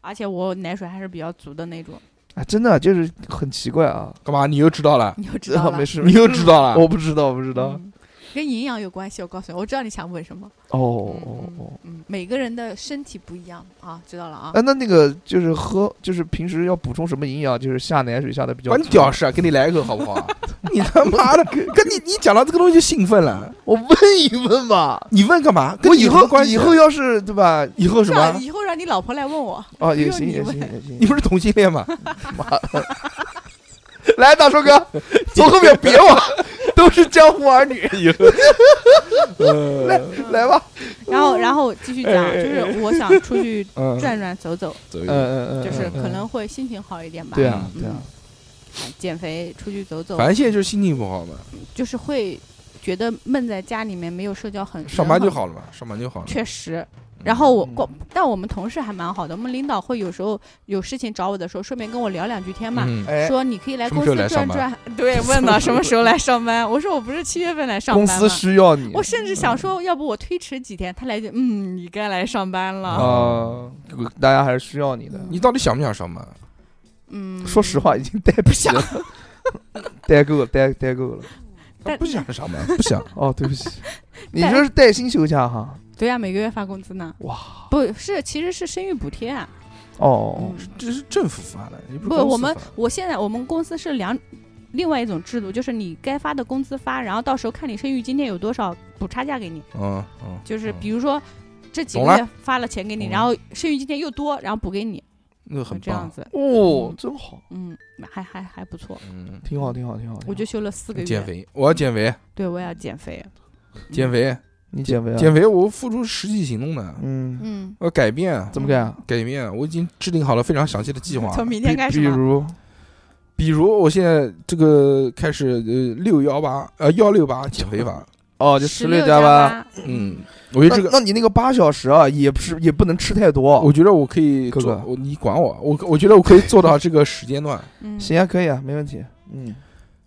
[SPEAKER 3] 而且我奶水还是比较足的那种，
[SPEAKER 2] 哎，真的就是很奇怪啊。
[SPEAKER 1] 干嘛？你又知道了，
[SPEAKER 3] 你 就知道了
[SPEAKER 2] 没。事，
[SPEAKER 1] 你又知道了，
[SPEAKER 2] 我不知道，不知道。
[SPEAKER 3] 嗯跟营养有关系，我告诉你，我知道你想问什么。
[SPEAKER 2] 哦哦哦。
[SPEAKER 3] 嗯，每个人的身体不一样啊，知道了啊
[SPEAKER 2] 哎，。那那个就是喝，就是平时要补充什么营养？就是下奶水下的比较。
[SPEAKER 1] 管你屌！事啊，给你来一口好不好啊？你他妈的，跟你你讲到这个东西就兴奋了，
[SPEAKER 2] 我问一问 吧。
[SPEAKER 1] 你问干嘛？跟
[SPEAKER 2] 我
[SPEAKER 1] 你
[SPEAKER 2] 以
[SPEAKER 1] 有什么
[SPEAKER 2] 后
[SPEAKER 1] 关系
[SPEAKER 2] 以
[SPEAKER 1] 啊
[SPEAKER 2] 后要是对吧？
[SPEAKER 1] 以后什
[SPEAKER 3] 这样
[SPEAKER 1] 么？
[SPEAKER 3] 以后让你老婆来问我，
[SPEAKER 2] 哦，也
[SPEAKER 3] 用
[SPEAKER 2] 行
[SPEAKER 3] 你
[SPEAKER 2] 也行
[SPEAKER 3] 问
[SPEAKER 2] 也
[SPEAKER 1] 你
[SPEAKER 2] 行。
[SPEAKER 1] 不是同性恋吗？
[SPEAKER 2] 来，大叔 哥，从后面别我，都是江湖儿 女，
[SPEAKER 1] 以后， 呃，
[SPEAKER 2] 来吧。
[SPEAKER 3] 然后然后继续讲，
[SPEAKER 2] 哎
[SPEAKER 3] 就是我想出 去
[SPEAKER 1] 嗯，
[SPEAKER 3] 转转走走，
[SPEAKER 1] 走一
[SPEAKER 2] 嗯
[SPEAKER 1] 走
[SPEAKER 2] 嗯嗯，
[SPEAKER 3] 就是可
[SPEAKER 2] 嗯
[SPEAKER 3] 能会心情好一点吧。
[SPEAKER 2] 对啊
[SPEAKER 3] 嗯
[SPEAKER 2] 对啊。
[SPEAKER 3] 减肥出去走走
[SPEAKER 1] 反，正现在就是心情不好嘛，
[SPEAKER 3] 就是会觉得闷在家里面没有社交很，
[SPEAKER 1] 上班就
[SPEAKER 3] 人很。
[SPEAKER 1] 好了嘛，上班就好了。
[SPEAKER 3] 确实，然后我
[SPEAKER 2] 嗯
[SPEAKER 3] 光，但我们同事还蛮好的，我们领导会有时候有事情找我的时候，顺便跟我聊两句天嘛。
[SPEAKER 1] 嗯，
[SPEAKER 2] 哎，
[SPEAKER 3] 说你可以来
[SPEAKER 1] 什么
[SPEAKER 3] 公
[SPEAKER 1] 时候
[SPEAKER 3] 司
[SPEAKER 1] 来
[SPEAKER 3] 转
[SPEAKER 1] 上
[SPEAKER 3] 转， 对，问到什么时候来上班？ 我说我不是七月份来上
[SPEAKER 2] 公
[SPEAKER 3] 班吗
[SPEAKER 2] 司？需要你
[SPEAKER 3] 我甚至想说，要不我推迟几天？他来一句，嗯，你该来上班了。
[SPEAKER 2] 啊，大家还是需要你的。
[SPEAKER 1] 你到底想不想上班？
[SPEAKER 3] 嗯，
[SPEAKER 2] 说实话，已经待不下了，待够了，待待够了。
[SPEAKER 1] 他
[SPEAKER 3] 但
[SPEAKER 1] 不想上班，不 想。
[SPEAKER 2] 哦，对不起，你
[SPEAKER 3] 带
[SPEAKER 2] 这是带薪休假哈？
[SPEAKER 3] 对呀、每个月发工资呢。
[SPEAKER 2] 哇，
[SPEAKER 3] 不是，其实是生育补贴啊。
[SPEAKER 2] 哦
[SPEAKER 3] 嗯，
[SPEAKER 1] 这是政府发的，你不
[SPEAKER 3] 不，
[SPEAKER 1] 是公司
[SPEAKER 3] 我们
[SPEAKER 1] 发的
[SPEAKER 3] 我现在我们公司是两另外一种制度，就是你该发的工资发，然后到时候看你生育津贴有多少补差价给你，
[SPEAKER 1] 嗯嗯，
[SPEAKER 3] 就是
[SPEAKER 1] 嗯
[SPEAKER 3] 比如说。这几个
[SPEAKER 1] 懂了
[SPEAKER 3] 月发了钱给你，
[SPEAKER 1] 懂了
[SPEAKER 3] 然后生育津贴又多，然后补给你，
[SPEAKER 1] 那很
[SPEAKER 3] 这样
[SPEAKER 1] 棒，
[SPEAKER 3] 子，
[SPEAKER 2] 哦，真好，
[SPEAKER 3] 嗯，还还还不错。
[SPEAKER 1] 嗯，
[SPEAKER 2] 挺好，挺好，挺好。
[SPEAKER 3] 我
[SPEAKER 2] 挺
[SPEAKER 3] 就
[SPEAKER 2] 好
[SPEAKER 3] 休了四个
[SPEAKER 1] 减
[SPEAKER 3] 月，
[SPEAKER 1] 肥，我要减肥，
[SPEAKER 3] 对我也要减肥，
[SPEAKER 1] 减肥，
[SPEAKER 2] 你减肥啊？
[SPEAKER 1] 减肥，我付出实际行动的，
[SPEAKER 2] 嗯，
[SPEAKER 3] 嗯，
[SPEAKER 1] 我要改变，
[SPEAKER 2] 怎么改啊？
[SPEAKER 1] 改变，我已经制定好了非常详细的计划。
[SPEAKER 3] 从明天开始
[SPEAKER 2] 比
[SPEAKER 3] 吗？
[SPEAKER 2] 如，
[SPEAKER 1] 比如我现在这个开始呃六幺八呃幺六八减肥 法，
[SPEAKER 2] 哦，就
[SPEAKER 3] 十
[SPEAKER 2] 六
[SPEAKER 3] 加
[SPEAKER 2] 八。，
[SPEAKER 1] 嗯，我觉得这
[SPEAKER 2] 那
[SPEAKER 1] 个，
[SPEAKER 2] 那你那个八小时啊，也不是也不能吃太多
[SPEAKER 1] 我。觉得我可以
[SPEAKER 2] 哦哥
[SPEAKER 1] 做，
[SPEAKER 2] 哥
[SPEAKER 1] 我你管我，我我觉得我可以做到这个时间段。
[SPEAKER 3] 嗯，
[SPEAKER 2] 行啊，可以啊，没问题。嗯，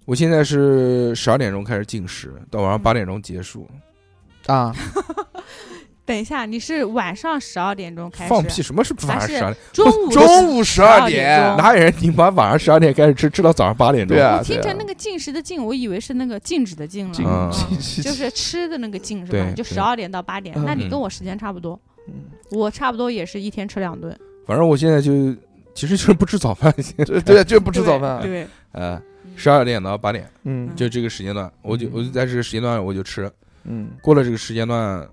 [SPEAKER 1] 我现在是十二点钟开始进食，到晚上八点钟结束。
[SPEAKER 2] 啊，
[SPEAKER 3] 等一下，你是晚上十二点钟开始？
[SPEAKER 1] 放屁！！什么是晚上
[SPEAKER 3] 还是
[SPEAKER 1] 十二点？
[SPEAKER 3] 中午
[SPEAKER 2] 中午十二
[SPEAKER 3] 点
[SPEAKER 2] 点
[SPEAKER 3] 钟
[SPEAKER 1] 哪有人你妈晚上十二点开始吃，吃到早上八点钟？
[SPEAKER 2] 对啊
[SPEAKER 3] 我听成那个进食的进，我以为是那个禁止的禁了，
[SPEAKER 2] 进
[SPEAKER 1] 嗯
[SPEAKER 2] 进
[SPEAKER 3] 嗯
[SPEAKER 2] 进
[SPEAKER 3] 就是吃的那个禁是
[SPEAKER 1] 对
[SPEAKER 3] 吧？
[SPEAKER 1] 对
[SPEAKER 3] 就十二点到八点
[SPEAKER 2] 嗯，
[SPEAKER 3] 那你跟我时间差不多，
[SPEAKER 2] 嗯
[SPEAKER 3] 我差不多也是一天吃两顿。
[SPEAKER 1] 反正我现在就其实就是不吃早饭，现在
[SPEAKER 2] 对对，就不吃早饭。啊
[SPEAKER 3] 对，
[SPEAKER 1] 呃，十二点到八点
[SPEAKER 7] 嗯
[SPEAKER 1] 就这个时间段，我就我就在这个时间段我就吃，
[SPEAKER 7] 嗯，
[SPEAKER 1] 过了这个时间段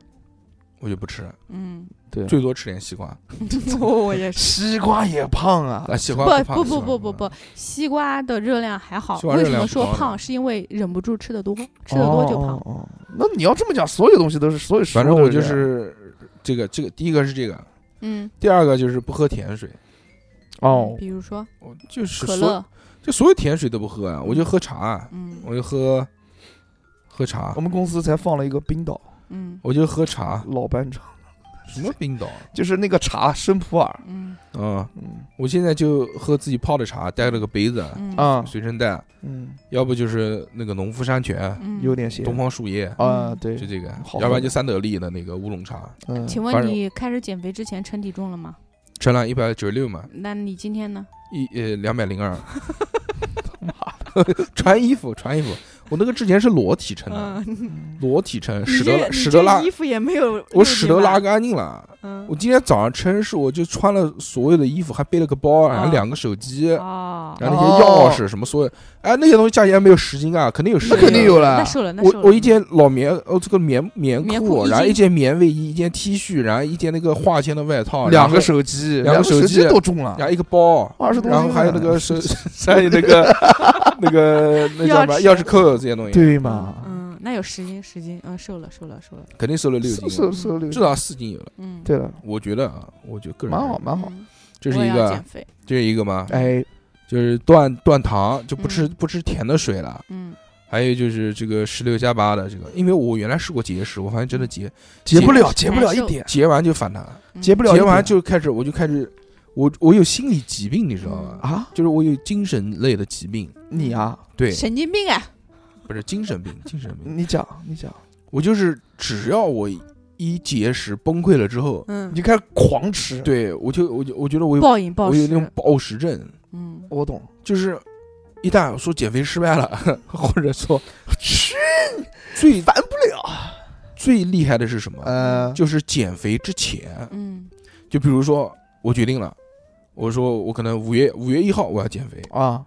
[SPEAKER 1] 我就不吃，
[SPEAKER 3] 嗯，
[SPEAKER 7] 对，
[SPEAKER 1] 最多吃点西瓜。
[SPEAKER 3] 我我也是。
[SPEAKER 7] 西瓜也胖啊，
[SPEAKER 1] 啊，西瓜
[SPEAKER 3] 不
[SPEAKER 1] 胖
[SPEAKER 3] 不
[SPEAKER 1] 西瓜嗯
[SPEAKER 3] 不不不
[SPEAKER 1] 胖
[SPEAKER 3] 不，西瓜的热量还好。
[SPEAKER 1] 啊西瓜
[SPEAKER 3] 为
[SPEAKER 1] 热
[SPEAKER 3] 什么
[SPEAKER 1] 量
[SPEAKER 3] 说
[SPEAKER 1] 不高的
[SPEAKER 3] 胖？是因为忍不住吃的多，吃的多就胖。
[SPEAKER 7] 哦。哦哦那你要这么讲，所有东西都是，所有食物
[SPEAKER 1] 反正我
[SPEAKER 7] 都
[SPEAKER 1] 就是是这个这个，第一个是这个，
[SPEAKER 3] 嗯，
[SPEAKER 1] 第二个就是不喝甜水，
[SPEAKER 7] 这样哦，
[SPEAKER 3] 比如说
[SPEAKER 1] 我就是
[SPEAKER 3] 可
[SPEAKER 1] 所
[SPEAKER 3] 乐，
[SPEAKER 1] 就所有甜水都不喝啊，我就喝茶啊，
[SPEAKER 3] 嗯
[SPEAKER 1] 我就喝喝茶
[SPEAKER 7] 我，们公司才放了一个冰岛
[SPEAKER 3] 嗯
[SPEAKER 1] 我就喝茶，
[SPEAKER 7] 老班长，
[SPEAKER 1] 什么冰岛啊，
[SPEAKER 7] 就是那个茶生普洱，
[SPEAKER 3] 嗯
[SPEAKER 1] 嗯，
[SPEAKER 7] 嗯
[SPEAKER 1] 我现在就喝自己泡的茶，带了个杯子
[SPEAKER 3] 嗯
[SPEAKER 7] 啊
[SPEAKER 1] 随身带，
[SPEAKER 7] 嗯，
[SPEAKER 1] 要不就是那个农夫山泉、
[SPEAKER 3] 嗯
[SPEAKER 7] 有。点咸
[SPEAKER 1] 东方树叶，
[SPEAKER 7] 啊，
[SPEAKER 3] 嗯
[SPEAKER 7] 对
[SPEAKER 1] 就，这个
[SPEAKER 7] 好，喝
[SPEAKER 1] 要不然就三得利的那个乌龙茶，
[SPEAKER 7] 嗯，
[SPEAKER 3] 请
[SPEAKER 1] 反
[SPEAKER 3] 问
[SPEAKER 1] 正
[SPEAKER 3] 你开始减肥之前称体重了吗？
[SPEAKER 1] 称了一百九十六嘛，
[SPEAKER 3] 那你今天呢？
[SPEAKER 1] 一呃两百零二。 穿衣服，穿衣服，我那个之前是裸体称的，
[SPEAKER 3] 嗯，
[SPEAKER 1] 裸体称，
[SPEAKER 3] 你
[SPEAKER 1] 使
[SPEAKER 3] 这
[SPEAKER 1] 得
[SPEAKER 3] 你
[SPEAKER 1] 使
[SPEAKER 3] 这
[SPEAKER 1] 得拉
[SPEAKER 3] 衣，服也没有，
[SPEAKER 1] 我使得拉。干净了。
[SPEAKER 3] 嗯
[SPEAKER 1] 我今天早上称是，我就穿了所有的衣服，还背了个包，然后
[SPEAKER 3] 啊
[SPEAKER 1] 两个手机，
[SPEAKER 3] 哦，
[SPEAKER 1] 然后那些钥匙什么所有，哎，那些东西加起来没有十斤啊，肯定有十
[SPEAKER 7] 那
[SPEAKER 1] 斤啊，
[SPEAKER 7] 肯定有了
[SPEAKER 3] 那，瘦了，那瘦
[SPEAKER 1] 我
[SPEAKER 3] 了。
[SPEAKER 1] 我一件老棉，哦，这个棉棉
[SPEAKER 3] 棉裤一
[SPEAKER 1] 然后一
[SPEAKER 3] 斤
[SPEAKER 1] 件棉卫衣，一件 T 恤，然后一件那个化纤的外套，
[SPEAKER 2] 两
[SPEAKER 1] 然后
[SPEAKER 2] 个，手机，
[SPEAKER 1] 哦
[SPEAKER 7] 两
[SPEAKER 1] 两个
[SPEAKER 7] 个
[SPEAKER 1] 手机
[SPEAKER 7] 机都中了
[SPEAKER 1] 然，后一个包，
[SPEAKER 7] 二十多斤
[SPEAKER 1] 然
[SPEAKER 7] 啊
[SPEAKER 1] 后
[SPEAKER 7] 呢，
[SPEAKER 1] 还有那个手， 还有那 个那个那叫什么
[SPEAKER 3] 钥匙
[SPEAKER 1] 钥匙扣这些东西，
[SPEAKER 7] 对嘛，
[SPEAKER 3] 嗯，那有十斤，十斤，嗯，瘦了，瘦了，瘦了。
[SPEAKER 1] 肯定瘦了六斤
[SPEAKER 7] 瘦
[SPEAKER 1] 了，
[SPEAKER 7] 瘦瘦六
[SPEAKER 1] 至，少四斤有了。
[SPEAKER 3] 嗯，
[SPEAKER 7] 对了，
[SPEAKER 1] 我觉得啊，我觉得个人嗯
[SPEAKER 7] 蛮好
[SPEAKER 1] 认为，
[SPEAKER 7] 蛮好，
[SPEAKER 3] 嗯，
[SPEAKER 1] 这
[SPEAKER 3] 我
[SPEAKER 1] 是
[SPEAKER 3] 也
[SPEAKER 1] 一
[SPEAKER 3] 要
[SPEAKER 1] 个
[SPEAKER 3] 减，肥。
[SPEAKER 1] 这是一个嘛，
[SPEAKER 7] 哎，
[SPEAKER 1] 就是断断糖，就不吃
[SPEAKER 3] 嗯
[SPEAKER 1] 不吃甜的水了。
[SPEAKER 3] 嗯，
[SPEAKER 1] 还有就是这个十六加八的这个，因为我原来试过节食，我发现真的节
[SPEAKER 7] 结
[SPEAKER 1] 结
[SPEAKER 7] 不了，结不了
[SPEAKER 3] 难
[SPEAKER 7] 一
[SPEAKER 3] 受
[SPEAKER 7] 点，
[SPEAKER 1] 节完就反弹了，
[SPEAKER 3] 嗯
[SPEAKER 7] 结不了一
[SPEAKER 1] 节
[SPEAKER 7] 点，
[SPEAKER 1] 完就开始我就开始，我我有心理疾病，你知道吗？
[SPEAKER 7] 啊，
[SPEAKER 1] 就是我有精神类的疾病，
[SPEAKER 7] 你啊，
[SPEAKER 1] 对，
[SPEAKER 3] 神经病啊！
[SPEAKER 1] 不是精神病，精神病，
[SPEAKER 7] 你讲你讲，
[SPEAKER 1] 我就是只要我一节食崩溃了之后，
[SPEAKER 3] 嗯
[SPEAKER 7] 你，就开始狂吃，，
[SPEAKER 1] 对我就我就我觉得我有
[SPEAKER 3] 暴饮暴
[SPEAKER 1] 我有
[SPEAKER 3] 食。
[SPEAKER 1] 那种暴食症，
[SPEAKER 3] 嗯，
[SPEAKER 7] 我懂，
[SPEAKER 1] 就是一旦说减肥失败了， 或者说
[SPEAKER 7] 吃
[SPEAKER 1] 最
[SPEAKER 7] 烦不了，
[SPEAKER 1] 最厉害的是什么？
[SPEAKER 7] 呃，
[SPEAKER 1] 嗯就是减肥之前，
[SPEAKER 3] 嗯，
[SPEAKER 1] 就比如说我决定了，我说我可能五月五月一号我要减肥，
[SPEAKER 7] 啊，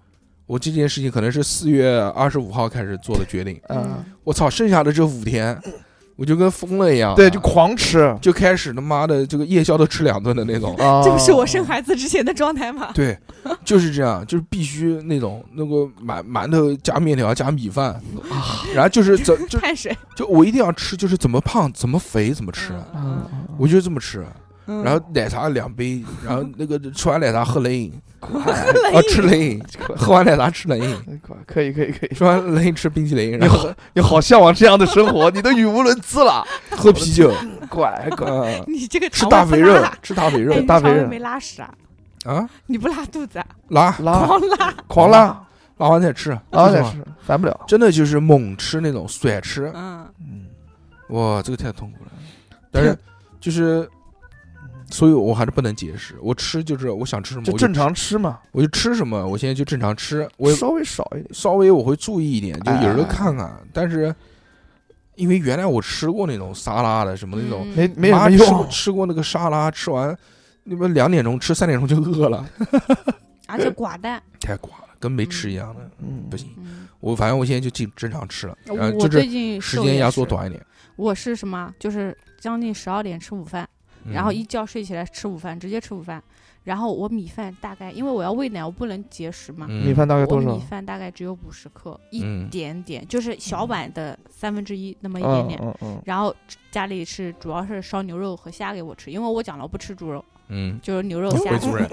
[SPEAKER 1] 我这件事情可能是四月二十五号开始做的决定。
[SPEAKER 7] 嗯，
[SPEAKER 1] 我操，剩下的这五天，
[SPEAKER 3] 嗯
[SPEAKER 1] 我就跟疯了一样啊，
[SPEAKER 7] 呃对，就狂吃，。
[SPEAKER 1] 就开始他妈的这个夜宵都吃两顿的那种
[SPEAKER 7] 啊，
[SPEAKER 3] 这不是我生孩子之前的状态 吗？
[SPEAKER 1] 对，就是这样，就是必须那种那个馒馒头加面条加米饭，
[SPEAKER 3] 啊
[SPEAKER 1] 然后就是怎就
[SPEAKER 3] 碳水。
[SPEAKER 1] 就我一定要吃，就是怎么胖怎么肥怎么吃，
[SPEAKER 7] 啊，
[SPEAKER 3] 嗯，
[SPEAKER 1] 我就这么吃。
[SPEAKER 3] 嗯
[SPEAKER 1] 然后奶茶两杯，然后那个吃完奶茶喝冷饮，
[SPEAKER 3] 冷
[SPEAKER 1] 啊吃冷饮， 喝完奶茶吃冷饮，
[SPEAKER 7] 可以可以可以，
[SPEAKER 1] 吃完冷饮吃冰淇淋，
[SPEAKER 7] 你
[SPEAKER 1] 然后
[SPEAKER 7] 好你好向往这样的生活，你都语无伦次 了，
[SPEAKER 1] 喝啤酒，
[SPEAKER 7] 乖乖，
[SPEAKER 1] 嗯，
[SPEAKER 3] 你这 个
[SPEAKER 1] 吃
[SPEAKER 3] 肠
[SPEAKER 1] 大
[SPEAKER 3] 胃不
[SPEAKER 1] 肥肉
[SPEAKER 3] 拉，
[SPEAKER 1] 吃大肥
[SPEAKER 3] 哎
[SPEAKER 1] 肉
[SPEAKER 3] 你
[SPEAKER 7] 大
[SPEAKER 3] 肠
[SPEAKER 7] 肥
[SPEAKER 3] 胃
[SPEAKER 7] 肉
[SPEAKER 3] 没拉屎啊？
[SPEAKER 1] 啊，
[SPEAKER 3] 你不拉肚子啊？
[SPEAKER 1] 拉
[SPEAKER 7] 拉
[SPEAKER 3] 狂拉。
[SPEAKER 7] 狂拉，啊
[SPEAKER 1] 拉完再吃，
[SPEAKER 7] 拉
[SPEAKER 1] 就
[SPEAKER 7] 再
[SPEAKER 1] 是嘛
[SPEAKER 7] 吃，烦不了，
[SPEAKER 1] 真的就是猛吃那种甩吃，
[SPEAKER 3] 嗯
[SPEAKER 1] 哇，这个太痛苦了。但是就是，所以我还是不能节食，我吃就是我想吃什么
[SPEAKER 7] 嗯就
[SPEAKER 1] 我就
[SPEAKER 7] 正常吃嘛，
[SPEAKER 1] 我就吃什么，我现在就正常吃，我也
[SPEAKER 7] 稍微少一点，
[SPEAKER 1] 稍微我会注意一点，就有时候
[SPEAKER 7] 哎
[SPEAKER 1] 看看，但是。因为原来我吃过那种沙拉的，什么那种，
[SPEAKER 7] 没
[SPEAKER 3] 嗯
[SPEAKER 7] 没有
[SPEAKER 1] 妈
[SPEAKER 7] 什么
[SPEAKER 1] 吃过
[SPEAKER 7] 用，
[SPEAKER 1] 吃过那个沙拉，吃完你们两点钟吃，三点钟就饿了，
[SPEAKER 3] 而且寡淡。
[SPEAKER 1] 太寡了，跟没吃一样的，
[SPEAKER 7] 嗯
[SPEAKER 1] 不，行。
[SPEAKER 3] 嗯，
[SPEAKER 1] 我反正我现在就进正常吃了，然后
[SPEAKER 3] 我
[SPEAKER 1] 呃就是
[SPEAKER 3] 最近
[SPEAKER 1] 时
[SPEAKER 3] 瘦
[SPEAKER 1] 间
[SPEAKER 3] 也
[SPEAKER 1] 压缩
[SPEAKER 3] 是。
[SPEAKER 1] 短一点。
[SPEAKER 3] 我是什么？就是将近十二点吃午饭，
[SPEAKER 1] 嗯
[SPEAKER 3] 然后一觉睡起来吃午饭，直接吃午饭。然后我米饭大概，因为我要喂奶，我不能节食嘛。
[SPEAKER 1] 嗯
[SPEAKER 7] 米饭大概
[SPEAKER 3] 我
[SPEAKER 7] 多少
[SPEAKER 3] 米？饭大概只有五十克，一
[SPEAKER 1] 嗯
[SPEAKER 3] 点点，就是小碗的三分之一那么一点
[SPEAKER 7] 嗯
[SPEAKER 1] 哦
[SPEAKER 3] 点。
[SPEAKER 7] 嗯嗯，
[SPEAKER 3] 然后家里是主要是烧牛肉和虾给我吃，因为我讲了我不吃猪肉，
[SPEAKER 1] 嗯，
[SPEAKER 3] 就是牛肉
[SPEAKER 1] 回
[SPEAKER 3] 虾。
[SPEAKER 1] 族人，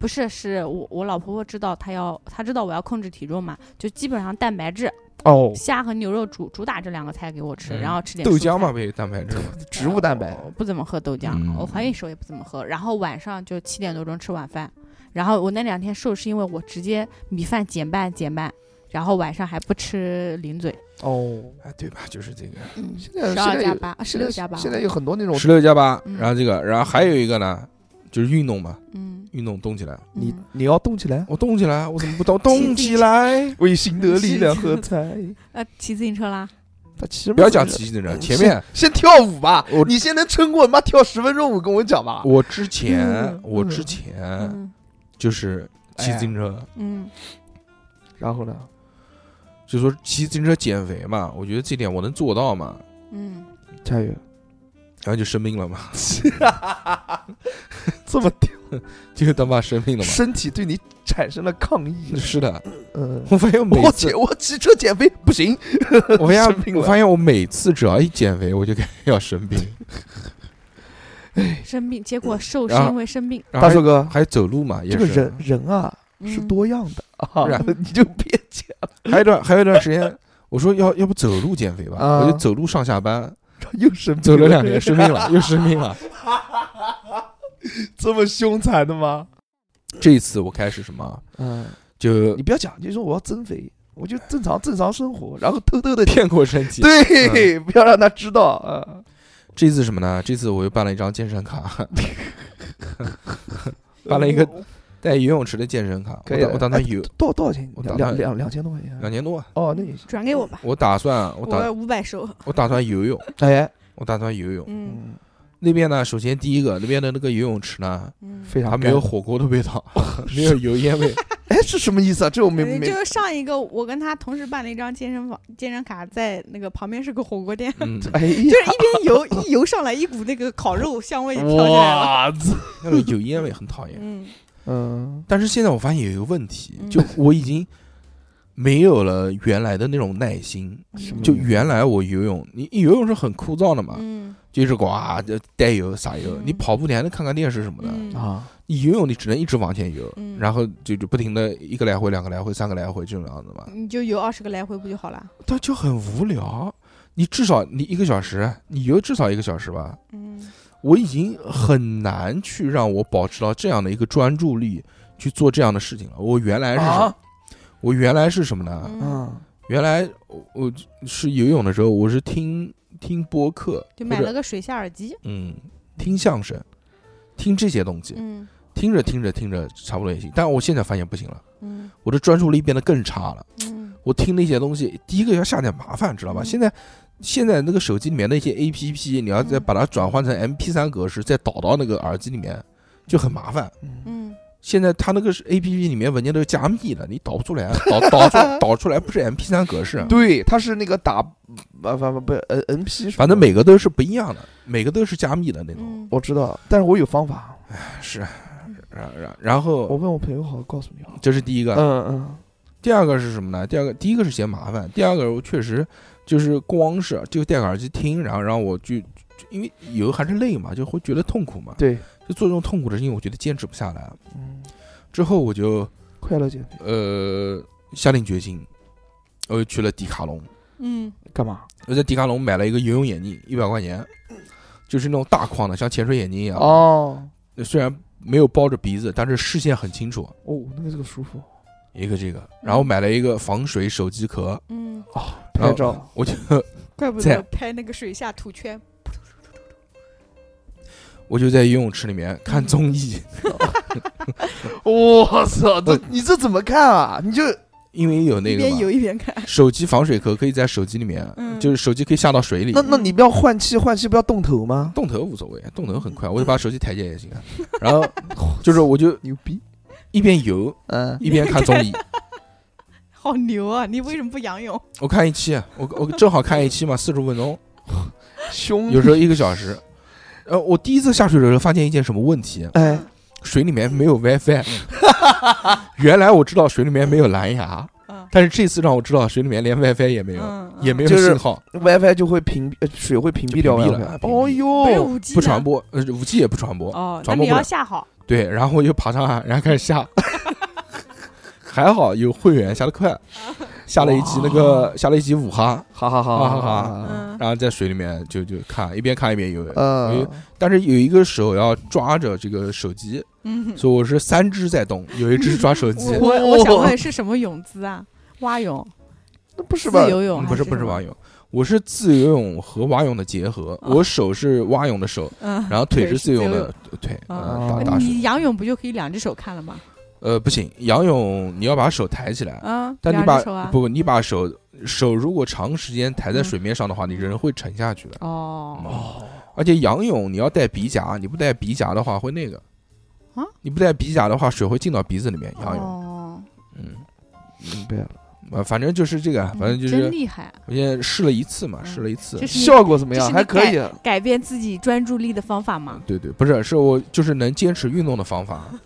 [SPEAKER 3] 不是，是我我老婆婆知道她要，她知道我要控制体重嘛，就基本上蛋白质，
[SPEAKER 7] 哦，
[SPEAKER 3] 虾和牛肉主主打这两个菜给我吃，
[SPEAKER 1] 嗯
[SPEAKER 3] 然后吃点
[SPEAKER 1] 豆
[SPEAKER 3] 蔬
[SPEAKER 1] 浆
[SPEAKER 3] 菜
[SPEAKER 1] 嘛，不也蛋白质吗？
[SPEAKER 7] 植物蛋白，
[SPEAKER 3] 我不怎么喝豆浆，
[SPEAKER 1] 嗯
[SPEAKER 3] 我怀孕时候也不怎么喝。然后晚上就七点多钟吃晚饭，然后我那两天瘦是因为我直接米饭减半减半，然后晚上还不吃 零嘴，
[SPEAKER 7] 哦，
[SPEAKER 1] 啊，对吧？就是这个
[SPEAKER 3] 嗯，
[SPEAKER 7] 现在
[SPEAKER 3] 十二
[SPEAKER 7] 现在
[SPEAKER 3] 加
[SPEAKER 7] 有
[SPEAKER 3] 八，十
[SPEAKER 7] 现在
[SPEAKER 3] 六加八，
[SPEAKER 7] 现在有很多那种
[SPEAKER 1] 十六加八，
[SPEAKER 3] 嗯
[SPEAKER 1] 然后这个，然后还有一个呢，就是运动嘛，
[SPEAKER 3] 嗯，
[SPEAKER 1] 运动动起来，
[SPEAKER 7] 你
[SPEAKER 3] 嗯
[SPEAKER 7] 你要动起来，
[SPEAKER 1] 我动起来，我怎么不动？动起来！
[SPEAKER 7] 为行得力量喝彩。
[SPEAKER 3] 呃骑自行车啦，
[SPEAKER 7] 他其实
[SPEAKER 1] 不要讲骑行的人，前面
[SPEAKER 7] 先跳舞吧
[SPEAKER 1] 我，
[SPEAKER 7] 你先能撑过妈跳十分钟舞，跟我讲
[SPEAKER 2] 啊
[SPEAKER 7] 吧。
[SPEAKER 1] 我之前
[SPEAKER 7] 嗯
[SPEAKER 1] 我
[SPEAKER 7] 嗯
[SPEAKER 1] 之前
[SPEAKER 3] 嗯
[SPEAKER 1] 就是骑自行车，
[SPEAKER 3] 嗯
[SPEAKER 7] 然后呢？
[SPEAKER 1] 就说骑自行车减肥嘛，我觉得这点我能做到嘛，
[SPEAKER 3] 嗯，
[SPEAKER 8] 加油！
[SPEAKER 1] 然后就生病了嘛，
[SPEAKER 2] 这么屌，
[SPEAKER 1] 就他妈生病了嘛。
[SPEAKER 2] 身体对你产生了抗议。
[SPEAKER 1] 是的，
[SPEAKER 2] 嗯，
[SPEAKER 1] 我发现我 每
[SPEAKER 2] 我
[SPEAKER 1] 次
[SPEAKER 2] 减，我骑车减肥不行，
[SPEAKER 1] 我发
[SPEAKER 2] 生病
[SPEAKER 1] 现
[SPEAKER 2] 了
[SPEAKER 1] 我发现我每次只要一减肥，我就该 要生病。
[SPEAKER 7] 哎
[SPEAKER 3] 生病，结
[SPEAKER 7] 嗯
[SPEAKER 3] 果瘦是
[SPEAKER 1] 然后
[SPEAKER 3] 因为生病，
[SPEAKER 1] 然后
[SPEAKER 2] 大
[SPEAKER 1] 还
[SPEAKER 2] 硕哥，
[SPEAKER 1] 还走路嘛，也
[SPEAKER 2] 这个
[SPEAKER 1] 是
[SPEAKER 2] 人人啊是
[SPEAKER 3] 嗯
[SPEAKER 2] 多样的 啊
[SPEAKER 1] 是啊，
[SPEAKER 2] 你就别减
[SPEAKER 1] 还有一段还有一段时间，我说要要不走路减肥吧，
[SPEAKER 2] 啊
[SPEAKER 1] 我就走路上下班，
[SPEAKER 2] 了，又生病
[SPEAKER 1] 走了两年，生病 了，又生病了。
[SPEAKER 2] 这么凶残的吗？
[SPEAKER 1] 这一次我开始什么，
[SPEAKER 2] 嗯，
[SPEAKER 1] 就
[SPEAKER 2] 你不要讲，就说我要增肥，我就正常正常生 活，然后偷偷的
[SPEAKER 1] 骗嗯过身体。
[SPEAKER 2] 对，不要让他知道啊。
[SPEAKER 1] 这次什么呢？这次我又办了一张健身 卡，办了一个带游泳池的哎健身卡。
[SPEAKER 2] 可
[SPEAKER 1] 我
[SPEAKER 2] 以
[SPEAKER 1] 打
[SPEAKER 2] 了
[SPEAKER 1] 我打算有
[SPEAKER 2] 多多少钱？
[SPEAKER 1] 我打
[SPEAKER 2] 两
[SPEAKER 1] 算
[SPEAKER 2] 两两两千多块钱。
[SPEAKER 1] 两年多啊，
[SPEAKER 2] 哦，那也行。
[SPEAKER 3] 转给我吧，
[SPEAKER 1] 我打算我打
[SPEAKER 3] 我五百瘦，
[SPEAKER 1] 我打算游泳，
[SPEAKER 2] 哎，
[SPEAKER 1] 我打算游泳。
[SPEAKER 3] 嗯
[SPEAKER 2] 嗯，
[SPEAKER 1] 那边呢，首先第一个那边的那个游泳池呢，
[SPEAKER 3] 嗯，
[SPEAKER 2] 非常
[SPEAKER 1] 它没有火锅的味 道，没有油烟 味。
[SPEAKER 2] 干。哎，是什么意思啊？这我没
[SPEAKER 3] 嗯
[SPEAKER 2] 没
[SPEAKER 3] 就是上一个我跟他同时办了一张健身房健身卡，在那个旁边是个火 锅店，
[SPEAKER 1] 嗯，
[SPEAKER 2] 哎
[SPEAKER 3] 就
[SPEAKER 2] 呀，
[SPEAKER 3] 是一边游一游上来，一股那个烤肉香味就飘起来了，
[SPEAKER 2] 哇操！
[SPEAKER 1] 那种油烟味很讨厌。
[SPEAKER 3] 嗯
[SPEAKER 2] 嗯，
[SPEAKER 1] 但是现在我发现有一个问题，
[SPEAKER 3] 嗯
[SPEAKER 1] 就我已经没有了原来的那种耐心。就原来我游泳，你你游泳是很枯燥的嘛，
[SPEAKER 3] 嗯
[SPEAKER 1] 就是呱就带油撒油。
[SPEAKER 3] 嗯
[SPEAKER 1] 你跑步你还能看看电视什么的，
[SPEAKER 3] 嗯
[SPEAKER 2] 啊，
[SPEAKER 1] 你游泳你只能一直往前游，
[SPEAKER 3] 嗯
[SPEAKER 1] 然后就就不停的一个来回、两个来回、三个来回这种样子嘛，
[SPEAKER 3] 你就游二十个来回不就好了？
[SPEAKER 1] 但就很无聊。你至少你一个小时，啊你游至少一个小时吧。
[SPEAKER 3] 嗯
[SPEAKER 1] 我已经很难去让我保持到这样的一个专注力去做这样的事情了。我原来是什么？
[SPEAKER 2] 啊
[SPEAKER 1] 我原来是什么呢？
[SPEAKER 3] 嗯，
[SPEAKER 2] 嗯，
[SPEAKER 1] 原来我我是游泳的时候，我是听听播客，
[SPEAKER 3] 就买
[SPEAKER 1] 或
[SPEAKER 3] 了
[SPEAKER 1] 者
[SPEAKER 3] 个水下耳机，
[SPEAKER 1] 嗯，听相声，听这些东西，
[SPEAKER 3] 嗯
[SPEAKER 1] 听着听着听着差不多也行。但我现在发现不行了，
[SPEAKER 3] 嗯
[SPEAKER 1] 我的专注力变得更差了。
[SPEAKER 3] 嗯
[SPEAKER 1] 我听那些东西，第一个要下点麻烦，知道吧？
[SPEAKER 3] 嗯
[SPEAKER 1] 现在现在那个手机里面那些 A P P，你要再
[SPEAKER 3] 嗯
[SPEAKER 1] 把它转换成 M P 三格式，再导到那个耳机里面，就很麻烦。
[SPEAKER 3] 嗯
[SPEAKER 1] 现在它那个 A P P 里面文件都是加密的，你导不出来，导导出 导出来不是 M P 三格式，啊
[SPEAKER 2] 对，他是那个打，不不不不，N N P，
[SPEAKER 1] 反正每个都是不一样的，每个都是加密的那种。
[SPEAKER 3] 嗯，
[SPEAKER 2] 我知道，但是我有方法，
[SPEAKER 1] 是，然然然
[SPEAKER 2] 我
[SPEAKER 1] 后
[SPEAKER 2] 问我朋友好，告诉你啊。
[SPEAKER 1] 这是第一个，
[SPEAKER 2] 嗯嗯，
[SPEAKER 1] 第二个是什么呢？第二个，第一个是嫌麻烦，第二个我确实就是光是就戴个耳机听，然后让我就。就因为有还是累嘛，就会觉得痛苦嘛。
[SPEAKER 2] 对，
[SPEAKER 1] 就做这种痛苦的事情，我觉得坚持不下来。
[SPEAKER 2] 嗯，
[SPEAKER 1] 之后我就
[SPEAKER 2] 快乐减肥
[SPEAKER 1] 呃下定决心，我就去了迪卡侬。
[SPEAKER 3] 嗯
[SPEAKER 2] 干嘛？
[SPEAKER 1] 我在迪卡侬买了一个游泳眼镜，一百块钱，就是那种大框的，像潜水眼镜一样。
[SPEAKER 2] 哦
[SPEAKER 1] 虽然没有包着鼻子，但是视线很清楚。
[SPEAKER 2] 哦，那个这个舒服，
[SPEAKER 1] 一个这个，然后买了一个防水手机壳，
[SPEAKER 3] 嗯，
[SPEAKER 1] 然
[SPEAKER 2] 哦拍
[SPEAKER 1] 后
[SPEAKER 2] 照，
[SPEAKER 1] 我就
[SPEAKER 3] 怪不
[SPEAKER 1] 在
[SPEAKER 3] 得拍那个水下土圈，
[SPEAKER 1] 我就在游泳池里
[SPEAKER 3] 嗯
[SPEAKER 1] 面看综艺，
[SPEAKER 2] 我操，这哦你这怎么看啊？你就
[SPEAKER 1] 因为有那
[SPEAKER 3] 一
[SPEAKER 1] 个
[SPEAKER 3] 边
[SPEAKER 1] 嘛，
[SPEAKER 3] 游一边看，
[SPEAKER 1] 手机防水壳可以在手机里面，
[SPEAKER 3] 嗯
[SPEAKER 1] 就是手机可以下到水里
[SPEAKER 2] 那。那你不要换气，换气不要动头吗？
[SPEAKER 1] 动头无所谓，动头很
[SPEAKER 3] 嗯
[SPEAKER 1] 快，我就把手机抬起来也行啊。然 后就是我就
[SPEAKER 2] 牛逼，
[SPEAKER 1] 一边游
[SPEAKER 2] 嗯，
[SPEAKER 1] 一边看综艺，
[SPEAKER 3] 好牛啊！你为什么不仰泳？
[SPEAKER 1] 我看一期，啊我我正好看一期嘛，四十分钟，
[SPEAKER 2] 凶
[SPEAKER 1] 有时候一个小时。呃，我第一次下水的时候发现一件什么问题？啊
[SPEAKER 2] 哎，
[SPEAKER 1] 水里面没有 WiFi。原来我知道水里面没有蓝牙，
[SPEAKER 3] 嗯
[SPEAKER 1] 但是这次让我知道水里面连 WiFi 也没有，
[SPEAKER 3] 嗯，
[SPEAKER 1] 也没有
[SPEAKER 2] 就是
[SPEAKER 1] 信号，
[SPEAKER 2] WiFi 就会屏蔽，呃水会屏蔽掉
[SPEAKER 1] 就屏蔽
[SPEAKER 2] WiFi
[SPEAKER 1] 了。哎
[SPEAKER 2] 哦
[SPEAKER 3] 不是
[SPEAKER 2] 呦，
[SPEAKER 3] 五 G 啊
[SPEAKER 1] 不传播，呃，五 G 也不传播。
[SPEAKER 3] 哦，那
[SPEAKER 1] 传播
[SPEAKER 3] 你
[SPEAKER 1] 不了
[SPEAKER 3] 要下好，
[SPEAKER 1] 对，然后我就爬上岸，然后开始 下。还好有会员下的快，
[SPEAKER 3] 哦
[SPEAKER 1] 下了一集那个下了一集五哈，
[SPEAKER 2] 好好好
[SPEAKER 1] 好好
[SPEAKER 2] 好，
[SPEAKER 3] 嗯
[SPEAKER 1] 然后在水里面就就看，一边看一边游。
[SPEAKER 3] 呃
[SPEAKER 2] 嗯
[SPEAKER 1] 我，但是有一个手要抓着这个手机，
[SPEAKER 3] 嗯，
[SPEAKER 1] 所以我是三只在动，有一只抓手机。
[SPEAKER 3] 我我我想问是什么泳姿啊？蛙泳、
[SPEAKER 2] 那不是
[SPEAKER 3] 自
[SPEAKER 2] 吧？
[SPEAKER 3] 由泳啊
[SPEAKER 1] 嗯
[SPEAKER 3] 还
[SPEAKER 1] 不是
[SPEAKER 3] 是
[SPEAKER 1] 不是
[SPEAKER 3] 什么
[SPEAKER 1] 蛙，泳，我是自由泳和蛙泳的结合。
[SPEAKER 3] 啊
[SPEAKER 1] 我手是蛙泳的手，
[SPEAKER 3] 嗯，
[SPEAKER 1] 然后腿是自由
[SPEAKER 3] 泳
[SPEAKER 1] 的腿。
[SPEAKER 3] 啊
[SPEAKER 1] 嗯，打打水。
[SPEAKER 3] 你仰泳不就可以两只手看了吗？
[SPEAKER 1] 呃，不行，仰泳你要把手抬起来，
[SPEAKER 3] 嗯，
[SPEAKER 1] 但你
[SPEAKER 3] 两
[SPEAKER 1] 把
[SPEAKER 3] 只手啊？
[SPEAKER 1] 不，你把手手如果长时间抬在
[SPEAKER 3] 嗯
[SPEAKER 1] 水面上的话，你人会沉下去的。嗯
[SPEAKER 3] 哦，
[SPEAKER 1] 而且仰泳你要带鼻夹，你不带鼻夹的话会那个。嗯
[SPEAKER 3] 啊？
[SPEAKER 1] 你不带鼻夹的话，水会进到鼻子里面。仰泳，
[SPEAKER 3] 哦，
[SPEAKER 1] 嗯，
[SPEAKER 2] 明白了，
[SPEAKER 1] 啊，反正就是这个，反正
[SPEAKER 3] 嗯
[SPEAKER 1] 就
[SPEAKER 9] 真
[SPEAKER 1] 是
[SPEAKER 9] 厉害啊，
[SPEAKER 1] 我现在试了一次嘛，
[SPEAKER 9] 嗯
[SPEAKER 1] 试了一次
[SPEAKER 9] 这，是你
[SPEAKER 2] 效果怎么样？
[SPEAKER 9] 这是你
[SPEAKER 2] 还可以啊，
[SPEAKER 9] 改变自己专注力的方法嘛。
[SPEAKER 1] 对对，不是，是我就是能坚持运动的方法。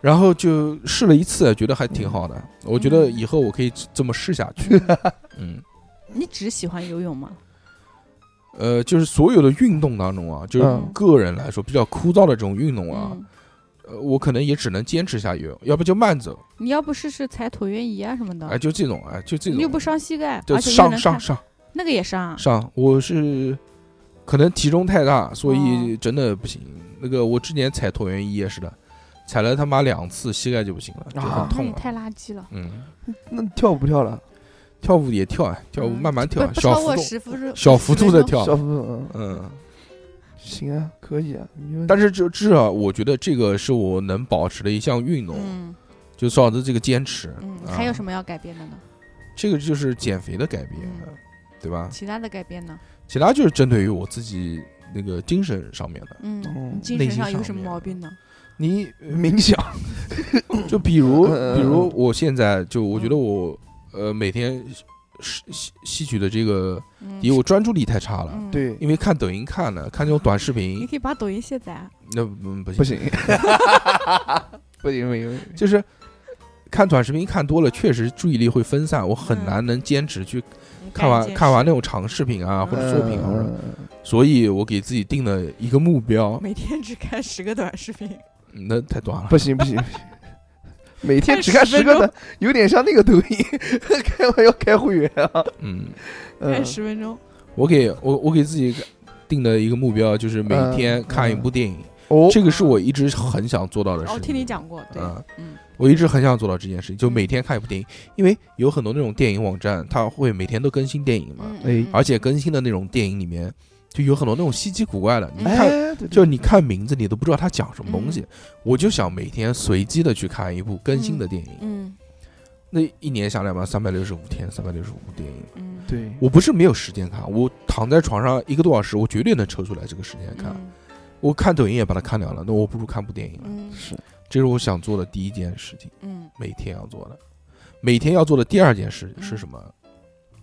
[SPEAKER 1] 然后就试了一次，觉得还
[SPEAKER 9] 嗯
[SPEAKER 1] 挺好的。我觉得以后我可以这么试下去。 嗯，
[SPEAKER 9] 你只喜欢游泳吗？
[SPEAKER 1] 呃，就是所有的运动当中啊，就是
[SPEAKER 9] 嗯
[SPEAKER 1] 个人来说比较枯燥的这种运动啊，
[SPEAKER 9] 嗯，
[SPEAKER 1] 呃，我可能也只能坚持下游泳，要不就慢走，
[SPEAKER 9] 你要不试试踩椭圆仪啊什么的，
[SPEAKER 1] 哎，就这种，哎，就这
[SPEAKER 9] 你又不
[SPEAKER 1] 种，
[SPEAKER 9] 伤膝盖，
[SPEAKER 1] 就
[SPEAKER 9] 而且又
[SPEAKER 1] 上
[SPEAKER 9] 能
[SPEAKER 1] 上
[SPEAKER 9] 看，
[SPEAKER 1] 上
[SPEAKER 9] 那个也伤啊。
[SPEAKER 1] 上，我是可能体重太大，所以
[SPEAKER 9] 哦
[SPEAKER 1] 真的不行。那个我之前踩椭圆仪也是的，踩了他妈两次，膝盖就不行了，就
[SPEAKER 2] 啊
[SPEAKER 1] 很
[SPEAKER 9] 那
[SPEAKER 1] 痛
[SPEAKER 9] 也
[SPEAKER 1] 了。
[SPEAKER 9] 哦太垃圾了。
[SPEAKER 1] 嗯，
[SPEAKER 2] 那跳舞不跳了？
[SPEAKER 1] 跳舞也跳啊，跳舞
[SPEAKER 9] 嗯
[SPEAKER 1] 慢慢跳啊，
[SPEAKER 9] 不不
[SPEAKER 1] 小
[SPEAKER 9] 超
[SPEAKER 1] 幅
[SPEAKER 9] 过
[SPEAKER 1] 度，
[SPEAKER 9] 十分钟，
[SPEAKER 1] 小幅度
[SPEAKER 9] 10
[SPEAKER 1] 的
[SPEAKER 9] 分钟。
[SPEAKER 1] 跳
[SPEAKER 2] 小，夫，嗯，
[SPEAKER 1] 嗯。
[SPEAKER 2] 行啊，可以啊，没问题
[SPEAKER 1] 但是就至少我觉得这个是我能保持的一项运动，
[SPEAKER 9] 嗯
[SPEAKER 1] 就少子这个坚持。
[SPEAKER 9] 嗯，
[SPEAKER 1] 啊
[SPEAKER 9] 还有什么要改变的呢？
[SPEAKER 1] 这个就是减肥的改变，
[SPEAKER 9] 嗯
[SPEAKER 1] 对吧？
[SPEAKER 9] 其他的改变呢？
[SPEAKER 1] 其他就是针对于我自己那个精神上面的。
[SPEAKER 9] 嗯，
[SPEAKER 2] 嗯
[SPEAKER 9] 你精
[SPEAKER 1] 内
[SPEAKER 9] 神
[SPEAKER 1] 哦心
[SPEAKER 9] 上有
[SPEAKER 1] 上
[SPEAKER 9] 什么
[SPEAKER 1] 面
[SPEAKER 9] 毛病呢？
[SPEAKER 1] 你呃
[SPEAKER 2] 冥想，
[SPEAKER 1] 就比如，
[SPEAKER 2] 嗯嗯
[SPEAKER 1] 比如我现在就我觉得
[SPEAKER 9] 嗯
[SPEAKER 1] 我呃每天吸吸吸取的这个，
[SPEAKER 9] 嗯
[SPEAKER 1] 第一我专注力太差了，
[SPEAKER 9] 嗯，
[SPEAKER 2] 对，
[SPEAKER 1] 因为看抖音看的，看这种短视
[SPEAKER 9] 你
[SPEAKER 1] 频，
[SPEAKER 9] 可以把抖音卸载啊。
[SPEAKER 1] 那嗯不
[SPEAKER 2] 不
[SPEAKER 1] 行，
[SPEAKER 2] 行， 不行不行不行，
[SPEAKER 1] 就是看短视频看多了，确实注意力会分散，我很
[SPEAKER 9] 嗯
[SPEAKER 1] 难能坚持去
[SPEAKER 9] 你干
[SPEAKER 1] 看
[SPEAKER 9] 一
[SPEAKER 1] 完
[SPEAKER 9] 件
[SPEAKER 1] 看
[SPEAKER 9] 事
[SPEAKER 1] 完那种长视频啊或者作品啊，或者
[SPEAKER 2] 嗯
[SPEAKER 1] 所以我给自己定了一个目标，
[SPEAKER 9] 每天只看十个短视频，
[SPEAKER 1] 嗯那太短了，
[SPEAKER 2] 不行不行不行，每天只看
[SPEAKER 9] 看10
[SPEAKER 2] 十个的，有点像那个抖音， 开要开会员啊，
[SPEAKER 1] 嗯。
[SPEAKER 2] 嗯
[SPEAKER 9] 看，十分钟。
[SPEAKER 1] 我给我我给自己定的一个目标就是每
[SPEAKER 2] 嗯
[SPEAKER 1] 天看一部电影，
[SPEAKER 2] 哦，
[SPEAKER 1] 这个是我一直很想做到的事
[SPEAKER 9] 哦，
[SPEAKER 1] 情。
[SPEAKER 9] 听你讲过，对，
[SPEAKER 1] 啊
[SPEAKER 9] 嗯
[SPEAKER 1] 我一直很想做到这件事情，就每天看一部电影，因为有很多那种电影网站，它会每天都更新电影嘛，
[SPEAKER 9] 嗯，
[SPEAKER 2] 哎
[SPEAKER 9] 嗯
[SPEAKER 1] 啊而且更新的那种电影里面，就有很多那种稀奇古怪的，你
[SPEAKER 9] 嗯
[SPEAKER 1] 看。
[SPEAKER 2] 哎，对对
[SPEAKER 1] 就你看名字，你都不知道它讲什么东西
[SPEAKER 9] 嗯，
[SPEAKER 1] 我就想每天随机的去看一部更新的电影。
[SPEAKER 9] 嗯
[SPEAKER 1] 那一年下来嘛，三百六十五天，三百六十五部电影，
[SPEAKER 9] 嗯，
[SPEAKER 2] 对，
[SPEAKER 1] 我不是没有时间看，我躺在床上一个多小时，我绝对能抽出来这个时间看。
[SPEAKER 9] 嗯
[SPEAKER 1] 我看抖音也把它看掉了，那我不如看部电影了。
[SPEAKER 9] 嗯
[SPEAKER 2] 是
[SPEAKER 1] 这是我想做的第一件事情，
[SPEAKER 9] 嗯
[SPEAKER 1] 每天要做的。每天要做的第二件事
[SPEAKER 9] 嗯
[SPEAKER 1] 是什么？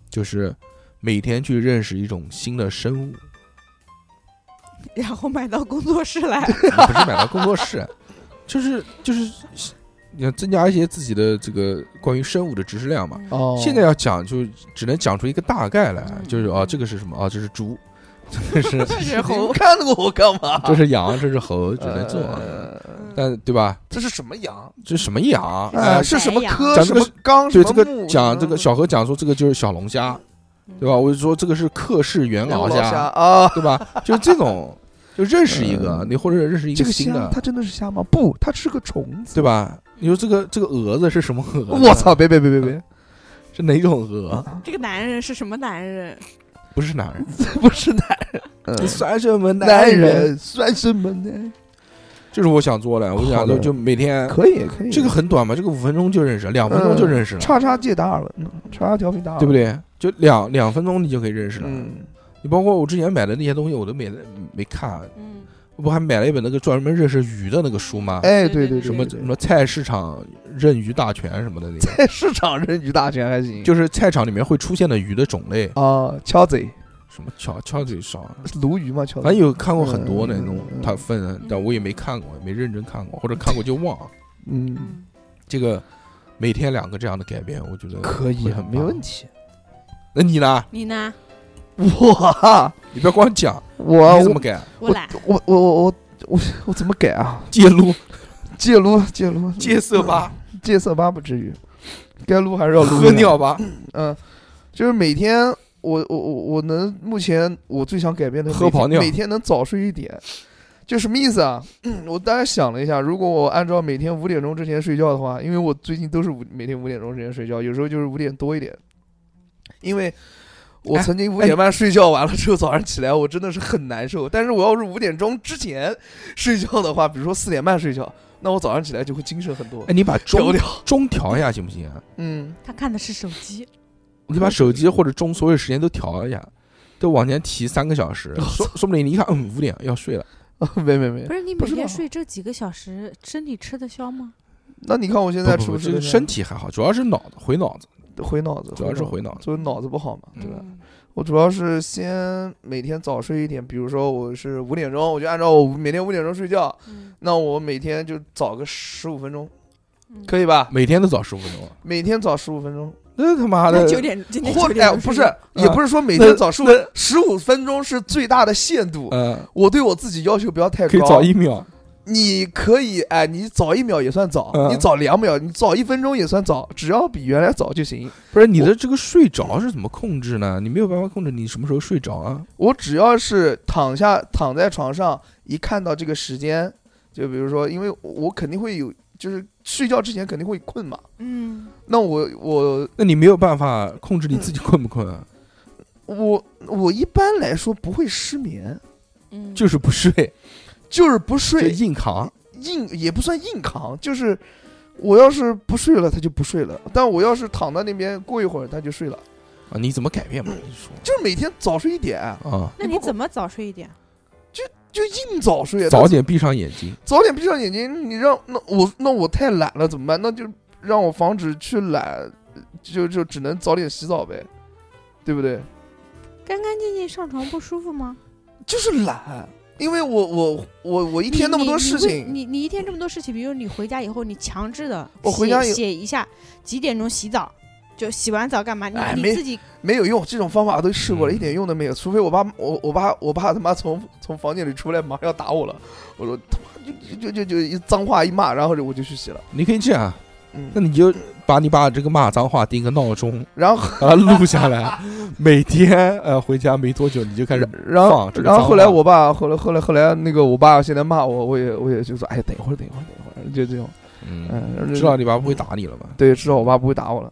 [SPEAKER 1] 就是每天去认识一种新的生物，
[SPEAKER 9] 然后买到工作室来，
[SPEAKER 1] 不是买到工作室，啊就是就是你要增加一些自己的这个关于生物的知识量嘛。
[SPEAKER 9] 嗯，
[SPEAKER 2] 哦，
[SPEAKER 1] 现在要讲就只能讲出一个大概来，
[SPEAKER 9] 嗯
[SPEAKER 1] 就是啊，这个是什么啊？这是猪， 这是
[SPEAKER 9] 这是
[SPEAKER 2] 你们
[SPEAKER 9] 猴，
[SPEAKER 2] 看过我干嘛？
[SPEAKER 1] 这是羊，这是猴，只能做。
[SPEAKER 2] 呃
[SPEAKER 1] 但对吧？
[SPEAKER 2] 这是什么羊？
[SPEAKER 1] 这什么羊？
[SPEAKER 2] 呃，
[SPEAKER 1] 哎
[SPEAKER 2] 是什么科？
[SPEAKER 1] 讲
[SPEAKER 2] 什
[SPEAKER 1] 这个
[SPEAKER 2] 么纲？
[SPEAKER 1] 对
[SPEAKER 2] 什
[SPEAKER 1] 这
[SPEAKER 2] 么
[SPEAKER 1] 个
[SPEAKER 2] 目
[SPEAKER 1] 讲这个小何讲说这个就是小龙虾，对吧？我就说这个是克氏元
[SPEAKER 2] 老
[SPEAKER 1] 老虾，
[SPEAKER 2] 啊，
[SPEAKER 1] 对吧？就这种，就认识一个，
[SPEAKER 2] 嗯
[SPEAKER 1] 你或者认识一
[SPEAKER 7] 这
[SPEAKER 1] 个
[SPEAKER 7] 个
[SPEAKER 1] 新
[SPEAKER 7] 虾
[SPEAKER 1] 的，
[SPEAKER 7] 它真的是虾吗？不，它是个虫子。
[SPEAKER 1] 对吧？你说这个这个蛾子是什么蛾呢？
[SPEAKER 2] 我操！别别别别别，
[SPEAKER 1] 是哪种蛾？
[SPEAKER 9] 这个男人是什么男人？
[SPEAKER 1] 不是男人，
[SPEAKER 2] 不是男
[SPEAKER 1] 你
[SPEAKER 2] 人，
[SPEAKER 1] 算什么
[SPEAKER 2] 男
[SPEAKER 1] 人？
[SPEAKER 2] 嗯人算什么呢？
[SPEAKER 1] 这是我想做的，我想
[SPEAKER 2] 好
[SPEAKER 1] 就
[SPEAKER 2] 的
[SPEAKER 1] 就每天
[SPEAKER 2] 可以可以，
[SPEAKER 1] 嗯这个很短嘛，这个五分钟就认识，两分钟就认识了，
[SPEAKER 2] 叉叉界达尔文，叉叉调频达尔
[SPEAKER 1] 对
[SPEAKER 2] 文，
[SPEAKER 1] 不？对？就两两分钟你就可以认识了。
[SPEAKER 2] 嗯，
[SPEAKER 1] 你包括我之前买的那些东西，我都没没看，
[SPEAKER 9] 嗯，
[SPEAKER 1] 我不还买了一本那个专门认识鱼的那个书吗？
[SPEAKER 2] 哎，
[SPEAKER 9] 对对
[SPEAKER 2] 对
[SPEAKER 9] 对
[SPEAKER 2] 对，
[SPEAKER 1] 什么
[SPEAKER 2] 对
[SPEAKER 1] 什么菜市场认鱼大全什么的那个，
[SPEAKER 2] 在 市场人鱼大全还行，
[SPEAKER 1] 就是菜场里面会出现的鱼的种类，
[SPEAKER 2] 啊，敲贼
[SPEAKER 1] 什么巧巧嘴勺，
[SPEAKER 2] 鲈鱼嘛，敲
[SPEAKER 1] 啊反正有看过很多的那种
[SPEAKER 2] 嗯嗯嗯
[SPEAKER 1] 它分的，但我也没看过，也没认真看过，或者看过就忘了。
[SPEAKER 2] 嗯，
[SPEAKER 9] 嗯
[SPEAKER 1] 这个每天两个这样的改变，我觉得
[SPEAKER 2] 可以
[SPEAKER 1] 会
[SPEAKER 2] 啊
[SPEAKER 1] 很，
[SPEAKER 2] 没
[SPEAKER 1] 棒
[SPEAKER 2] 问。题。
[SPEAKER 1] 那你呢？
[SPEAKER 9] 你呢？
[SPEAKER 2] 我
[SPEAKER 1] 你不要光讲，
[SPEAKER 2] 我
[SPEAKER 1] 你怎么改？
[SPEAKER 9] 我懒，
[SPEAKER 2] 我我我我我我怎么改啊？
[SPEAKER 1] 戒撸、
[SPEAKER 2] 戒撸戒撸
[SPEAKER 1] 戒色吧、
[SPEAKER 2] 戒色吧不至于，该撸还 是 要撸。
[SPEAKER 1] 喝尿，吧、
[SPEAKER 2] 嗯，就是每天我我我我能目前我最想改变的是
[SPEAKER 1] 喝
[SPEAKER 2] 每天
[SPEAKER 1] 跑尿
[SPEAKER 2] 每天能早睡一点，就什么意思啊？ 我大概想了一下，如果我按照每天五点钟之前睡觉的话，因为我最近都是五每天五点钟之前睡觉，有时候就是五点多一点，因为。我
[SPEAKER 1] 哎
[SPEAKER 2] 曾经五点半睡觉完了之后，早上起来我真的是很难受。但是我要是五点钟之前睡觉的话，比如说四点半睡觉，那我早上起来就会精神很多
[SPEAKER 1] 哎，。你 把
[SPEAKER 2] 屌
[SPEAKER 1] 钟
[SPEAKER 2] 屌，
[SPEAKER 1] 钟调一下行不行啊？
[SPEAKER 2] 嗯，
[SPEAKER 9] 他看的是手机，
[SPEAKER 1] 你把手机或者钟所有时间都调一下，都往前提三个小
[SPEAKER 2] 哦
[SPEAKER 1] 时，说说不定你一看，嗯，五点要睡了。
[SPEAKER 2] 没没没
[SPEAKER 9] 不，是你
[SPEAKER 2] 哎不
[SPEAKER 9] 每
[SPEAKER 2] 是
[SPEAKER 9] 天
[SPEAKER 2] 吧
[SPEAKER 9] 睡这几个小时，身体吃得消吗？
[SPEAKER 2] 那你看我现在
[SPEAKER 1] 不
[SPEAKER 2] 吃
[SPEAKER 1] 不不，
[SPEAKER 2] 不吃
[SPEAKER 1] 这
[SPEAKER 2] 得
[SPEAKER 1] 个
[SPEAKER 2] 消
[SPEAKER 1] 身体还好，主要是脑子回脑子。
[SPEAKER 2] 回脑子，
[SPEAKER 1] 主要是回
[SPEAKER 2] 脑
[SPEAKER 1] 脑
[SPEAKER 2] 子，
[SPEAKER 1] 子。
[SPEAKER 2] 就是脑子不好嘛，
[SPEAKER 1] 啊
[SPEAKER 2] 对吧？
[SPEAKER 3] 嗯
[SPEAKER 2] 我主要是先每天早睡一点，比如说我是五点钟，我就按照我每天五点钟睡觉，
[SPEAKER 3] 嗯
[SPEAKER 2] 那我每天就早个十五分钟，
[SPEAKER 3] 嗯
[SPEAKER 2] 可以吧？
[SPEAKER 1] 每天都早十五分钟啊，
[SPEAKER 2] 每天早十五分钟，
[SPEAKER 1] 那他妈
[SPEAKER 3] 那
[SPEAKER 1] 的
[SPEAKER 3] 九点今天
[SPEAKER 2] 或
[SPEAKER 3] 九点
[SPEAKER 2] 哎
[SPEAKER 3] 钟
[SPEAKER 2] 不
[SPEAKER 3] 睡
[SPEAKER 2] 是
[SPEAKER 3] 觉，
[SPEAKER 2] 也
[SPEAKER 1] 嗯
[SPEAKER 2] 不是说每天早十五十五分钟是最大的限度，
[SPEAKER 1] 呃，
[SPEAKER 2] 我对我自己要求不要太
[SPEAKER 1] 可以
[SPEAKER 2] 高。
[SPEAKER 1] 早一秒，
[SPEAKER 2] 你可以哎，你早一秒也算早，
[SPEAKER 1] 嗯
[SPEAKER 2] 你早两秒，你早一分钟也算早，只要比原来早就行。
[SPEAKER 1] 不是你的这个睡着是怎么控制呢？你没有办法控制你什么时候睡着啊？
[SPEAKER 2] 我只要是躺下躺在床上，一看到这个时间，就比如说，因为我肯定会有，就是睡觉之前肯定会困嘛。
[SPEAKER 3] 嗯，
[SPEAKER 2] 那我我
[SPEAKER 1] 那你没有办法控制你自己困不困 啊，
[SPEAKER 2] 我我一般来说不会失眠，
[SPEAKER 3] 嗯
[SPEAKER 1] 就是不睡，
[SPEAKER 2] 就是不
[SPEAKER 1] 就
[SPEAKER 2] 睡
[SPEAKER 1] 硬扛。
[SPEAKER 2] 硬也不算硬扛，就是我要是不睡了，他就不睡了；但我要是躺在那边过一会儿，他就睡了。
[SPEAKER 1] 啊，你怎么改变嘛？你说
[SPEAKER 2] 就是每天早睡一点，
[SPEAKER 1] 啊，
[SPEAKER 3] 那你怎么早睡一点？
[SPEAKER 2] 就硬早睡。
[SPEAKER 1] 早点闭上眼睛，
[SPEAKER 2] 早点闭上眼睛，你让那我那我太懒了怎么办？那就让我防止去懒，就就只能早点洗澡呗，对不对？
[SPEAKER 3] 干干净净上床不舒服吗？
[SPEAKER 2] 就是懒，因为我我我我一天那么多事
[SPEAKER 3] 你
[SPEAKER 2] 情，
[SPEAKER 3] 你你一天这么多事情，比如你回家以后，你强制的
[SPEAKER 2] 我回家以
[SPEAKER 3] 写写一下几点钟洗澡，就洗完澡干嘛？你、
[SPEAKER 2] 哎没
[SPEAKER 3] 你自己
[SPEAKER 2] 没有用，这种方法都试过了，
[SPEAKER 1] 嗯
[SPEAKER 2] 一点用都没有。除非我爸我我爸我爸他妈从从房间里出来，马上要打我了，我说他妈就就就就一脏话一骂，然后就我就去洗了。
[SPEAKER 1] 你可以这样，
[SPEAKER 2] 嗯
[SPEAKER 1] 那，你就把你把这个骂脏话定个闹钟，
[SPEAKER 2] 然后
[SPEAKER 1] 把它录下来， 每天呃回家没多久你就开始
[SPEAKER 2] 然后
[SPEAKER 1] 放这个
[SPEAKER 2] 然后
[SPEAKER 1] 脏
[SPEAKER 2] 后来
[SPEAKER 1] 话
[SPEAKER 2] 我爸后来后来后来那个我爸现在骂我，我也我也就说哎等一会儿等一会儿等一会儿，就这种。
[SPEAKER 1] 嗯，
[SPEAKER 2] 嗯，然后
[SPEAKER 1] 知道你爸不会打你了吧？
[SPEAKER 2] 对，知道我爸不会打我了。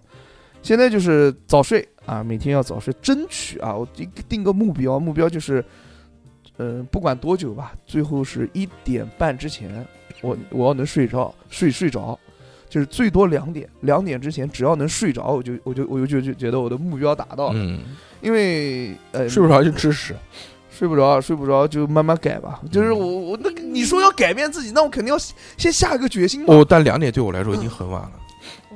[SPEAKER 2] 现在就是早睡啊，每天要早睡，争取啊，我定定个目标，目标就是，嗯，不管多久吧，最后是一点半之前，我我要能睡着，睡睡着，就是最多两点，两点之前只要能睡着，我就我就我就就就觉得我的目标达到了，
[SPEAKER 1] 嗯，
[SPEAKER 2] 因为呃
[SPEAKER 1] 睡不着就吃屎，
[SPEAKER 2] 睡不着睡不着就慢慢改吧，
[SPEAKER 1] 嗯
[SPEAKER 2] 就是我我那个你说要改变自己，那我肯定要先先下一个决心嘛。
[SPEAKER 1] 哦，但两点对我来说已经很晚了，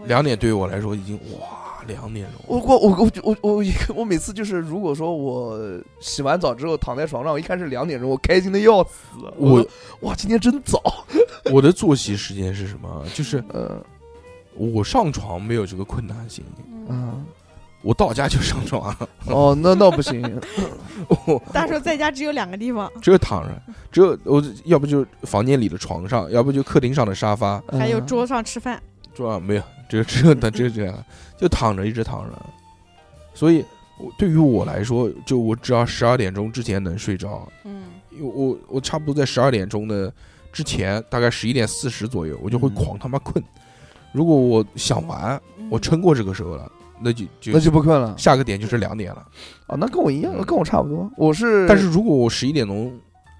[SPEAKER 1] 两点对我来说已经哇两点
[SPEAKER 2] 我
[SPEAKER 1] 钟，
[SPEAKER 2] 我我我我我我每次就是，如果说我洗完澡之后躺在床上，我一看是两点钟，我开心的要死。
[SPEAKER 1] 我
[SPEAKER 2] 说哇，今天真早。
[SPEAKER 1] 我的作息时间是什么？就是
[SPEAKER 2] 嗯
[SPEAKER 1] 我上床没有这个困难性，
[SPEAKER 2] 嗯，
[SPEAKER 1] 我到家就上床了，
[SPEAKER 2] 哦，那那不行。
[SPEAKER 1] 我
[SPEAKER 3] 大叔在家只有两个地方，
[SPEAKER 1] 只有躺着，只有我要不就房间里的床上，要不就客厅上的沙发，
[SPEAKER 2] 嗯
[SPEAKER 3] 还有
[SPEAKER 1] 嗯
[SPEAKER 3] 桌上吃饭。
[SPEAKER 1] 桌上没有，只有只有躺，只有这样，就躺着一直躺着。所以，我对于我来说，就我只要十二点钟之前能睡着，
[SPEAKER 3] 嗯，
[SPEAKER 1] 因为我我差不多在十二点钟的之前，大概十一点四十左右，我就会
[SPEAKER 2] 嗯
[SPEAKER 1] 狂他妈困。如果我想玩，我撑过这个时候了，那就就
[SPEAKER 2] 那就不困了
[SPEAKER 1] 下个点就是两点了。
[SPEAKER 2] 啊，那跟我一样，
[SPEAKER 1] 嗯
[SPEAKER 2] 跟我差不多。我是，
[SPEAKER 1] 但是如果我十一点钟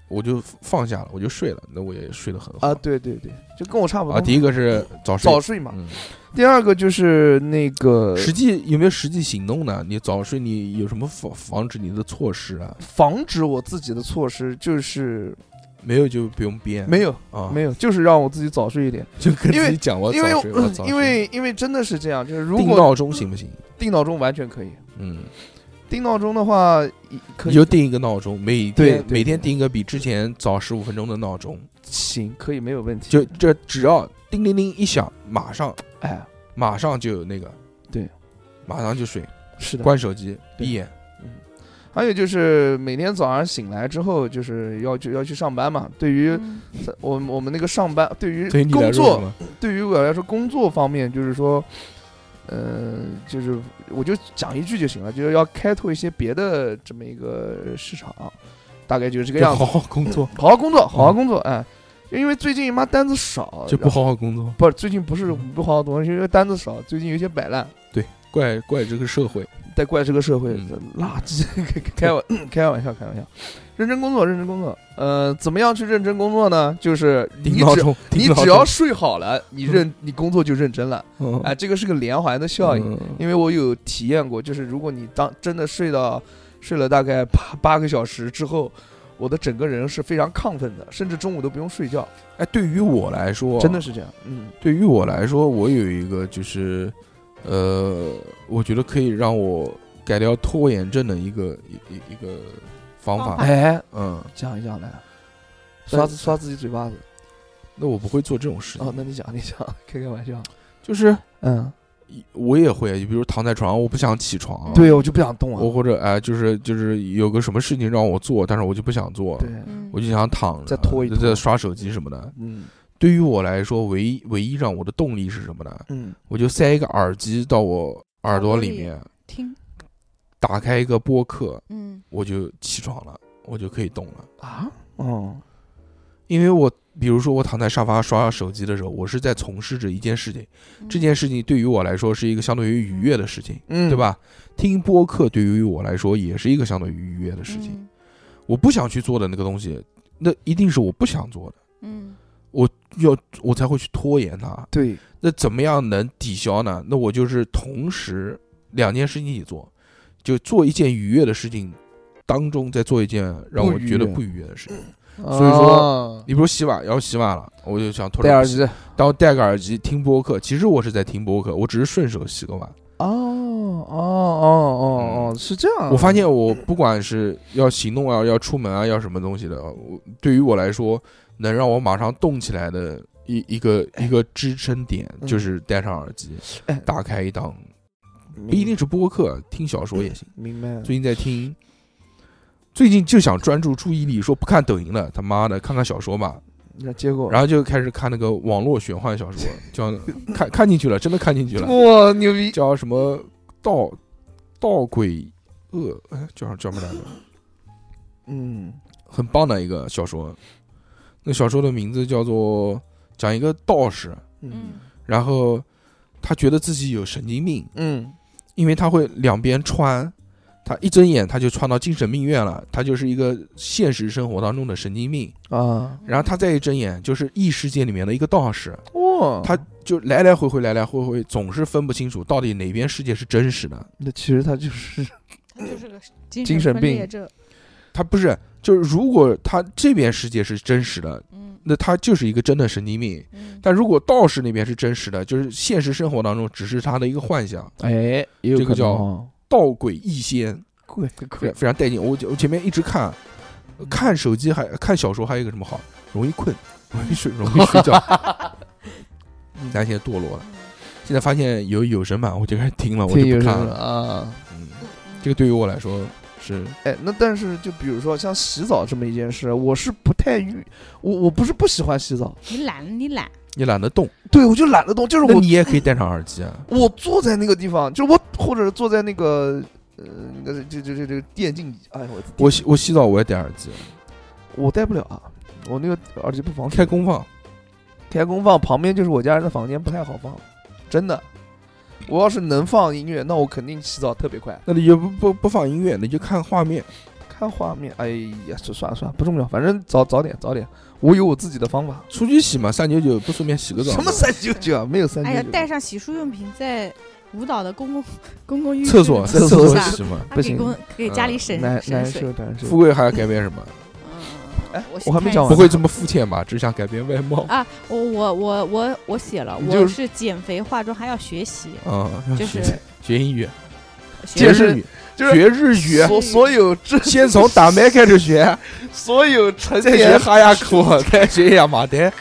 [SPEAKER 1] 我就放下了，我就睡了，那我也睡得很好
[SPEAKER 2] 啊，对对对，就跟我差不多。
[SPEAKER 1] 啊。第一个是早睡，
[SPEAKER 2] 早睡嘛。
[SPEAKER 1] 嗯，
[SPEAKER 2] 第二个就是那个
[SPEAKER 1] 实际有没有实际行动呢？你早睡，你有什么防防止你的措施啊？
[SPEAKER 2] 防止我自己的措施，就是
[SPEAKER 1] 没有就不用编，
[SPEAKER 2] 没有
[SPEAKER 1] 啊，
[SPEAKER 2] 没有，就是让我自己早睡一点。
[SPEAKER 1] 就跟
[SPEAKER 2] 因为
[SPEAKER 1] 自己讲我
[SPEAKER 2] 因为
[SPEAKER 1] 早睡，我早睡，
[SPEAKER 2] 因为因为真的是这样，就是如
[SPEAKER 1] 定
[SPEAKER 2] 果
[SPEAKER 1] 闹钟行不行？
[SPEAKER 2] 定闹钟完全可以。
[SPEAKER 1] 嗯，
[SPEAKER 2] 定闹钟的话，一可
[SPEAKER 1] 你
[SPEAKER 2] 以
[SPEAKER 1] 就定一个闹钟，每
[SPEAKER 2] 对
[SPEAKER 1] 天
[SPEAKER 2] 对
[SPEAKER 1] 每天定一个比之前早十五分钟的闹钟，
[SPEAKER 2] 行，可以没有问题。
[SPEAKER 1] 就这只要叮铃铃一响，马上
[SPEAKER 2] 哎，
[SPEAKER 1] 马上就有那个，
[SPEAKER 2] 对，
[SPEAKER 1] 马上就睡，
[SPEAKER 2] 是的。
[SPEAKER 1] 关手机，
[SPEAKER 2] 对
[SPEAKER 1] 闭眼，
[SPEAKER 2] 还有就是每天早上醒来之后，就是要去要去上班嘛。对于
[SPEAKER 3] 嗯
[SPEAKER 2] 我们我们那个上班，对于
[SPEAKER 1] 对于你
[SPEAKER 2] 工
[SPEAKER 1] 来说是
[SPEAKER 2] 作
[SPEAKER 1] 什，么？
[SPEAKER 2] 对于我来说工作方面，就是说，呃，就是我就讲一句就行了，就是要开拓一些别的这么一个市场，大概就是这个
[SPEAKER 1] 就
[SPEAKER 2] 样
[SPEAKER 1] 好
[SPEAKER 2] 子。
[SPEAKER 1] 好工 作，嗯
[SPEAKER 2] 好好工作，好好工作，哎，因为最近妈单子少，
[SPEAKER 1] 就不好好工作，
[SPEAKER 2] 不是最近不是不好好工作，是因为单子少，最近有些摆烂。
[SPEAKER 1] 怪怪这个社会，
[SPEAKER 2] 在怪这个社会、
[SPEAKER 1] 嗯
[SPEAKER 2] 垃圾，开玩 开玩笑，开玩笑，认真工作，认真工作。呃，怎么样去认真工作呢？就是
[SPEAKER 1] 定
[SPEAKER 2] 你
[SPEAKER 1] 闹
[SPEAKER 2] 只
[SPEAKER 1] 钟，
[SPEAKER 2] 你
[SPEAKER 1] 定闹
[SPEAKER 2] 只要
[SPEAKER 1] 钟
[SPEAKER 2] 睡好了，你认 你工作就认真了。
[SPEAKER 1] 嗯
[SPEAKER 2] 哎、这个是个连环的效应，
[SPEAKER 1] 嗯
[SPEAKER 2] 因为我有体验过，就是如果你当真的睡到睡了大概八八个小时之后，我的整个人是非常亢奋的，甚至中午都不用睡觉，
[SPEAKER 1] 哎，对于我来说，
[SPEAKER 2] 真的是这样。嗯
[SPEAKER 1] 对于我来说，我有一个就是呃，我觉得可以让我改掉拖延症的一个一一一个方
[SPEAKER 3] 方
[SPEAKER 1] 法。
[SPEAKER 3] 法
[SPEAKER 2] 哎，
[SPEAKER 1] 嗯，
[SPEAKER 2] 讲一讲来，
[SPEAKER 1] 但
[SPEAKER 2] 刷自刷自己嘴巴子。
[SPEAKER 1] 那我不会做这种事情。
[SPEAKER 2] 哦，那你讲你讲，开开玩笑。
[SPEAKER 1] 就是
[SPEAKER 2] 嗯，
[SPEAKER 1] 我也会，比如躺在床上，我不想起床。
[SPEAKER 2] 对，我就不想动
[SPEAKER 1] 哦我
[SPEAKER 2] 啊。
[SPEAKER 1] 或者哎、就是就是有个什么事情让我做，但是我就不想做，
[SPEAKER 2] 对，
[SPEAKER 3] 嗯
[SPEAKER 1] 我就想躺着，
[SPEAKER 2] 再拖一拖
[SPEAKER 1] 再刷手机什么的。
[SPEAKER 2] 嗯
[SPEAKER 1] 对于我来说，唯一唯一让我的动力是什么呢？
[SPEAKER 2] 嗯，
[SPEAKER 1] 我就塞一个耳机到我耳朵里
[SPEAKER 2] 哦
[SPEAKER 1] 面，
[SPEAKER 3] 听，
[SPEAKER 1] 打开一个播客，
[SPEAKER 3] 嗯，
[SPEAKER 1] 我就起床了，我就可以动了。
[SPEAKER 2] 啊，哦，
[SPEAKER 1] 因为我比如说我躺在沙发刷手机的时候，我是在从事着一件事情，
[SPEAKER 3] 嗯
[SPEAKER 1] 这件事情对于我来说是一个相对于愉悦的事情，
[SPEAKER 2] 嗯
[SPEAKER 1] 对？吧？听播客对于我来说也是一个相对于愉悦的
[SPEAKER 3] 嗯
[SPEAKER 1] 事情。，我不想去做的那个东西，那一定是我不想做的，
[SPEAKER 3] 嗯
[SPEAKER 1] 要我才会去拖延它。
[SPEAKER 2] 对，
[SPEAKER 1] 那怎么样能抵消呢？那我就是同时两件事情一起做，就做一件愉悦的事情，当中再做一件让我觉得不
[SPEAKER 2] 不
[SPEAKER 1] 愉悦的事情。
[SPEAKER 2] 所
[SPEAKER 1] 以说
[SPEAKER 2] 说
[SPEAKER 1] 你比如洗碗要洗碗了，我就想拖着
[SPEAKER 2] 戴
[SPEAKER 1] 不
[SPEAKER 2] 耳
[SPEAKER 1] 洗
[SPEAKER 2] 机
[SPEAKER 1] 当我戴个耳机听播客，其实我是在听播客，我只是顺手洗个碗。
[SPEAKER 2] 哦哦哦哦哦，是这样啊。
[SPEAKER 1] 嗯我发现我不管是要行动啊，要出门啊，要什么东西的，我对于我来说，能让我马上动起来的一一个一个支撑点，
[SPEAKER 2] 哎嗯
[SPEAKER 1] 就是戴上耳机
[SPEAKER 2] 哎，
[SPEAKER 1] 打开一档，
[SPEAKER 2] 明
[SPEAKER 1] 不一定是播客，听小说也行。
[SPEAKER 2] 明白了。
[SPEAKER 1] 最近在听，最近就想专注注意力，说不看抖音了，他妈的看看小说吧，
[SPEAKER 2] 那结果，
[SPEAKER 1] 然后就开始看那个网络玄幻 小说，叫看看进去了，真的看进去了。
[SPEAKER 2] 哇，牛逼！
[SPEAKER 1] 叫什么盗盗鬼恶，哎，叫叫什么来着？
[SPEAKER 2] 嗯，
[SPEAKER 1] 很棒的一个小说，那小说的名字叫做讲一个道士，
[SPEAKER 2] 嗯
[SPEAKER 1] 然后他觉得自己有神经病，
[SPEAKER 2] 嗯，
[SPEAKER 1] 因为他会两边穿，他一睁眼他就穿到精神病院了，他就是一个现实生活当中的神经病。
[SPEAKER 2] 啊，
[SPEAKER 1] 然后他再一睁眼就是异世界里面的一个道士，
[SPEAKER 2] 哇，
[SPEAKER 1] 他就来来回回来来回回总是分不清楚到底哪边世界是真实的。
[SPEAKER 2] 那其实他就是
[SPEAKER 3] 他就是个精
[SPEAKER 2] 精神
[SPEAKER 3] 分
[SPEAKER 2] 病
[SPEAKER 3] 裂症，
[SPEAKER 1] 他不是，就是如果他这边世界是真实的，
[SPEAKER 3] 嗯
[SPEAKER 1] 那他就是一个真的神经病。
[SPEAKER 3] 嗯，
[SPEAKER 1] 但如果道士那边是真实的，就是现实生活当中只是他的一个幻想，
[SPEAKER 2] 哎，也有
[SPEAKER 1] 这个
[SPEAKER 2] 可能
[SPEAKER 1] 叫
[SPEAKER 2] 哦
[SPEAKER 1] 道鬼异仙，
[SPEAKER 2] 贵
[SPEAKER 1] 非
[SPEAKER 2] 贵
[SPEAKER 1] 非常带劲。我我前面一直看，看手机还看小说，还有一个什么好，容易困，容易睡，容易睡觉。 咱现在堕落了，现在发现有有声版，我就开始听了，我就
[SPEAKER 2] 听有
[SPEAKER 1] 不
[SPEAKER 2] 人
[SPEAKER 1] 看
[SPEAKER 2] 了
[SPEAKER 1] 了。
[SPEAKER 2] 啊。
[SPEAKER 1] 嗯，这个对于我来说是
[SPEAKER 2] 哎，那但是就比如说像洗澡这么一件事，我是不太遇，我我不是不喜欢洗澡，
[SPEAKER 3] 你懒，你懒，
[SPEAKER 1] 你懒得动，
[SPEAKER 2] 对我就懒得动，就是
[SPEAKER 1] 那
[SPEAKER 2] 我
[SPEAKER 1] 你也可以戴上耳机啊。
[SPEAKER 2] 我坐在那个地方，就是我或者坐在那个呃那个这这这这个电竞椅，哎呦我的
[SPEAKER 1] 我
[SPEAKER 2] 电
[SPEAKER 1] 洗我洗澡我也戴耳机，啊
[SPEAKER 2] 我戴不了啊，我那个耳机不防水
[SPEAKER 1] 开功放。
[SPEAKER 2] 开功放，旁边就是我家人的房间，不太好放，真的。我要是能放音乐，那我肯定洗澡特别快。
[SPEAKER 1] 那你就不不不放音乐，你就看画面。
[SPEAKER 2] 看画面，哎呀，算算了算了，不重要，反正早早点早点，我有我自己的方法。
[SPEAKER 1] 出去洗嘛，三九九不顺便洗个澡吗？
[SPEAKER 2] 什么三九九啊？没有三
[SPEAKER 3] 哎呀，
[SPEAKER 2] 九九
[SPEAKER 3] 带，上洗漱用品，在舞蹈的公共公共浴室
[SPEAKER 1] 厕所
[SPEAKER 3] 里
[SPEAKER 1] 在
[SPEAKER 2] 嗯厕
[SPEAKER 1] 厕
[SPEAKER 2] 所
[SPEAKER 1] 所
[SPEAKER 3] 是吧
[SPEAKER 1] 洗嘛？
[SPEAKER 3] 他
[SPEAKER 2] 不
[SPEAKER 3] 给
[SPEAKER 2] 行呃
[SPEAKER 3] 公给家里省
[SPEAKER 2] 难
[SPEAKER 3] 省
[SPEAKER 2] 难
[SPEAKER 3] 水
[SPEAKER 2] 受，难受
[SPEAKER 1] 富。贵还要改变什么？
[SPEAKER 3] 嗯，
[SPEAKER 2] 我还没
[SPEAKER 3] 看
[SPEAKER 2] 讲
[SPEAKER 3] 一
[SPEAKER 2] 完
[SPEAKER 1] 不
[SPEAKER 3] 下
[SPEAKER 1] 会这么肤浅吧？只想改变外 貌
[SPEAKER 3] 啊，我我我我我写了，
[SPEAKER 2] 你
[SPEAKER 3] 我
[SPEAKER 2] 就是
[SPEAKER 3] 减肥化妆还要学习，
[SPEAKER 2] 哦
[SPEAKER 1] 啊！要
[SPEAKER 3] 就是
[SPEAKER 1] 学学英语，
[SPEAKER 3] 学
[SPEAKER 1] 学
[SPEAKER 2] 健身
[SPEAKER 1] 日语，
[SPEAKER 2] 就是
[SPEAKER 1] 学日语，
[SPEAKER 2] 所所有这
[SPEAKER 1] 先从打麦开始 学，
[SPEAKER 2] 所有成
[SPEAKER 1] 再学
[SPEAKER 2] 年
[SPEAKER 1] 哈雅 口，再学雅马呆，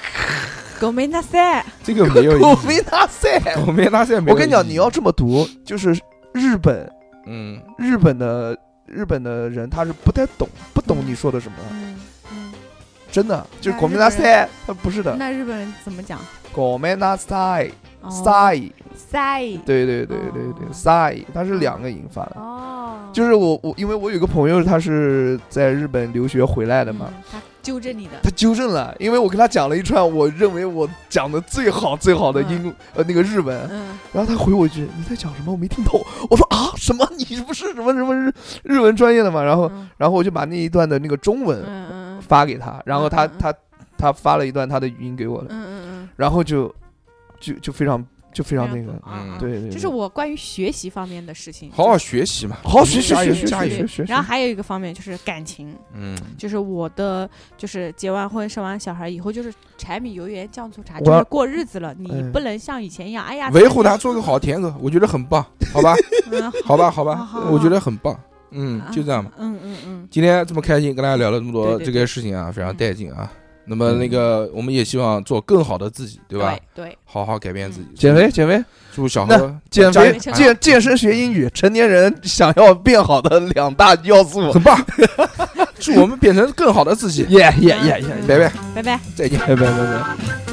[SPEAKER 3] 狗没那塞，
[SPEAKER 2] 啊
[SPEAKER 1] 这个 没 有意
[SPEAKER 2] 我
[SPEAKER 1] 义。
[SPEAKER 2] 没拿赛。
[SPEAKER 1] 我没拉线没有意义，
[SPEAKER 2] 我跟你讲，你要这么读，就是日本
[SPEAKER 1] 嗯，
[SPEAKER 2] 日本的日本的人，他是不太懂不懂你说的什么，
[SPEAKER 3] 嗯嗯，
[SPEAKER 2] 真的就是
[SPEAKER 3] 那
[SPEAKER 2] 国民
[SPEAKER 3] 日
[SPEAKER 2] 大
[SPEAKER 3] 本
[SPEAKER 2] 赛，他不是的，
[SPEAKER 3] 那日本人怎么讲？
[SPEAKER 2] 国民大赛
[SPEAKER 3] 哦
[SPEAKER 2] 赛，
[SPEAKER 3] 塞，
[SPEAKER 2] 对对对对对
[SPEAKER 3] 哦
[SPEAKER 2] 赛，它是两个音发的。
[SPEAKER 3] 哦，
[SPEAKER 2] 就是我我因为我有个朋友，他是在日本留学回来的嘛，
[SPEAKER 3] 嗯，他纠正 你的，
[SPEAKER 2] 他纠正了，因为我跟他讲了一串我认为我讲的最好最好的英、呃那个日文，
[SPEAKER 3] 嗯，
[SPEAKER 2] 然后他回我一句：“你在讲什么？我没听懂。”我说：“啊，什么？ 你不是什么什么日日文专业的吗？”然后，
[SPEAKER 3] 嗯
[SPEAKER 2] 然后我就把那一段的那个中
[SPEAKER 3] 嗯
[SPEAKER 2] 文
[SPEAKER 3] 嗯
[SPEAKER 2] 发给他，然后他
[SPEAKER 3] 嗯嗯
[SPEAKER 2] 他他发了一段他的语音给我
[SPEAKER 3] 嗯
[SPEAKER 2] 了，
[SPEAKER 3] 嗯嗯
[SPEAKER 2] 然后就就就非常就非常那个
[SPEAKER 3] 非，好啊
[SPEAKER 1] 嗯
[SPEAKER 3] 啊
[SPEAKER 2] 对对，
[SPEAKER 3] 这
[SPEAKER 2] 对
[SPEAKER 3] 是我关于学习方面的事情。
[SPEAKER 1] 好好学习嘛。
[SPEAKER 2] 好学学
[SPEAKER 1] 加
[SPEAKER 2] 学
[SPEAKER 1] 油
[SPEAKER 2] 学
[SPEAKER 1] 加
[SPEAKER 2] 学
[SPEAKER 1] 油
[SPEAKER 2] 学学，
[SPEAKER 3] 然后还有一个方面就是感情，
[SPEAKER 1] 嗯，
[SPEAKER 3] 就是我的就是结完婚生完小孩以后就是柴米油盐酱醋茶，
[SPEAKER 2] 我
[SPEAKER 3] 就是过日子了。你
[SPEAKER 2] 哎
[SPEAKER 3] 不能像以前一样，哎呀，
[SPEAKER 1] 嗯维护他做个好舔狗，我觉得很棒，好吧，
[SPEAKER 3] 嗯，
[SPEAKER 1] 好吧，好
[SPEAKER 3] 好
[SPEAKER 1] 吧
[SPEAKER 3] 好，好
[SPEAKER 1] 我觉得很棒。嗯，
[SPEAKER 3] 啊
[SPEAKER 1] 就这样吧。
[SPEAKER 3] 嗯嗯嗯，
[SPEAKER 1] 今天这么开心，跟大家聊了这么多
[SPEAKER 3] 对嗯对
[SPEAKER 1] 这
[SPEAKER 3] 对
[SPEAKER 1] 个事情啊，非常带劲啊。那么
[SPEAKER 2] 嗯
[SPEAKER 1] 那个，我们也希望做更好的自己，对吧
[SPEAKER 3] 对？嗯对，
[SPEAKER 1] 好好改变自己，
[SPEAKER 2] 减肥减肥
[SPEAKER 1] 祝小何
[SPEAKER 2] 减
[SPEAKER 1] 加
[SPEAKER 2] 肥
[SPEAKER 1] 油
[SPEAKER 3] 减
[SPEAKER 1] 哎
[SPEAKER 2] 健健身学英语，成年人想要变好的两大要素，
[SPEAKER 1] 很 棒，祝我们变成更好的自己。
[SPEAKER 2] 耶耶耶耶，
[SPEAKER 1] 拜拜，
[SPEAKER 3] 拜拜。
[SPEAKER 1] 再见。
[SPEAKER 2] 拜拜拜拜。